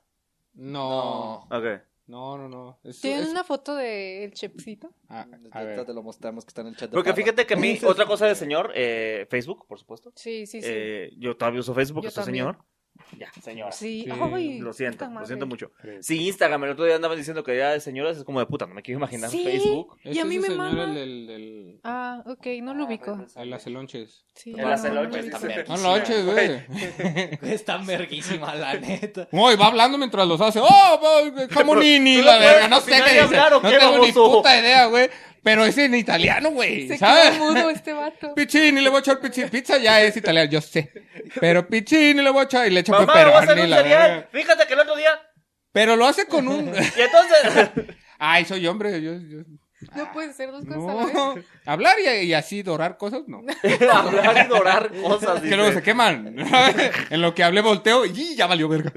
[SPEAKER 2] No,
[SPEAKER 1] Ok.
[SPEAKER 2] no, no, no. Es-
[SPEAKER 5] ¿Tienen
[SPEAKER 2] es-
[SPEAKER 5] una foto del chefcito?
[SPEAKER 2] Ah, a
[SPEAKER 4] Ahorita
[SPEAKER 2] ver.
[SPEAKER 4] te lo mostramos que está en el chat. de
[SPEAKER 1] Porque
[SPEAKER 4] Parra.
[SPEAKER 1] fíjate que a
[SPEAKER 5] <laughs>
[SPEAKER 1] mí, otra cosa de señor, eh, Facebook, por supuesto.
[SPEAKER 5] Sí, sí, sí.
[SPEAKER 1] Eh, yo todavía uso Facebook,
[SPEAKER 5] Yo
[SPEAKER 1] este
[SPEAKER 5] también.
[SPEAKER 1] señor. Ya, señor.
[SPEAKER 5] sí.
[SPEAKER 2] sí,
[SPEAKER 5] Ay,
[SPEAKER 1] Lo siento,
[SPEAKER 5] puta
[SPEAKER 1] lo siento
[SPEAKER 5] madre.
[SPEAKER 1] mucho.
[SPEAKER 2] Sí.
[SPEAKER 1] Si Instagram, el otro día andaban diciendo que ya de señoras es como de puta, no me quiero imaginar
[SPEAKER 5] Sí.
[SPEAKER 1] Facebook.
[SPEAKER 5] Y a mí me mama.
[SPEAKER 2] El, el, el,
[SPEAKER 5] Ah, ok, no lo ubico.
[SPEAKER 2] el hace lonches.
[SPEAKER 5] Sí,
[SPEAKER 1] El
[SPEAKER 5] no, no,
[SPEAKER 1] hace
[SPEAKER 5] no lo
[SPEAKER 1] lonches,
[SPEAKER 5] ubico.
[SPEAKER 1] está bien.
[SPEAKER 2] No, lonches, güey.
[SPEAKER 4] <laughs> Está merguísima, la neta.
[SPEAKER 2] No, y va hablando mientras los hace. ¡Oh, va-
[SPEAKER 1] Pero
[SPEAKER 2] jamonini!
[SPEAKER 1] tú
[SPEAKER 2] La
[SPEAKER 1] no puedes
[SPEAKER 2] verga, no sé
[SPEAKER 1] opinar y
[SPEAKER 2] qué dice.
[SPEAKER 1] hablar, ¿o
[SPEAKER 2] No
[SPEAKER 1] qué,
[SPEAKER 2] tengo ni
[SPEAKER 1] baboso?
[SPEAKER 2] puta idea, güey. Pero es en italiano, güey.
[SPEAKER 5] Se
[SPEAKER 2] ¿Sabes?
[SPEAKER 5] quedó mudo este vato.
[SPEAKER 2] Pichini, le voy a echar pichini. Pizza ya es italiano, yo sé. Pero pichini le voy a echar y le echo
[SPEAKER 1] Mamá, vamos a hacer
[SPEAKER 2] pepperoni.
[SPEAKER 1] un
[SPEAKER 2] la
[SPEAKER 1] cereal.
[SPEAKER 2] verga.
[SPEAKER 1] Fíjate que el otro día.
[SPEAKER 2] Pero lo hace con
[SPEAKER 4] <laughs>
[SPEAKER 2] un...
[SPEAKER 1] Y entonces.
[SPEAKER 2] Ay, soy hombre, yo... yo-
[SPEAKER 5] No puede ser dos cosas a la vez.
[SPEAKER 2] <laughs> No. Hablar y, y así dorar cosas, no.
[SPEAKER 1] <laughs> hablar y dorar cosas.
[SPEAKER 2] Que luego
[SPEAKER 1] dice. <laughs>
[SPEAKER 2] se queman. <laughs> en lo que hablé volteo y ya valió verga.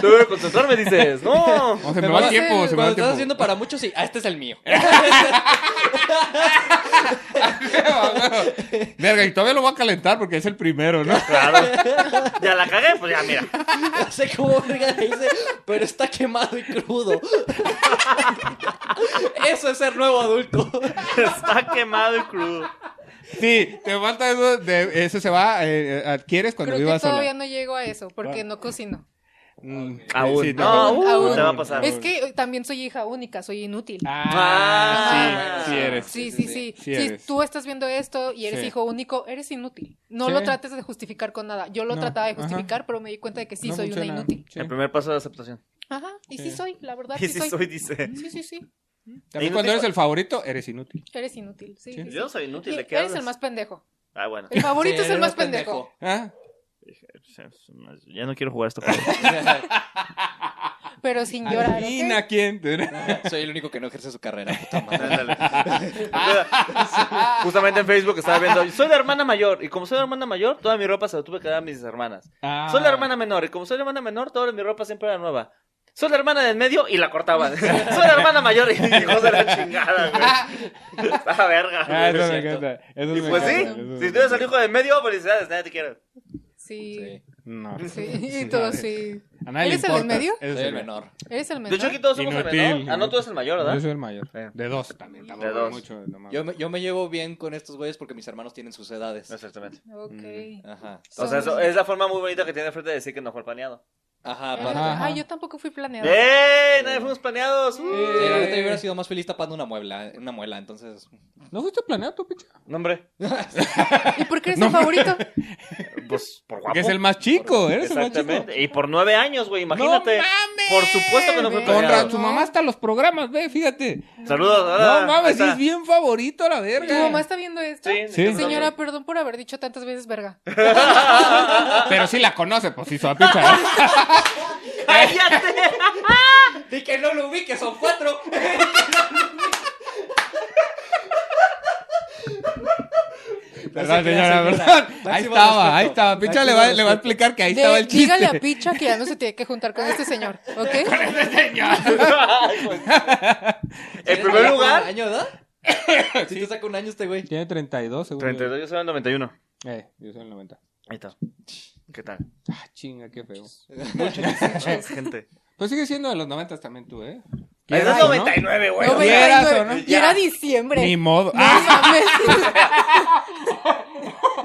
[SPEAKER 1] Luego de concentrarme dices, no.
[SPEAKER 2] O se me va el
[SPEAKER 4] vas-
[SPEAKER 2] tiempo, se me va
[SPEAKER 4] Cuando
[SPEAKER 2] el
[SPEAKER 4] estás
[SPEAKER 2] tiempo.
[SPEAKER 4] haciendo para muchos, sí. Ah, este es el mío.
[SPEAKER 2] <laughs> Verga, y todavía lo voy a calentar porque es el primero, ¿no?
[SPEAKER 1] Claro. Ya la cagué, pues ya mira.
[SPEAKER 4] No sé cómo verga le hice, pero está quemado y crudo. Eso es ser nuevo adulto.
[SPEAKER 1] Está quemado y crudo.
[SPEAKER 2] Sí, te falta eso, de, eso se va, eh, adquieres cuando
[SPEAKER 5] Creo que
[SPEAKER 2] vivas
[SPEAKER 5] todavía
[SPEAKER 2] sola.
[SPEAKER 5] no llego a eso porque no cocino.
[SPEAKER 2] Mm,
[SPEAKER 1] Aún.
[SPEAKER 2] sí,
[SPEAKER 1] No,
[SPEAKER 2] también.
[SPEAKER 5] aún.
[SPEAKER 1] Te va a pasar.
[SPEAKER 5] Es que eh, también soy hija única, soy inútil.
[SPEAKER 2] Ah,
[SPEAKER 1] Ah,
[SPEAKER 2] sí, sí eres.
[SPEAKER 5] Sí, sí, sí.
[SPEAKER 2] Sí
[SPEAKER 5] si
[SPEAKER 2] eres.
[SPEAKER 5] tú estás viendo esto y eres
[SPEAKER 2] Sí.
[SPEAKER 5] hijo único, eres inútil. No
[SPEAKER 2] Sí.
[SPEAKER 5] lo trates de justificar con nada. Yo lo
[SPEAKER 2] No,
[SPEAKER 5] trataba de
[SPEAKER 2] ajá.
[SPEAKER 5] justificar, pero me di cuenta de que sí
[SPEAKER 2] No
[SPEAKER 5] soy
[SPEAKER 2] funciona.
[SPEAKER 5] una inútil.
[SPEAKER 2] Sí.
[SPEAKER 1] El primer paso de aceptación.
[SPEAKER 5] Ajá, y sí,
[SPEAKER 2] Sí.
[SPEAKER 5] soy, la verdad.
[SPEAKER 1] <laughs> Y
[SPEAKER 5] Sí,
[SPEAKER 1] si
[SPEAKER 5] soy.
[SPEAKER 1] soy, dice.
[SPEAKER 5] Sí, sí, sí.
[SPEAKER 2] También
[SPEAKER 1] Y no
[SPEAKER 2] cuando
[SPEAKER 1] tengo-
[SPEAKER 2] eres el favorito, eres inútil.
[SPEAKER 5] Eres inútil. Sí,
[SPEAKER 2] Sí.
[SPEAKER 5] sí, sí.
[SPEAKER 1] Yo no soy inútil, ¿de
[SPEAKER 5] Y
[SPEAKER 1] qué
[SPEAKER 5] Eres
[SPEAKER 1] hablas?
[SPEAKER 5] el más pendejo.
[SPEAKER 1] Ah, bueno.
[SPEAKER 5] El favorito
[SPEAKER 4] Sí,
[SPEAKER 5] es
[SPEAKER 4] eres
[SPEAKER 5] el más pendejo.
[SPEAKER 2] ¿Ah?
[SPEAKER 1] Ya no quiero jugar esto. juego.
[SPEAKER 5] Pero sin llorar. ¿ok?
[SPEAKER 2] Adivina quién.
[SPEAKER 4] Soy el único que no ejerce su carrera, puta madre.
[SPEAKER 1] Ándale. Justamente en Facebook estaba viendo. Soy la hermana mayor. Y como soy la hermana mayor, toda mi ropa se la tuve que dar a mis hermanas.
[SPEAKER 2] <laughs> Ah.
[SPEAKER 1] Soy la hermana menor. Y como soy la hermana menor, toda mi ropa siempre era nueva. Soy la hermana del medio y la
[SPEAKER 2] <laughs>
[SPEAKER 1] cortaban. soy la hermana mayor y hijos de la chingada,
[SPEAKER 2] <laughs>
[SPEAKER 1] güey. Está verga.
[SPEAKER 2] Ah,
[SPEAKER 1] güey.
[SPEAKER 2] eso me
[SPEAKER 4] cierto.
[SPEAKER 2] encanta. Eso
[SPEAKER 1] Y
[SPEAKER 2] me
[SPEAKER 1] pues sí,
[SPEAKER 2] encanta, eso me
[SPEAKER 1] si tú eres el
[SPEAKER 2] encanta.
[SPEAKER 1] hijo del medio, felicidades, nadie te quiere.
[SPEAKER 5] Sí.
[SPEAKER 4] Sí.
[SPEAKER 1] <laughs>
[SPEAKER 2] No.
[SPEAKER 5] Sí. Y todo, sí.
[SPEAKER 2] A nadie le
[SPEAKER 5] ¿Eres el del
[SPEAKER 2] importa.
[SPEAKER 5] medio?
[SPEAKER 2] Ese es
[SPEAKER 4] Soy el
[SPEAKER 2] menor.
[SPEAKER 4] menor.
[SPEAKER 5] Eres el
[SPEAKER 1] De hecho, aquí
[SPEAKER 5] menor.
[SPEAKER 1] todos somos el menor.
[SPEAKER 2] Inútil.
[SPEAKER 1] Ah, no, tú eres el mayor,
[SPEAKER 2] Yo
[SPEAKER 1] ¿verdad?
[SPEAKER 2] soy el mayor.
[SPEAKER 1] Sí.
[SPEAKER 2] De dos también. tampoco
[SPEAKER 1] De dos.
[SPEAKER 2] Mucho, no mames.
[SPEAKER 4] Yo me, yo me llevo bien con estos güeyes porque mis hermanos tienen sus edades.
[SPEAKER 1] Exactamente.
[SPEAKER 5] Ok.
[SPEAKER 4] Ajá.
[SPEAKER 1] O sea,
[SPEAKER 5] Somos-
[SPEAKER 1] eso es la forma muy bonita que tiene frente de decir que no fue planeado.
[SPEAKER 4] Ajá,
[SPEAKER 5] Ajá.
[SPEAKER 4] aparte.
[SPEAKER 2] Ajá.
[SPEAKER 5] Ay, yo tampoco fui planeada.
[SPEAKER 1] ¡Eh! Nadie fuimos planeados. Uh.
[SPEAKER 4] Sí, la neta, yo hubiera sido más feliz tapando una muela, una muela, entonces.
[SPEAKER 2] Eh, ¿No fuiste planeado tú, pinche?
[SPEAKER 1] No, hombre.
[SPEAKER 5] ¿Y
[SPEAKER 2] <laughs>
[SPEAKER 5] por qué eres
[SPEAKER 2] No.
[SPEAKER 1] <laughs>
[SPEAKER 5] el favorito?
[SPEAKER 1] Pues por guapo.
[SPEAKER 2] Porque es el más chico, eres el más chico.
[SPEAKER 1] Exactamente. Y por nueve años, güey, imagínate.
[SPEAKER 2] ¡No mames!
[SPEAKER 1] Por supuesto que no fue
[SPEAKER 5] Con
[SPEAKER 2] Con
[SPEAKER 1] planeado.
[SPEAKER 2] razón, su mamá hasta los programas, ve, fíjate.
[SPEAKER 1] Saludos.
[SPEAKER 2] No
[SPEAKER 1] ahora, ahí
[SPEAKER 2] mames, sí
[SPEAKER 1] está.
[SPEAKER 2] es bien favorito a la
[SPEAKER 5] ¿Tu
[SPEAKER 2] verga.
[SPEAKER 5] mamá está viendo esto?
[SPEAKER 1] Sí,
[SPEAKER 2] Sí.
[SPEAKER 5] Señora, perdón por haber dicho tantas veces verga.
[SPEAKER 2] Pero sí la conoce, pues sí, su
[SPEAKER 5] <laughs>
[SPEAKER 2] pincha.
[SPEAKER 1] ¡Cállate!
[SPEAKER 4] Di que no lo ubique, son cuatro. <laughs>
[SPEAKER 2] Perdón, señora, perdón. Ahí estaba, ahí estaba. Picha le va, le va a explicar que ahí
[SPEAKER 5] De-
[SPEAKER 2] estaba el chiste.
[SPEAKER 5] dígale a Picha que ya no se tiene que juntar con este señor,
[SPEAKER 1] <laughs>
[SPEAKER 5] ¿ok?
[SPEAKER 1] en primer lugar.
[SPEAKER 4] año, ¿verdad? Si te saca un año este güey.
[SPEAKER 2] Tiene 32, seguro.
[SPEAKER 1] 32, yo soy el 91.
[SPEAKER 2] Eh, yo soy el 90.
[SPEAKER 1] Ahí está. ¿Qué tal?
[SPEAKER 2] Ah, chinga, qué feo.
[SPEAKER 1] gente.
[SPEAKER 2] Pues sigue siendo de los 90 también tú, ¿eh?
[SPEAKER 1] Es
[SPEAKER 2] Quieras
[SPEAKER 1] del
[SPEAKER 2] o no,
[SPEAKER 1] 99, güey.
[SPEAKER 2] No,
[SPEAKER 1] o sea,
[SPEAKER 2] quieras o no.
[SPEAKER 5] Y era diciembre.
[SPEAKER 2] Ni modo.
[SPEAKER 5] No
[SPEAKER 2] ¡Ah!
[SPEAKER 1] <laughs>
[SPEAKER 5] mames.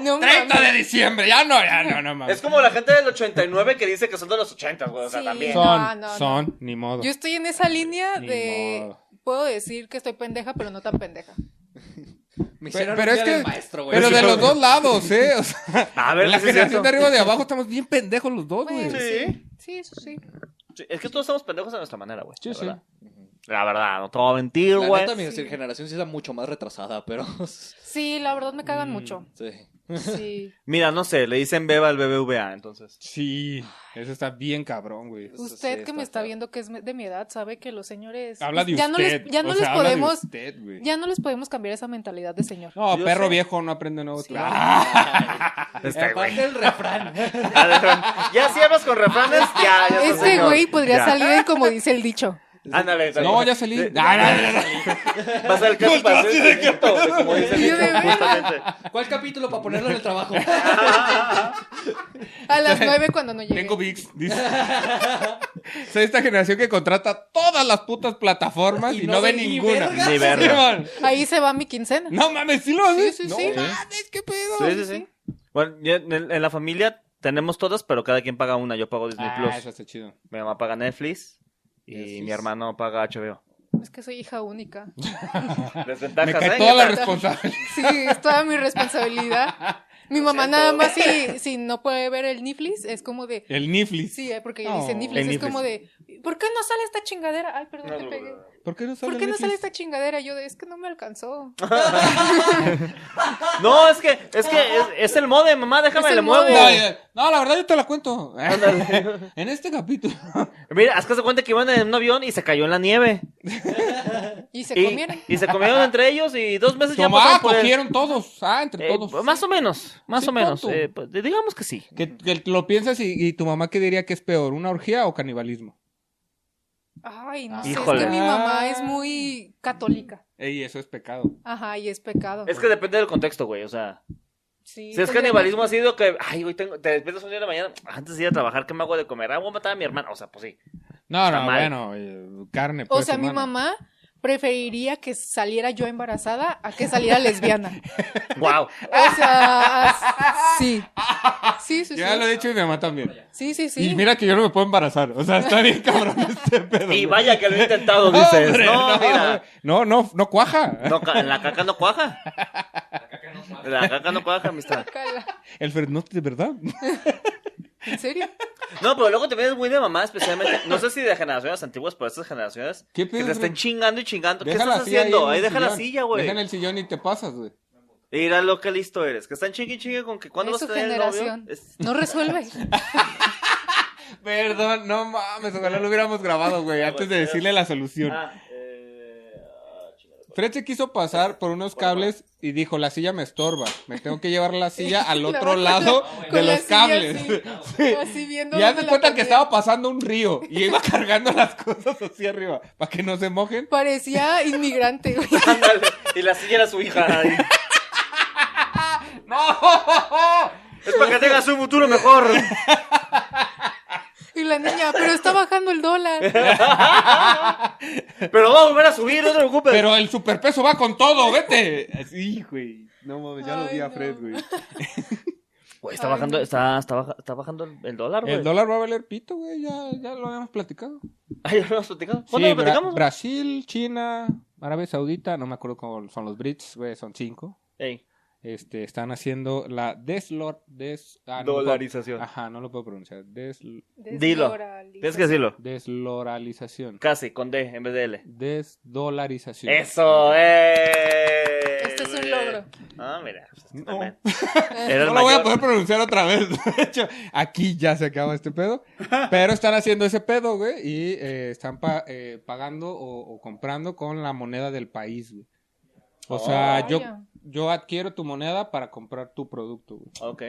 [SPEAKER 5] No
[SPEAKER 2] 30 de
[SPEAKER 5] mames.
[SPEAKER 2] diciembre, ya no, ya no, no mames.
[SPEAKER 1] es como la gente del 89 que dice que son de los 80, güey. O sea,
[SPEAKER 5] Sí.
[SPEAKER 1] también.
[SPEAKER 2] Son,
[SPEAKER 5] No, no, no.
[SPEAKER 2] son, ni modo.
[SPEAKER 5] Yo estoy en esa línea
[SPEAKER 2] Ni
[SPEAKER 5] de
[SPEAKER 2] modo.
[SPEAKER 5] puedo decir que estoy pendeja, pero no tan pendeja.
[SPEAKER 4] Me
[SPEAKER 2] Pero,
[SPEAKER 4] hicieron
[SPEAKER 2] pero
[SPEAKER 4] un
[SPEAKER 2] es
[SPEAKER 4] día
[SPEAKER 2] que,
[SPEAKER 4] del maestro, güey.
[SPEAKER 2] pero de los dos lados, ¿eh? O sea,
[SPEAKER 1] A ver,
[SPEAKER 2] la
[SPEAKER 1] sí es cierto.
[SPEAKER 2] generación de arriba y de abajo estamos bien pendejos los dos, güey.
[SPEAKER 5] Bueno,
[SPEAKER 1] Sí.
[SPEAKER 5] sí. Sí, eso sí.
[SPEAKER 1] Sí, Es que todos somos pendejos a nuestra manera, güey.
[SPEAKER 2] Sí,
[SPEAKER 1] la
[SPEAKER 2] sí.
[SPEAKER 1] verdad. La verdad, no te voy a mentir,
[SPEAKER 4] La
[SPEAKER 1] güey.
[SPEAKER 4] neta, mi generación sí está mucho más retrasada, pero. <laughs> Sí.
[SPEAKER 5] Sí, la verdad me
[SPEAKER 2] Mm. <laughs>
[SPEAKER 5] cagan mucho. Sí.
[SPEAKER 1] Mira, no sé, le dicen beba al BBVA, entonces.
[SPEAKER 2] Sí, eso está bien cabrón, güey.
[SPEAKER 4] Eso sí
[SPEAKER 5] Usted que
[SPEAKER 4] está
[SPEAKER 5] me está
[SPEAKER 4] feo.
[SPEAKER 5] viendo que es me- de mi edad sabe que los señores
[SPEAKER 2] Habla de
[SPEAKER 5] ya
[SPEAKER 2] usted.
[SPEAKER 5] no les, ya no
[SPEAKER 2] o
[SPEAKER 5] les
[SPEAKER 2] sea, habla de
[SPEAKER 5] podemos
[SPEAKER 2] usted, güey.
[SPEAKER 5] ya no les podemos cambiar esa mentalidad de señor.
[SPEAKER 2] No,
[SPEAKER 1] Yo
[SPEAKER 2] perro
[SPEAKER 1] sé.
[SPEAKER 2] viejo no aprende nuevo.
[SPEAKER 5] Sí. Ah,
[SPEAKER 2] truco.
[SPEAKER 1] Este güey.
[SPEAKER 4] Aparte el refrán.
[SPEAKER 1] Ya si hablas con refranes, ya, ya. está,
[SPEAKER 5] Ese
[SPEAKER 1] señor.
[SPEAKER 5] Este güey podría
[SPEAKER 1] Ya.
[SPEAKER 5] salir en como dice el dicho.
[SPEAKER 1] Ándale, dale.
[SPEAKER 2] No, ya salí.
[SPEAKER 1] Eh,
[SPEAKER 2] Ah, no, no, no, no.
[SPEAKER 1] Vas al caso para hacer el grito, güey, como dice el
[SPEAKER 5] Yo de
[SPEAKER 1] dicho,
[SPEAKER 5] veras.
[SPEAKER 1] justamente.
[SPEAKER 4] ¿Cuál capítulo para ponerlo en
[SPEAKER 2] <laughs>
[SPEAKER 4] el trabajo?
[SPEAKER 5] A las nueve cuando no llegue.
[SPEAKER 2] Tengo VIX. dice. <laughs> Soy esta generación que contrata todas las putas plataformas y,
[SPEAKER 4] Y
[SPEAKER 2] no,
[SPEAKER 4] no
[SPEAKER 2] ve
[SPEAKER 4] ve ni
[SPEAKER 2] ninguna.
[SPEAKER 4] vergas.
[SPEAKER 1] Ni verga.
[SPEAKER 2] Simón.
[SPEAKER 5] Ahí se va mi quincena.
[SPEAKER 2] No mames, sí lo haces.
[SPEAKER 5] Sí, sí,
[SPEAKER 2] no ¿eh?
[SPEAKER 5] Ah, sí.
[SPEAKER 1] Pues,
[SPEAKER 2] mames, qué
[SPEAKER 1] Sí, sí,
[SPEAKER 2] pedo.
[SPEAKER 1] sí. Bueno, ya en, en la familia tenemos todas, pero cada quien paga una. Yo pago Disney
[SPEAKER 2] Ah,
[SPEAKER 1] Plus.
[SPEAKER 2] eso está chido.
[SPEAKER 1] Mi mamá paga Netflix. Y
[SPEAKER 2] Netflix.
[SPEAKER 1] mi hermano paga HBO.
[SPEAKER 5] Es que soy hija única.
[SPEAKER 1] Desventajas,
[SPEAKER 2] Me cae
[SPEAKER 1] ¿eh?
[SPEAKER 2] toda la
[SPEAKER 1] Ya está.
[SPEAKER 2] responsabilidad.
[SPEAKER 5] Sí, es toda mi responsabilidad.
[SPEAKER 2] <laughs>
[SPEAKER 5] Mi mamá nada más si, si no puede ver el Niflis, es como de...
[SPEAKER 2] El Niflis.
[SPEAKER 5] Sí, eh, porque ella dice
[SPEAKER 2] Oh.
[SPEAKER 5] Niflis,
[SPEAKER 1] El
[SPEAKER 5] es como de... ¿Por qué no sale esta chingadera? Ay, perdón, te pegué.
[SPEAKER 2] ¿Por qué no sale
[SPEAKER 5] ¿Por qué no
[SPEAKER 2] Netflix?
[SPEAKER 5] sale esta chingadera? Yo de, es que no me alcanzó.
[SPEAKER 1] Ah, No, es que, es que es, es el modem, mamá, déjame,
[SPEAKER 5] Es el
[SPEAKER 1] le muevo.
[SPEAKER 5] modem.
[SPEAKER 2] No, ya- no, la verdad yo te la cuento. <laughs> en este capítulo.
[SPEAKER 1] <laughs> Mira, haz que se cuenta que iban en un avión y se cayó en la nieve.
[SPEAKER 5] Y se
[SPEAKER 1] y,
[SPEAKER 5] comieron.
[SPEAKER 1] y se comieron entre ellos y dos meses Pues ya
[SPEAKER 2] Tomá,
[SPEAKER 1] pasaron por el-
[SPEAKER 2] cogieron todos. Ah, entre
[SPEAKER 1] Eh,
[SPEAKER 2] todos.
[SPEAKER 1] Más o menos, más
[SPEAKER 2] Sí,
[SPEAKER 1] o menos.
[SPEAKER 2] tanto.
[SPEAKER 1] eh, pues, digamos que sí.
[SPEAKER 2] Que, que lo piensas y, y tu mamá qué diría que es peor, una orgía o canibalismo.
[SPEAKER 5] Ay, no
[SPEAKER 2] Ah.
[SPEAKER 5] sé, es
[SPEAKER 1] Híjole.
[SPEAKER 5] que mi mamá es muy católica.
[SPEAKER 2] Ey, eso es pecado.
[SPEAKER 5] Ajá, y es pecado.
[SPEAKER 1] Es que depende del contexto, güey. O sea,
[SPEAKER 5] Sí, pues,
[SPEAKER 1] si es
[SPEAKER 5] tendría-
[SPEAKER 1] canibalismo ha sido que, ay, hoy tengo, te despiertas un día de la mañana, antes de ir a trabajar, ¿qué me hago de comer? Ah, voy a matar a mi hermana. O sea, pues sí.
[SPEAKER 2] No,
[SPEAKER 1] Está
[SPEAKER 2] no,
[SPEAKER 1] mal.
[SPEAKER 2] bueno, eh, carne.
[SPEAKER 5] O
[SPEAKER 2] pues,
[SPEAKER 5] sea, mi
[SPEAKER 2] humana.
[SPEAKER 5] mamá preferiría que saliera yo embarazada a
[SPEAKER 1] <laughs>
[SPEAKER 5] que saliera lesbiana.
[SPEAKER 1] Wow.
[SPEAKER 5] O sea, sí. Sí, sí, sí.
[SPEAKER 2] Ya lo he dicho y mi mamá también.
[SPEAKER 5] Sí, sí, sí.
[SPEAKER 2] Y mira que yo no me puedo embarazar. O sea, está bien <laughs> cabrón este pedo.
[SPEAKER 1] Y
[SPEAKER 2] güey.
[SPEAKER 1] vaya que lo he intentado, dices.
[SPEAKER 2] Hombre,
[SPEAKER 1] no, mira.
[SPEAKER 2] no, no, no cuaja. <laughs>
[SPEAKER 1] No, ca- la caca no cuaja. La caca no cuaja, amistad.
[SPEAKER 5] Guácala.
[SPEAKER 2] El Fred, no, de verdad.
[SPEAKER 5] ¿En serio?
[SPEAKER 1] No, pero luego te vienes muy de mamá, especialmente. No sé si de generaciones antiguas, pero estas generaciones.
[SPEAKER 2] ¿Qué
[SPEAKER 1] que
[SPEAKER 2] pedo,
[SPEAKER 1] te estén
[SPEAKER 2] Fred?
[SPEAKER 1] chingando y chingando. ¿Qué
[SPEAKER 2] Deja la
[SPEAKER 1] estás
[SPEAKER 2] silla
[SPEAKER 1] haciendo?
[SPEAKER 2] en
[SPEAKER 1] Ahí
[SPEAKER 2] el
[SPEAKER 1] deja la
[SPEAKER 2] sillón.
[SPEAKER 1] silla, güey.
[SPEAKER 2] Deja en el sillón y te pasas, güey.
[SPEAKER 1] Mira lo que listo eres. Que están chingue y chingue con que cuando
[SPEAKER 5] Es
[SPEAKER 1] vas a
[SPEAKER 5] su
[SPEAKER 1] tener novio.
[SPEAKER 5] generación.
[SPEAKER 1] Es-
[SPEAKER 5] No
[SPEAKER 2] <laughs>
[SPEAKER 5] resuelve.
[SPEAKER 2] Perdón, no mames, ojalá lo hubiéramos grabado,
[SPEAKER 1] <laughs>
[SPEAKER 2] güey, antes de decirle la solución.
[SPEAKER 1] Ah, eh, ah, chingada.
[SPEAKER 2] Fred se quiso pasar por unos cables y dijo, la silla me estorba, me tengo que llevar la
[SPEAKER 5] <laughs>
[SPEAKER 2] silla al
[SPEAKER 5] La
[SPEAKER 2] otro
[SPEAKER 5] va-
[SPEAKER 2] lado
[SPEAKER 5] con
[SPEAKER 2] de
[SPEAKER 5] la
[SPEAKER 2] los
[SPEAKER 5] silla
[SPEAKER 2] cables.
[SPEAKER 5] así,
[SPEAKER 2] <laughs> Sí.
[SPEAKER 5] así viendo
[SPEAKER 2] Y haz
[SPEAKER 5] dónde
[SPEAKER 2] de
[SPEAKER 5] la
[SPEAKER 2] cuenta que
[SPEAKER 5] ponía.
[SPEAKER 2] estaba pasando un río y iba <laughs> cargando las cosas así arriba para que no se mojen.
[SPEAKER 5] Parecía inmigrante, güey.
[SPEAKER 1] Ándale, Y la silla era su hija. ahí.
[SPEAKER 2] ¡No!
[SPEAKER 1] Es para que tengas un futuro mejor.
[SPEAKER 5] Y la niña, pero está bajando el dólar.
[SPEAKER 1] Pero va a volver a subir, no te preocupes.
[SPEAKER 2] Pero el superpeso va con todo, vete. Así, güey. No mames, ya lo
[SPEAKER 5] Ay,
[SPEAKER 2] vi a
[SPEAKER 5] no.
[SPEAKER 2] Fred, güey.
[SPEAKER 1] Güey, está
[SPEAKER 5] Ay,
[SPEAKER 1] bajando,
[SPEAKER 5] no.
[SPEAKER 1] está, está, baja- está bajando el, el dólar, güey.
[SPEAKER 2] El dólar va a valer pito, güey. Ya, ya lo habíamos platicado.
[SPEAKER 1] Ay, ¿lo hemos platicado?
[SPEAKER 2] Sí,
[SPEAKER 1] ¿Cuándo lo
[SPEAKER 2] Bra-
[SPEAKER 1] platicamos?
[SPEAKER 2] Brasil, China, Arabia Saudita, no me acuerdo cómo son los BRICS, güey, son cinco.
[SPEAKER 1] Ey,
[SPEAKER 2] Este, están haciendo la deslor... Des, ah, no lo puedo-
[SPEAKER 1] dolarización.
[SPEAKER 2] ajá, no lo puedo pronunciar. Des-
[SPEAKER 1] <laughs> Dilo. Tienes que decirlo.
[SPEAKER 2] desloralización.
[SPEAKER 1] Casi, con D en vez de L.
[SPEAKER 2] Desdolarización.
[SPEAKER 1] Eso, eh.
[SPEAKER 5] Este es un logro.
[SPEAKER 1] Ah, mira.
[SPEAKER 2] No.
[SPEAKER 1] Era el
[SPEAKER 2] <laughs> No lo voy
[SPEAKER 1] mayor.
[SPEAKER 2] a poder pronunciar otra vez. <laughs> De hecho, aquí ya se acaba este pedo. Pero están haciendo ese pedo, güey. Y eh, están pa- eh, pagando o, o comprando con la moneda del país, güey. O sea,
[SPEAKER 1] ah,
[SPEAKER 5] Oh.
[SPEAKER 2] yo,
[SPEAKER 5] Vaya.
[SPEAKER 2] yo adquiero tu moneda para comprar tu producto, güey.
[SPEAKER 1] Ok.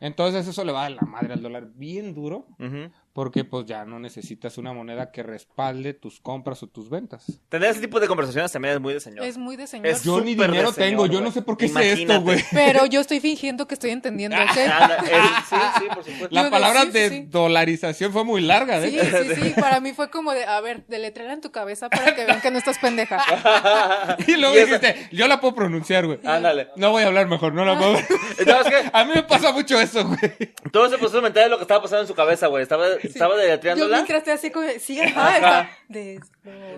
[SPEAKER 2] Entonces eso le va a la madre al dólar bien duro.
[SPEAKER 1] Ujú.
[SPEAKER 2] Porque pues ya no necesitas una moneda que respalde tus compras o tus ventas.
[SPEAKER 1] Tener ese tipo de conversaciones también es muy de señor.
[SPEAKER 5] Es muy de señor.
[SPEAKER 1] Es
[SPEAKER 2] Yo ni
[SPEAKER 1] súper de
[SPEAKER 2] dinero
[SPEAKER 1] señor,
[SPEAKER 2] tengo, yo
[SPEAKER 1] güey.
[SPEAKER 2] no sé por qué sé
[SPEAKER 1] Imagínate.
[SPEAKER 2] esto, güey.
[SPEAKER 5] <laughs> Pero yo estoy fingiendo que estoy
[SPEAKER 1] <laughs>
[SPEAKER 5] entendiendo, ¿ok?
[SPEAKER 1] Ah, es- sí, sí, por supuesto.
[SPEAKER 2] La
[SPEAKER 5] Yo de-
[SPEAKER 2] palabra
[SPEAKER 5] sí, sí,
[SPEAKER 2] de
[SPEAKER 5] sí.
[SPEAKER 2] dolarización fue muy
[SPEAKER 1] eh,
[SPEAKER 2] larga, ¿eh? de
[SPEAKER 5] Sí,
[SPEAKER 2] hecho.
[SPEAKER 5] sí, sí. Para mí fue como de, a ver, deletrela en tu cabeza para que vean que no estás pendeja.
[SPEAKER 2] <laughs> Y luego
[SPEAKER 1] Y esa-
[SPEAKER 2] dijiste, yo la puedo pronunciar, güey.
[SPEAKER 1] Ándale.
[SPEAKER 2] No voy a hablar mejor, no la puedo.
[SPEAKER 5] Ah.
[SPEAKER 1] No, es que
[SPEAKER 2] <laughs> A mí me pasa mucho eso, güey.
[SPEAKER 1] todo ese proceso mental es lo que estaba pasando en su cabeza, güey. Estaba, estaba <laughs>
[SPEAKER 5] Yo
[SPEAKER 1] deletreándola.
[SPEAKER 5] mientras estoy así como, sí, ajá, está. Deslo-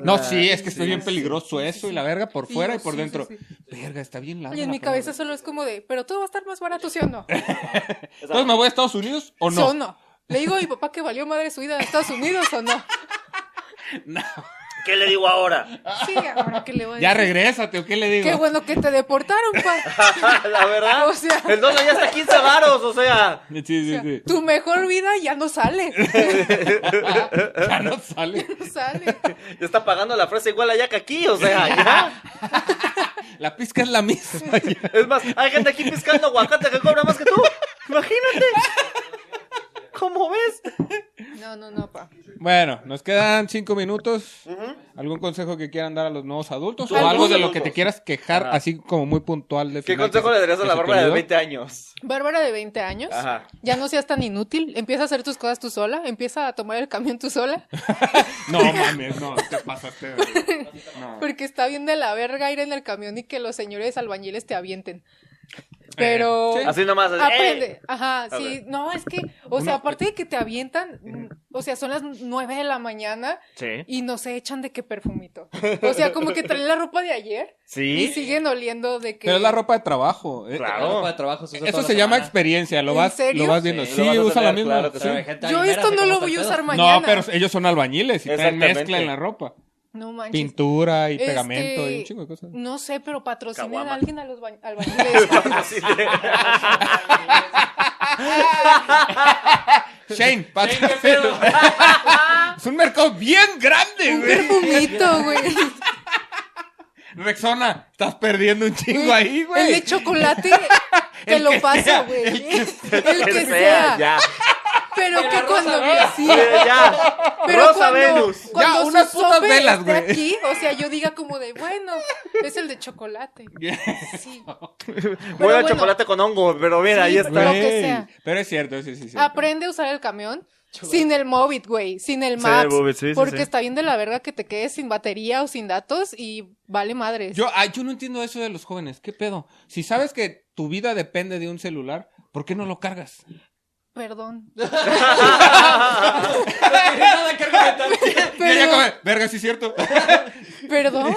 [SPEAKER 2] No, Ah, sí, es que estoy
[SPEAKER 1] Sí,
[SPEAKER 2] bien
[SPEAKER 5] sí,
[SPEAKER 2] peligroso eso y la verga por
[SPEAKER 5] Sí,
[SPEAKER 2] fuera y
[SPEAKER 5] sí,
[SPEAKER 2] por
[SPEAKER 5] sí,
[SPEAKER 2] dentro.
[SPEAKER 5] sí.
[SPEAKER 2] Verga, está bien larga.
[SPEAKER 5] Oye, en
[SPEAKER 2] la
[SPEAKER 5] mi cabeza
[SPEAKER 2] palabra.
[SPEAKER 5] solo es como de, pero todo va a estar más barato, ¿sí o no?
[SPEAKER 2] Entonces me voy a Estados Unidos <laughs> o
[SPEAKER 5] ¿Sí o
[SPEAKER 2] no.
[SPEAKER 5] no? Le digo a mi papá que valió madre su vida a Estados Unidos
[SPEAKER 2] <laughs>
[SPEAKER 5] o no.
[SPEAKER 1] ¿Qué le digo ahora?
[SPEAKER 5] Sí, ahora que le voy a
[SPEAKER 2] Ya
[SPEAKER 5] decir.
[SPEAKER 2] regrésate, ¿o qué le digo?
[SPEAKER 5] Qué bueno que te deportaron, pa.
[SPEAKER 1] La verdad.
[SPEAKER 5] O sea-
[SPEAKER 1] El dólar ya está a 15 varos, o sea.
[SPEAKER 2] <laughs> Sí, sí, sí.
[SPEAKER 5] Tu mejor vida ya no sale.
[SPEAKER 2] Ya no sale.
[SPEAKER 5] No sale.
[SPEAKER 1] Ya está pagando la fresa igual allá que aquí, o sea, <laughs> ya.
[SPEAKER 2] La pizca es la
[SPEAKER 5] <laughs>
[SPEAKER 2] misma. ya.
[SPEAKER 1] Es más, hay gente aquí piscando aguacate que cobra más que tú. Imagínate. ¿Cómo ves?
[SPEAKER 5] No, no, no, pa.
[SPEAKER 2] Bueno, nos quedan cinco minutos. ¿Algún consejo que quieran dar a los nuevos adultos? O
[SPEAKER 5] Algún-
[SPEAKER 2] algo de lo que te quieras quejar,
[SPEAKER 1] Ajá.
[SPEAKER 2] así como muy puntual. de
[SPEAKER 1] ¿Qué
[SPEAKER 2] final que
[SPEAKER 1] consejo
[SPEAKER 2] se-
[SPEAKER 1] le darías a
[SPEAKER 2] que
[SPEAKER 1] la
[SPEAKER 2] se te
[SPEAKER 1] Bárbara de
[SPEAKER 2] olvidó?
[SPEAKER 1] 20 años?
[SPEAKER 5] Bárbara de 20 años.
[SPEAKER 1] Ajá.
[SPEAKER 5] Ya no seas tan inútil. Empieza a hacer tus cosas tú sola. Empieza a tomar el camión tú sola.
[SPEAKER 2] No mames, no, te pasaste. güey. No.
[SPEAKER 5] Porque está bien de la verga ir en el camión y que los señores albañiles te avienten. Pero.
[SPEAKER 2] sí.
[SPEAKER 1] Así nomás. así,
[SPEAKER 5] Aprende.
[SPEAKER 1] ¡eh!
[SPEAKER 5] Ajá,
[SPEAKER 1] A
[SPEAKER 5] sí.
[SPEAKER 1] ver.
[SPEAKER 5] No, es que, o sea, aparte de que te avientan, mm, o sea, son las 9 de la mañana
[SPEAKER 1] Sí.
[SPEAKER 5] y no se echan de qué perfumito. O sea, como que traen la ropa de ayer y <laughs>
[SPEAKER 1] Sí.
[SPEAKER 5] siguen oliendo de que.
[SPEAKER 2] Pero es la ropa de trabajo. eh.
[SPEAKER 1] Claro.
[SPEAKER 4] La ropa de trabajo se usa
[SPEAKER 2] Eso
[SPEAKER 4] toda la
[SPEAKER 2] se llama
[SPEAKER 4] semana.
[SPEAKER 2] experiencia, lo
[SPEAKER 5] ¿En
[SPEAKER 2] vas,
[SPEAKER 5] serio?
[SPEAKER 2] lo vas viendo.
[SPEAKER 1] Sí,
[SPEAKER 2] Sí,
[SPEAKER 1] lo vas a
[SPEAKER 2] usa la
[SPEAKER 1] tener,
[SPEAKER 2] misma.
[SPEAKER 1] claro que
[SPEAKER 2] sí.
[SPEAKER 1] sí.
[SPEAKER 4] Pero hay gente
[SPEAKER 5] Yo
[SPEAKER 4] aguilera,
[SPEAKER 5] esto
[SPEAKER 4] ¿sí
[SPEAKER 5] no
[SPEAKER 4] cómo
[SPEAKER 5] lo
[SPEAKER 4] está
[SPEAKER 5] voy
[SPEAKER 4] el
[SPEAKER 5] a
[SPEAKER 4] pedo? <laughs>
[SPEAKER 5] usar
[SPEAKER 2] No,
[SPEAKER 5] mañana.
[SPEAKER 2] pero ellos son albañiles y traen
[SPEAKER 1] Exactamente.
[SPEAKER 2] mezcla en la ropa.
[SPEAKER 5] No manches.
[SPEAKER 2] Pintura y
[SPEAKER 5] Este,
[SPEAKER 2] pegamento y un chingo de
[SPEAKER 5] <laughs>
[SPEAKER 2] cosas.
[SPEAKER 5] No sé, pero patrocinen
[SPEAKER 1] Caguama.
[SPEAKER 5] a alguien a los ba-
[SPEAKER 2] <laughs>
[SPEAKER 5] albañiles.
[SPEAKER 1] Sí, sí.
[SPEAKER 2] Shane, patrocina. <laughs> es un mercado bien grande,
[SPEAKER 5] Un
[SPEAKER 2] güey.
[SPEAKER 5] perfumito,
[SPEAKER 2] <laughs>
[SPEAKER 5] güey.
[SPEAKER 2] Rexona, estás perdiendo un chingo ahí,
[SPEAKER 5] El de
[SPEAKER 2] güey. <laughs>
[SPEAKER 5] chocolate te
[SPEAKER 2] El
[SPEAKER 5] lo
[SPEAKER 2] que sea,
[SPEAKER 5] paso, güey. El que sea. <laughs>
[SPEAKER 1] Ya.
[SPEAKER 5] Pero que cuando sí,
[SPEAKER 1] ya.
[SPEAKER 5] pero
[SPEAKER 1] Rosa
[SPEAKER 5] cuando-
[SPEAKER 1] Venus.
[SPEAKER 5] cuando
[SPEAKER 2] Ya,
[SPEAKER 5] su
[SPEAKER 2] unas putas
[SPEAKER 5] sope
[SPEAKER 2] velas,
[SPEAKER 5] esté
[SPEAKER 2] güey.
[SPEAKER 5] Aquí, o sea, yo diga como de, bueno, es el de chocolate.
[SPEAKER 2] <laughs>
[SPEAKER 5] Sí.
[SPEAKER 1] Huele
[SPEAKER 5] Pero
[SPEAKER 1] a
[SPEAKER 5] bueno.
[SPEAKER 1] chocolate con hongo, pero mira, ahí está.
[SPEAKER 5] pero-
[SPEAKER 2] Güey,
[SPEAKER 5] que sea. Ah,
[SPEAKER 2] Pero es cierto, sí, sí, sí.
[SPEAKER 5] Aprende a usar
[SPEAKER 1] <laughs>
[SPEAKER 5] el camión sin el Mobit, güey, sin el
[SPEAKER 1] Sin
[SPEAKER 5] Maps,
[SPEAKER 1] el Mobit, sí, sí,
[SPEAKER 5] porque
[SPEAKER 1] sí.
[SPEAKER 5] está bien de la verga que te quedes sin batería o sin datos y vale madres.
[SPEAKER 2] Yo, ah, yo no entiendo eso de los jóvenes. ¿Qué pedo? Si sabes que tu vida depende de un celular, ¿por qué no lo cargas? <laughs>
[SPEAKER 5] Perdón.
[SPEAKER 4] No tiene nada que
[SPEAKER 2] Ya,
[SPEAKER 4] argumentar.
[SPEAKER 2] ya,
[SPEAKER 5] Pero-
[SPEAKER 2] come. Verga, sí es cierto. <laughs>
[SPEAKER 5] Perdón,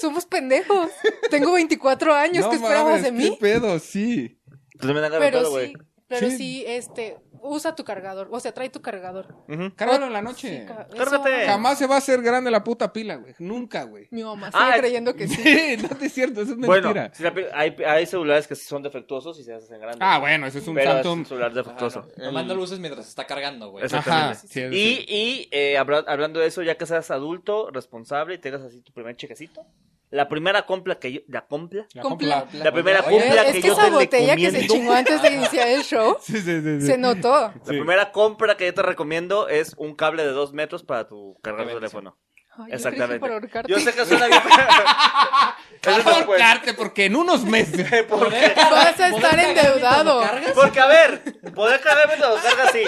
[SPEAKER 5] somos pendejos. Tengo 24 años,
[SPEAKER 2] <laughs> No
[SPEAKER 5] ¿qué esperabas
[SPEAKER 2] mames,
[SPEAKER 5] de mí?
[SPEAKER 2] ¿Qué pedo? Sí.
[SPEAKER 1] Tú también hagas
[SPEAKER 5] Pero
[SPEAKER 1] pedo,
[SPEAKER 5] sí,
[SPEAKER 1] güey.
[SPEAKER 5] pero
[SPEAKER 2] Sí.
[SPEAKER 5] sí. este, usa tu cargador, o sea, trae tu cargador.
[SPEAKER 1] Ujú.
[SPEAKER 2] Cárgalo en la noche.
[SPEAKER 5] Oh, Sí, ca- eso-
[SPEAKER 1] Cárgate.
[SPEAKER 2] Jamás se va a hacer grande la puta pila, güey. Nunca, güey.
[SPEAKER 5] Mi mamá
[SPEAKER 1] Ah,
[SPEAKER 5] sigue
[SPEAKER 1] es-
[SPEAKER 5] creyendo que sí.
[SPEAKER 2] <laughs> Sí, no es cierto, eso es
[SPEAKER 1] Bueno,
[SPEAKER 2] mentira.
[SPEAKER 1] si la pi- hay, hay celulares que son defectuosos y se hacen grandes.
[SPEAKER 2] Ah, bueno, eso es un Ah,
[SPEAKER 1] Pero es
[SPEAKER 2] Samsung.
[SPEAKER 1] un celular defectuoso.
[SPEAKER 4] Ajá, no. Nomás no lo uses mientras está cargando, güey. <laughs>
[SPEAKER 1] Exacto.
[SPEAKER 2] Ajá,
[SPEAKER 1] Exactamente.
[SPEAKER 2] sí, es
[SPEAKER 1] Y,
[SPEAKER 2] decir,
[SPEAKER 1] y eh, habla- hablando de eso, ya que seas adulto, responsable y tengas así tu primer chequecito, la primera compra que yo. ¿La compra?
[SPEAKER 2] la
[SPEAKER 5] Compla-
[SPEAKER 2] compla-
[SPEAKER 1] La primera
[SPEAKER 4] Oye,
[SPEAKER 1] compra
[SPEAKER 5] es
[SPEAKER 1] que,
[SPEAKER 5] que,
[SPEAKER 1] yo
[SPEAKER 5] esa
[SPEAKER 1] te
[SPEAKER 5] botella que se
[SPEAKER 1] recomiendo.
[SPEAKER 5] chingó antes de iniciar
[SPEAKER 1] <laughs>
[SPEAKER 5] el show
[SPEAKER 2] Sí, sí, sí, sí.
[SPEAKER 5] <laughs> se notó.
[SPEAKER 1] La
[SPEAKER 2] Sí.
[SPEAKER 1] primera compra que yo te recomiendo es un cable de dos metros para tu cargar tu
[SPEAKER 4] Prevención.
[SPEAKER 1] teléfono.
[SPEAKER 5] Ay, yo
[SPEAKER 1] Exactamente.
[SPEAKER 5] creí que para ahorcarte.
[SPEAKER 1] Yo sé que suena
[SPEAKER 5] <laughs>
[SPEAKER 1] bien. Eso
[SPEAKER 2] Vas
[SPEAKER 1] es
[SPEAKER 2] a
[SPEAKER 1] después.
[SPEAKER 2] ahorcarte porque en
[SPEAKER 1] <laughs>
[SPEAKER 2] unos meses.
[SPEAKER 1] ¿Por qué?
[SPEAKER 5] Vas a estar endeudado.
[SPEAKER 1] Porque, a ver, poder cargar mientras lo cargas, sí.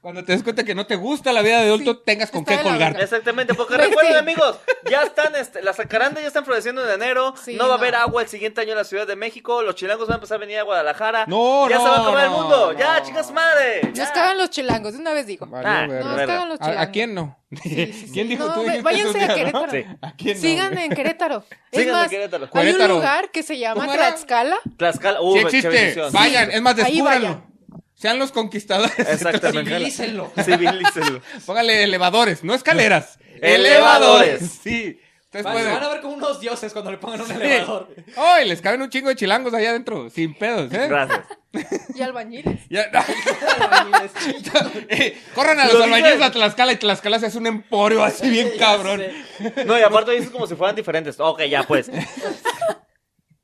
[SPEAKER 2] Cuando te des cuenta que no te gusta la vida de adulto,
[SPEAKER 5] Sí,
[SPEAKER 2] tengas con
[SPEAKER 5] está
[SPEAKER 2] qué
[SPEAKER 5] de la
[SPEAKER 2] colgarte.
[SPEAKER 5] verga.
[SPEAKER 1] Exactamente, porque
[SPEAKER 5] Pues
[SPEAKER 1] recuerden
[SPEAKER 5] <laughs> sí.
[SPEAKER 1] amigos, ya están, este, las jacarandas ya están floreciendo en enero,
[SPEAKER 5] Sí,
[SPEAKER 1] no va a
[SPEAKER 5] no.
[SPEAKER 1] haber agua el siguiente año en la Ciudad de México, los chilangos van a empezar a venir a Guadalajara,
[SPEAKER 2] No,
[SPEAKER 1] ya se va a
[SPEAKER 2] no,
[SPEAKER 1] acabar el
[SPEAKER 2] no,
[SPEAKER 1] mundo, ya
[SPEAKER 4] no.
[SPEAKER 1] chicas madre.
[SPEAKER 5] Nos
[SPEAKER 1] ya.
[SPEAKER 5] cagan los chilangos, de una vez digo.
[SPEAKER 2] Valió
[SPEAKER 1] Ah,
[SPEAKER 2] verga.
[SPEAKER 5] Nos
[SPEAKER 1] verga.
[SPEAKER 5] cagan los
[SPEAKER 2] ¿A-
[SPEAKER 5] chilangos.
[SPEAKER 2] ¿A, quién no? <laughs> ¿Quién dijo
[SPEAKER 5] No,
[SPEAKER 2] tú?
[SPEAKER 5] ve-
[SPEAKER 2] dijiste <laughs>
[SPEAKER 5] váyanse
[SPEAKER 2] esos
[SPEAKER 5] a
[SPEAKER 2] días, ¿no?
[SPEAKER 5] Querétaro.
[SPEAKER 2] ¿A quién no,
[SPEAKER 5] Sigan
[SPEAKER 2] güey?
[SPEAKER 5] en Querétaro. Es
[SPEAKER 1] Síganme,
[SPEAKER 5] más,
[SPEAKER 1] Querétaro.
[SPEAKER 5] hay un
[SPEAKER 2] Querétaro.
[SPEAKER 5] lugar que se llama
[SPEAKER 2] ¿Cómo era?
[SPEAKER 5] Tlaxcala.
[SPEAKER 1] Tlaxcala, uh,
[SPEAKER 2] Sí
[SPEAKER 1] qué
[SPEAKER 2] existe,
[SPEAKER 1] bendición.
[SPEAKER 2] vayan, es más,
[SPEAKER 5] Ahí
[SPEAKER 2] descúbranlo.
[SPEAKER 5] vayan.
[SPEAKER 2] Sean los conquistadores.
[SPEAKER 1] Exactamente.
[SPEAKER 4] Civilícenlo.
[SPEAKER 1] Civilícenlo.
[SPEAKER 2] <laughs> Póngale elevadores, no escaleras.
[SPEAKER 1] Elevadores.
[SPEAKER 2] <laughs> Sí. Ustedes
[SPEAKER 4] Van, van a
[SPEAKER 2] pueden.
[SPEAKER 4] ver como unos dioses cuando le pongan un
[SPEAKER 2] Sí.
[SPEAKER 4] elevador. <laughs>
[SPEAKER 2] ¡Ay! Les caben un chingo de chilangos allá adentro, sin pedos, ¿eh?
[SPEAKER 1] Gracias.
[SPEAKER 5] Y albañiles.
[SPEAKER 2] Ya- <laughs>
[SPEAKER 4] Albañiles.
[SPEAKER 2] Eh, <laughs> Corran a los
[SPEAKER 1] Lo
[SPEAKER 2] albañiles
[SPEAKER 1] dije.
[SPEAKER 2] a Tlaxcala y Tlaxcala se hace un emporio así bien
[SPEAKER 1] <laughs>
[SPEAKER 4] Ya
[SPEAKER 2] cabrón.
[SPEAKER 4] sé.
[SPEAKER 1] No, y aparte dices como si fueran diferentes. Ok, ya
[SPEAKER 5] <laughs>
[SPEAKER 1] pues.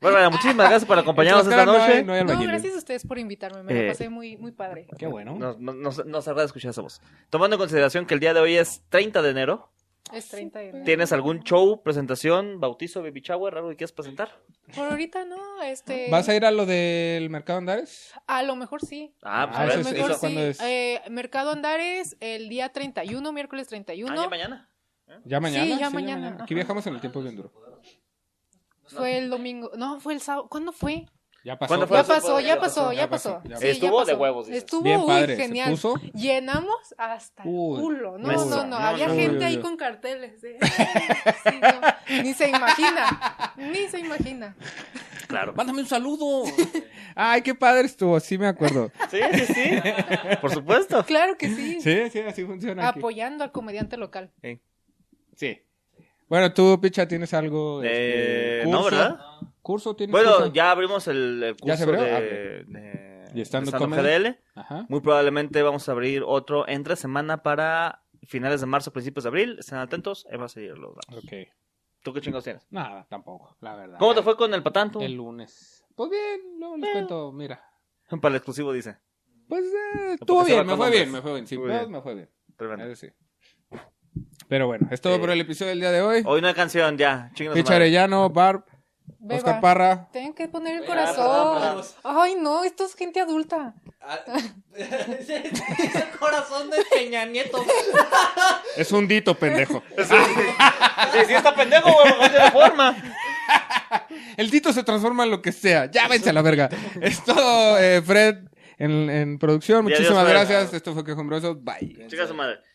[SPEAKER 1] Bárbara, muchísimas gracias por acompañarnos
[SPEAKER 2] En Tlaxcala
[SPEAKER 1] esta
[SPEAKER 2] no hay-
[SPEAKER 1] noche.
[SPEAKER 2] no hay
[SPEAKER 5] No,
[SPEAKER 2] albañiles.
[SPEAKER 5] gracias a ustedes por invitarme. Me
[SPEAKER 1] Eh.
[SPEAKER 5] lo pasé muy, muy padre.
[SPEAKER 2] Qué bueno.
[SPEAKER 1] Nos, nos- nos, nos agrada escuchar esa voz. Tomando en consideración que el día de hoy es 30 de enero,
[SPEAKER 5] Es 30 de enero.
[SPEAKER 1] ¿tienes algún show, presentación, bautizo, baby shower, algo que quieras presentar?
[SPEAKER 5] Por ahorita no, este.
[SPEAKER 2] ¿Vas a ir a lo del mercado Andares?
[SPEAKER 5] A lo mejor sí.
[SPEAKER 1] Ah, pues
[SPEAKER 2] Ah,
[SPEAKER 1] a
[SPEAKER 5] A
[SPEAKER 1] ver,
[SPEAKER 5] lo
[SPEAKER 2] eso
[SPEAKER 1] se
[SPEAKER 2] es-
[SPEAKER 1] hizo.
[SPEAKER 5] mejor
[SPEAKER 2] eso
[SPEAKER 5] sí.
[SPEAKER 2] cuándo es?
[SPEAKER 5] Eh, Mercado Andares el día 31, miércoles
[SPEAKER 1] Ah, ya
[SPEAKER 5] 31.
[SPEAKER 1] mañana.
[SPEAKER 2] ¿Ya mañana?
[SPEAKER 5] ya mañana,
[SPEAKER 2] Aquí
[SPEAKER 5] ajá.
[SPEAKER 2] viajamos en el tiempo bien duro.
[SPEAKER 5] Fue el domingo. No, fue el sábado. ¿Cuándo fue?
[SPEAKER 2] Ya pasó.
[SPEAKER 1] ¿Cuándo fue?
[SPEAKER 5] Ya
[SPEAKER 1] eso
[SPEAKER 5] pasó, ya
[SPEAKER 1] ya
[SPEAKER 5] pasó,
[SPEAKER 1] pasó,
[SPEAKER 5] ya pasó.
[SPEAKER 2] ya
[SPEAKER 5] Sí,
[SPEAKER 2] pasó.
[SPEAKER 5] ya
[SPEAKER 1] Estuvo de
[SPEAKER 5] pasó.
[SPEAKER 1] huevos, dices.
[SPEAKER 5] Estuvo
[SPEAKER 2] Bien
[SPEAKER 5] uy,
[SPEAKER 2] padre, se
[SPEAKER 5] genial.
[SPEAKER 2] puso.
[SPEAKER 5] Llenamos hasta el
[SPEAKER 2] Uy,
[SPEAKER 5] culo. No,
[SPEAKER 1] no,
[SPEAKER 5] no, no,
[SPEAKER 1] no,
[SPEAKER 5] Había
[SPEAKER 1] no,
[SPEAKER 5] gente
[SPEAKER 2] no,
[SPEAKER 5] ahí
[SPEAKER 2] no.
[SPEAKER 5] con carteles. de- <laughs> Sí, no, Ni se imagina. Ni se imagina.
[SPEAKER 1] Claro.
[SPEAKER 2] Mándame un saludo. Ay, qué padre estuvo, sí me
[SPEAKER 5] <laughs>
[SPEAKER 2] acuerdo.
[SPEAKER 1] Sí, sí,
[SPEAKER 2] <laughs>
[SPEAKER 1] sí. Por supuesto.
[SPEAKER 5] Claro que sí.
[SPEAKER 2] Sí, sí, así
[SPEAKER 5] Ah,
[SPEAKER 2] funciona aquí.
[SPEAKER 5] Apoyando al comediante local.
[SPEAKER 2] Sí. Bueno, tú, Picha, ¿tienes algo?
[SPEAKER 1] Eh,
[SPEAKER 2] este,
[SPEAKER 1] no,
[SPEAKER 2] curso?
[SPEAKER 1] ¿verdad?
[SPEAKER 2] ¿Curso tienes?
[SPEAKER 1] Bueno,
[SPEAKER 2] curso?
[SPEAKER 1] ya abrimos el, el
[SPEAKER 2] ¿Ya se
[SPEAKER 1] curso
[SPEAKER 2] abrió? Ah,
[SPEAKER 1] de, de-
[SPEAKER 2] ¿Y stand-up
[SPEAKER 1] de stand-up
[SPEAKER 2] comedy?
[SPEAKER 1] GDL.
[SPEAKER 2] Ajá.
[SPEAKER 1] Muy probablemente vamos a abrir otro entre semana para finales de marzo, principios de abril. Estén atentos, ahí va a seguir los datos.
[SPEAKER 2] Ok.
[SPEAKER 1] ¿Tú qué chingados tienes?
[SPEAKER 2] Nada, tampoco, la verdad.
[SPEAKER 1] ¿Cómo te fue Eh. con el patanto?
[SPEAKER 2] Ah, El lunes. Pues bien, luego les cuento, mira.
[SPEAKER 1] Para el exclusivo dice.
[SPEAKER 2] Pues eh,
[SPEAKER 1] porque
[SPEAKER 2] estuvo
[SPEAKER 1] se va
[SPEAKER 2] bien, me
[SPEAKER 1] con
[SPEAKER 2] fue
[SPEAKER 1] hombres.
[SPEAKER 2] bien, me fue bien. Sí,
[SPEAKER 1] Muy
[SPEAKER 2] pues,
[SPEAKER 1] bien.
[SPEAKER 2] me fue bien.
[SPEAKER 1] Tremendo.
[SPEAKER 2] Eso sí. Pero bueno, es todo
[SPEAKER 1] Eh,
[SPEAKER 2] por el episodio del día de hoy.
[SPEAKER 1] Hoy no hay canción, ya. Chingados.
[SPEAKER 2] Picha Arellano, Barb, Oscar
[SPEAKER 5] Beba.
[SPEAKER 2] Parra.
[SPEAKER 5] Tienen que poner el
[SPEAKER 4] Ya,
[SPEAKER 5] corazón.
[SPEAKER 4] perdón, perdón.
[SPEAKER 5] Ay, no, esto es gente adulta.
[SPEAKER 4] Ah, <laughs> Ese corazón de Peña Nieto.
[SPEAKER 2] Es un dito, pendejo.
[SPEAKER 1] <laughs> Ah, Sí, sí, está pendejo, güey, porque no tiene forma.
[SPEAKER 2] El Tito se transforma en lo que sea. Ya vence a la verga. Es todo, eh, Fred, en, en producción.
[SPEAKER 1] Y adiós,
[SPEAKER 2] Muchísimas
[SPEAKER 1] Fred.
[SPEAKER 2] gracias. Esto fue Quejumbroso. Bye.
[SPEAKER 1] Chinga su madre.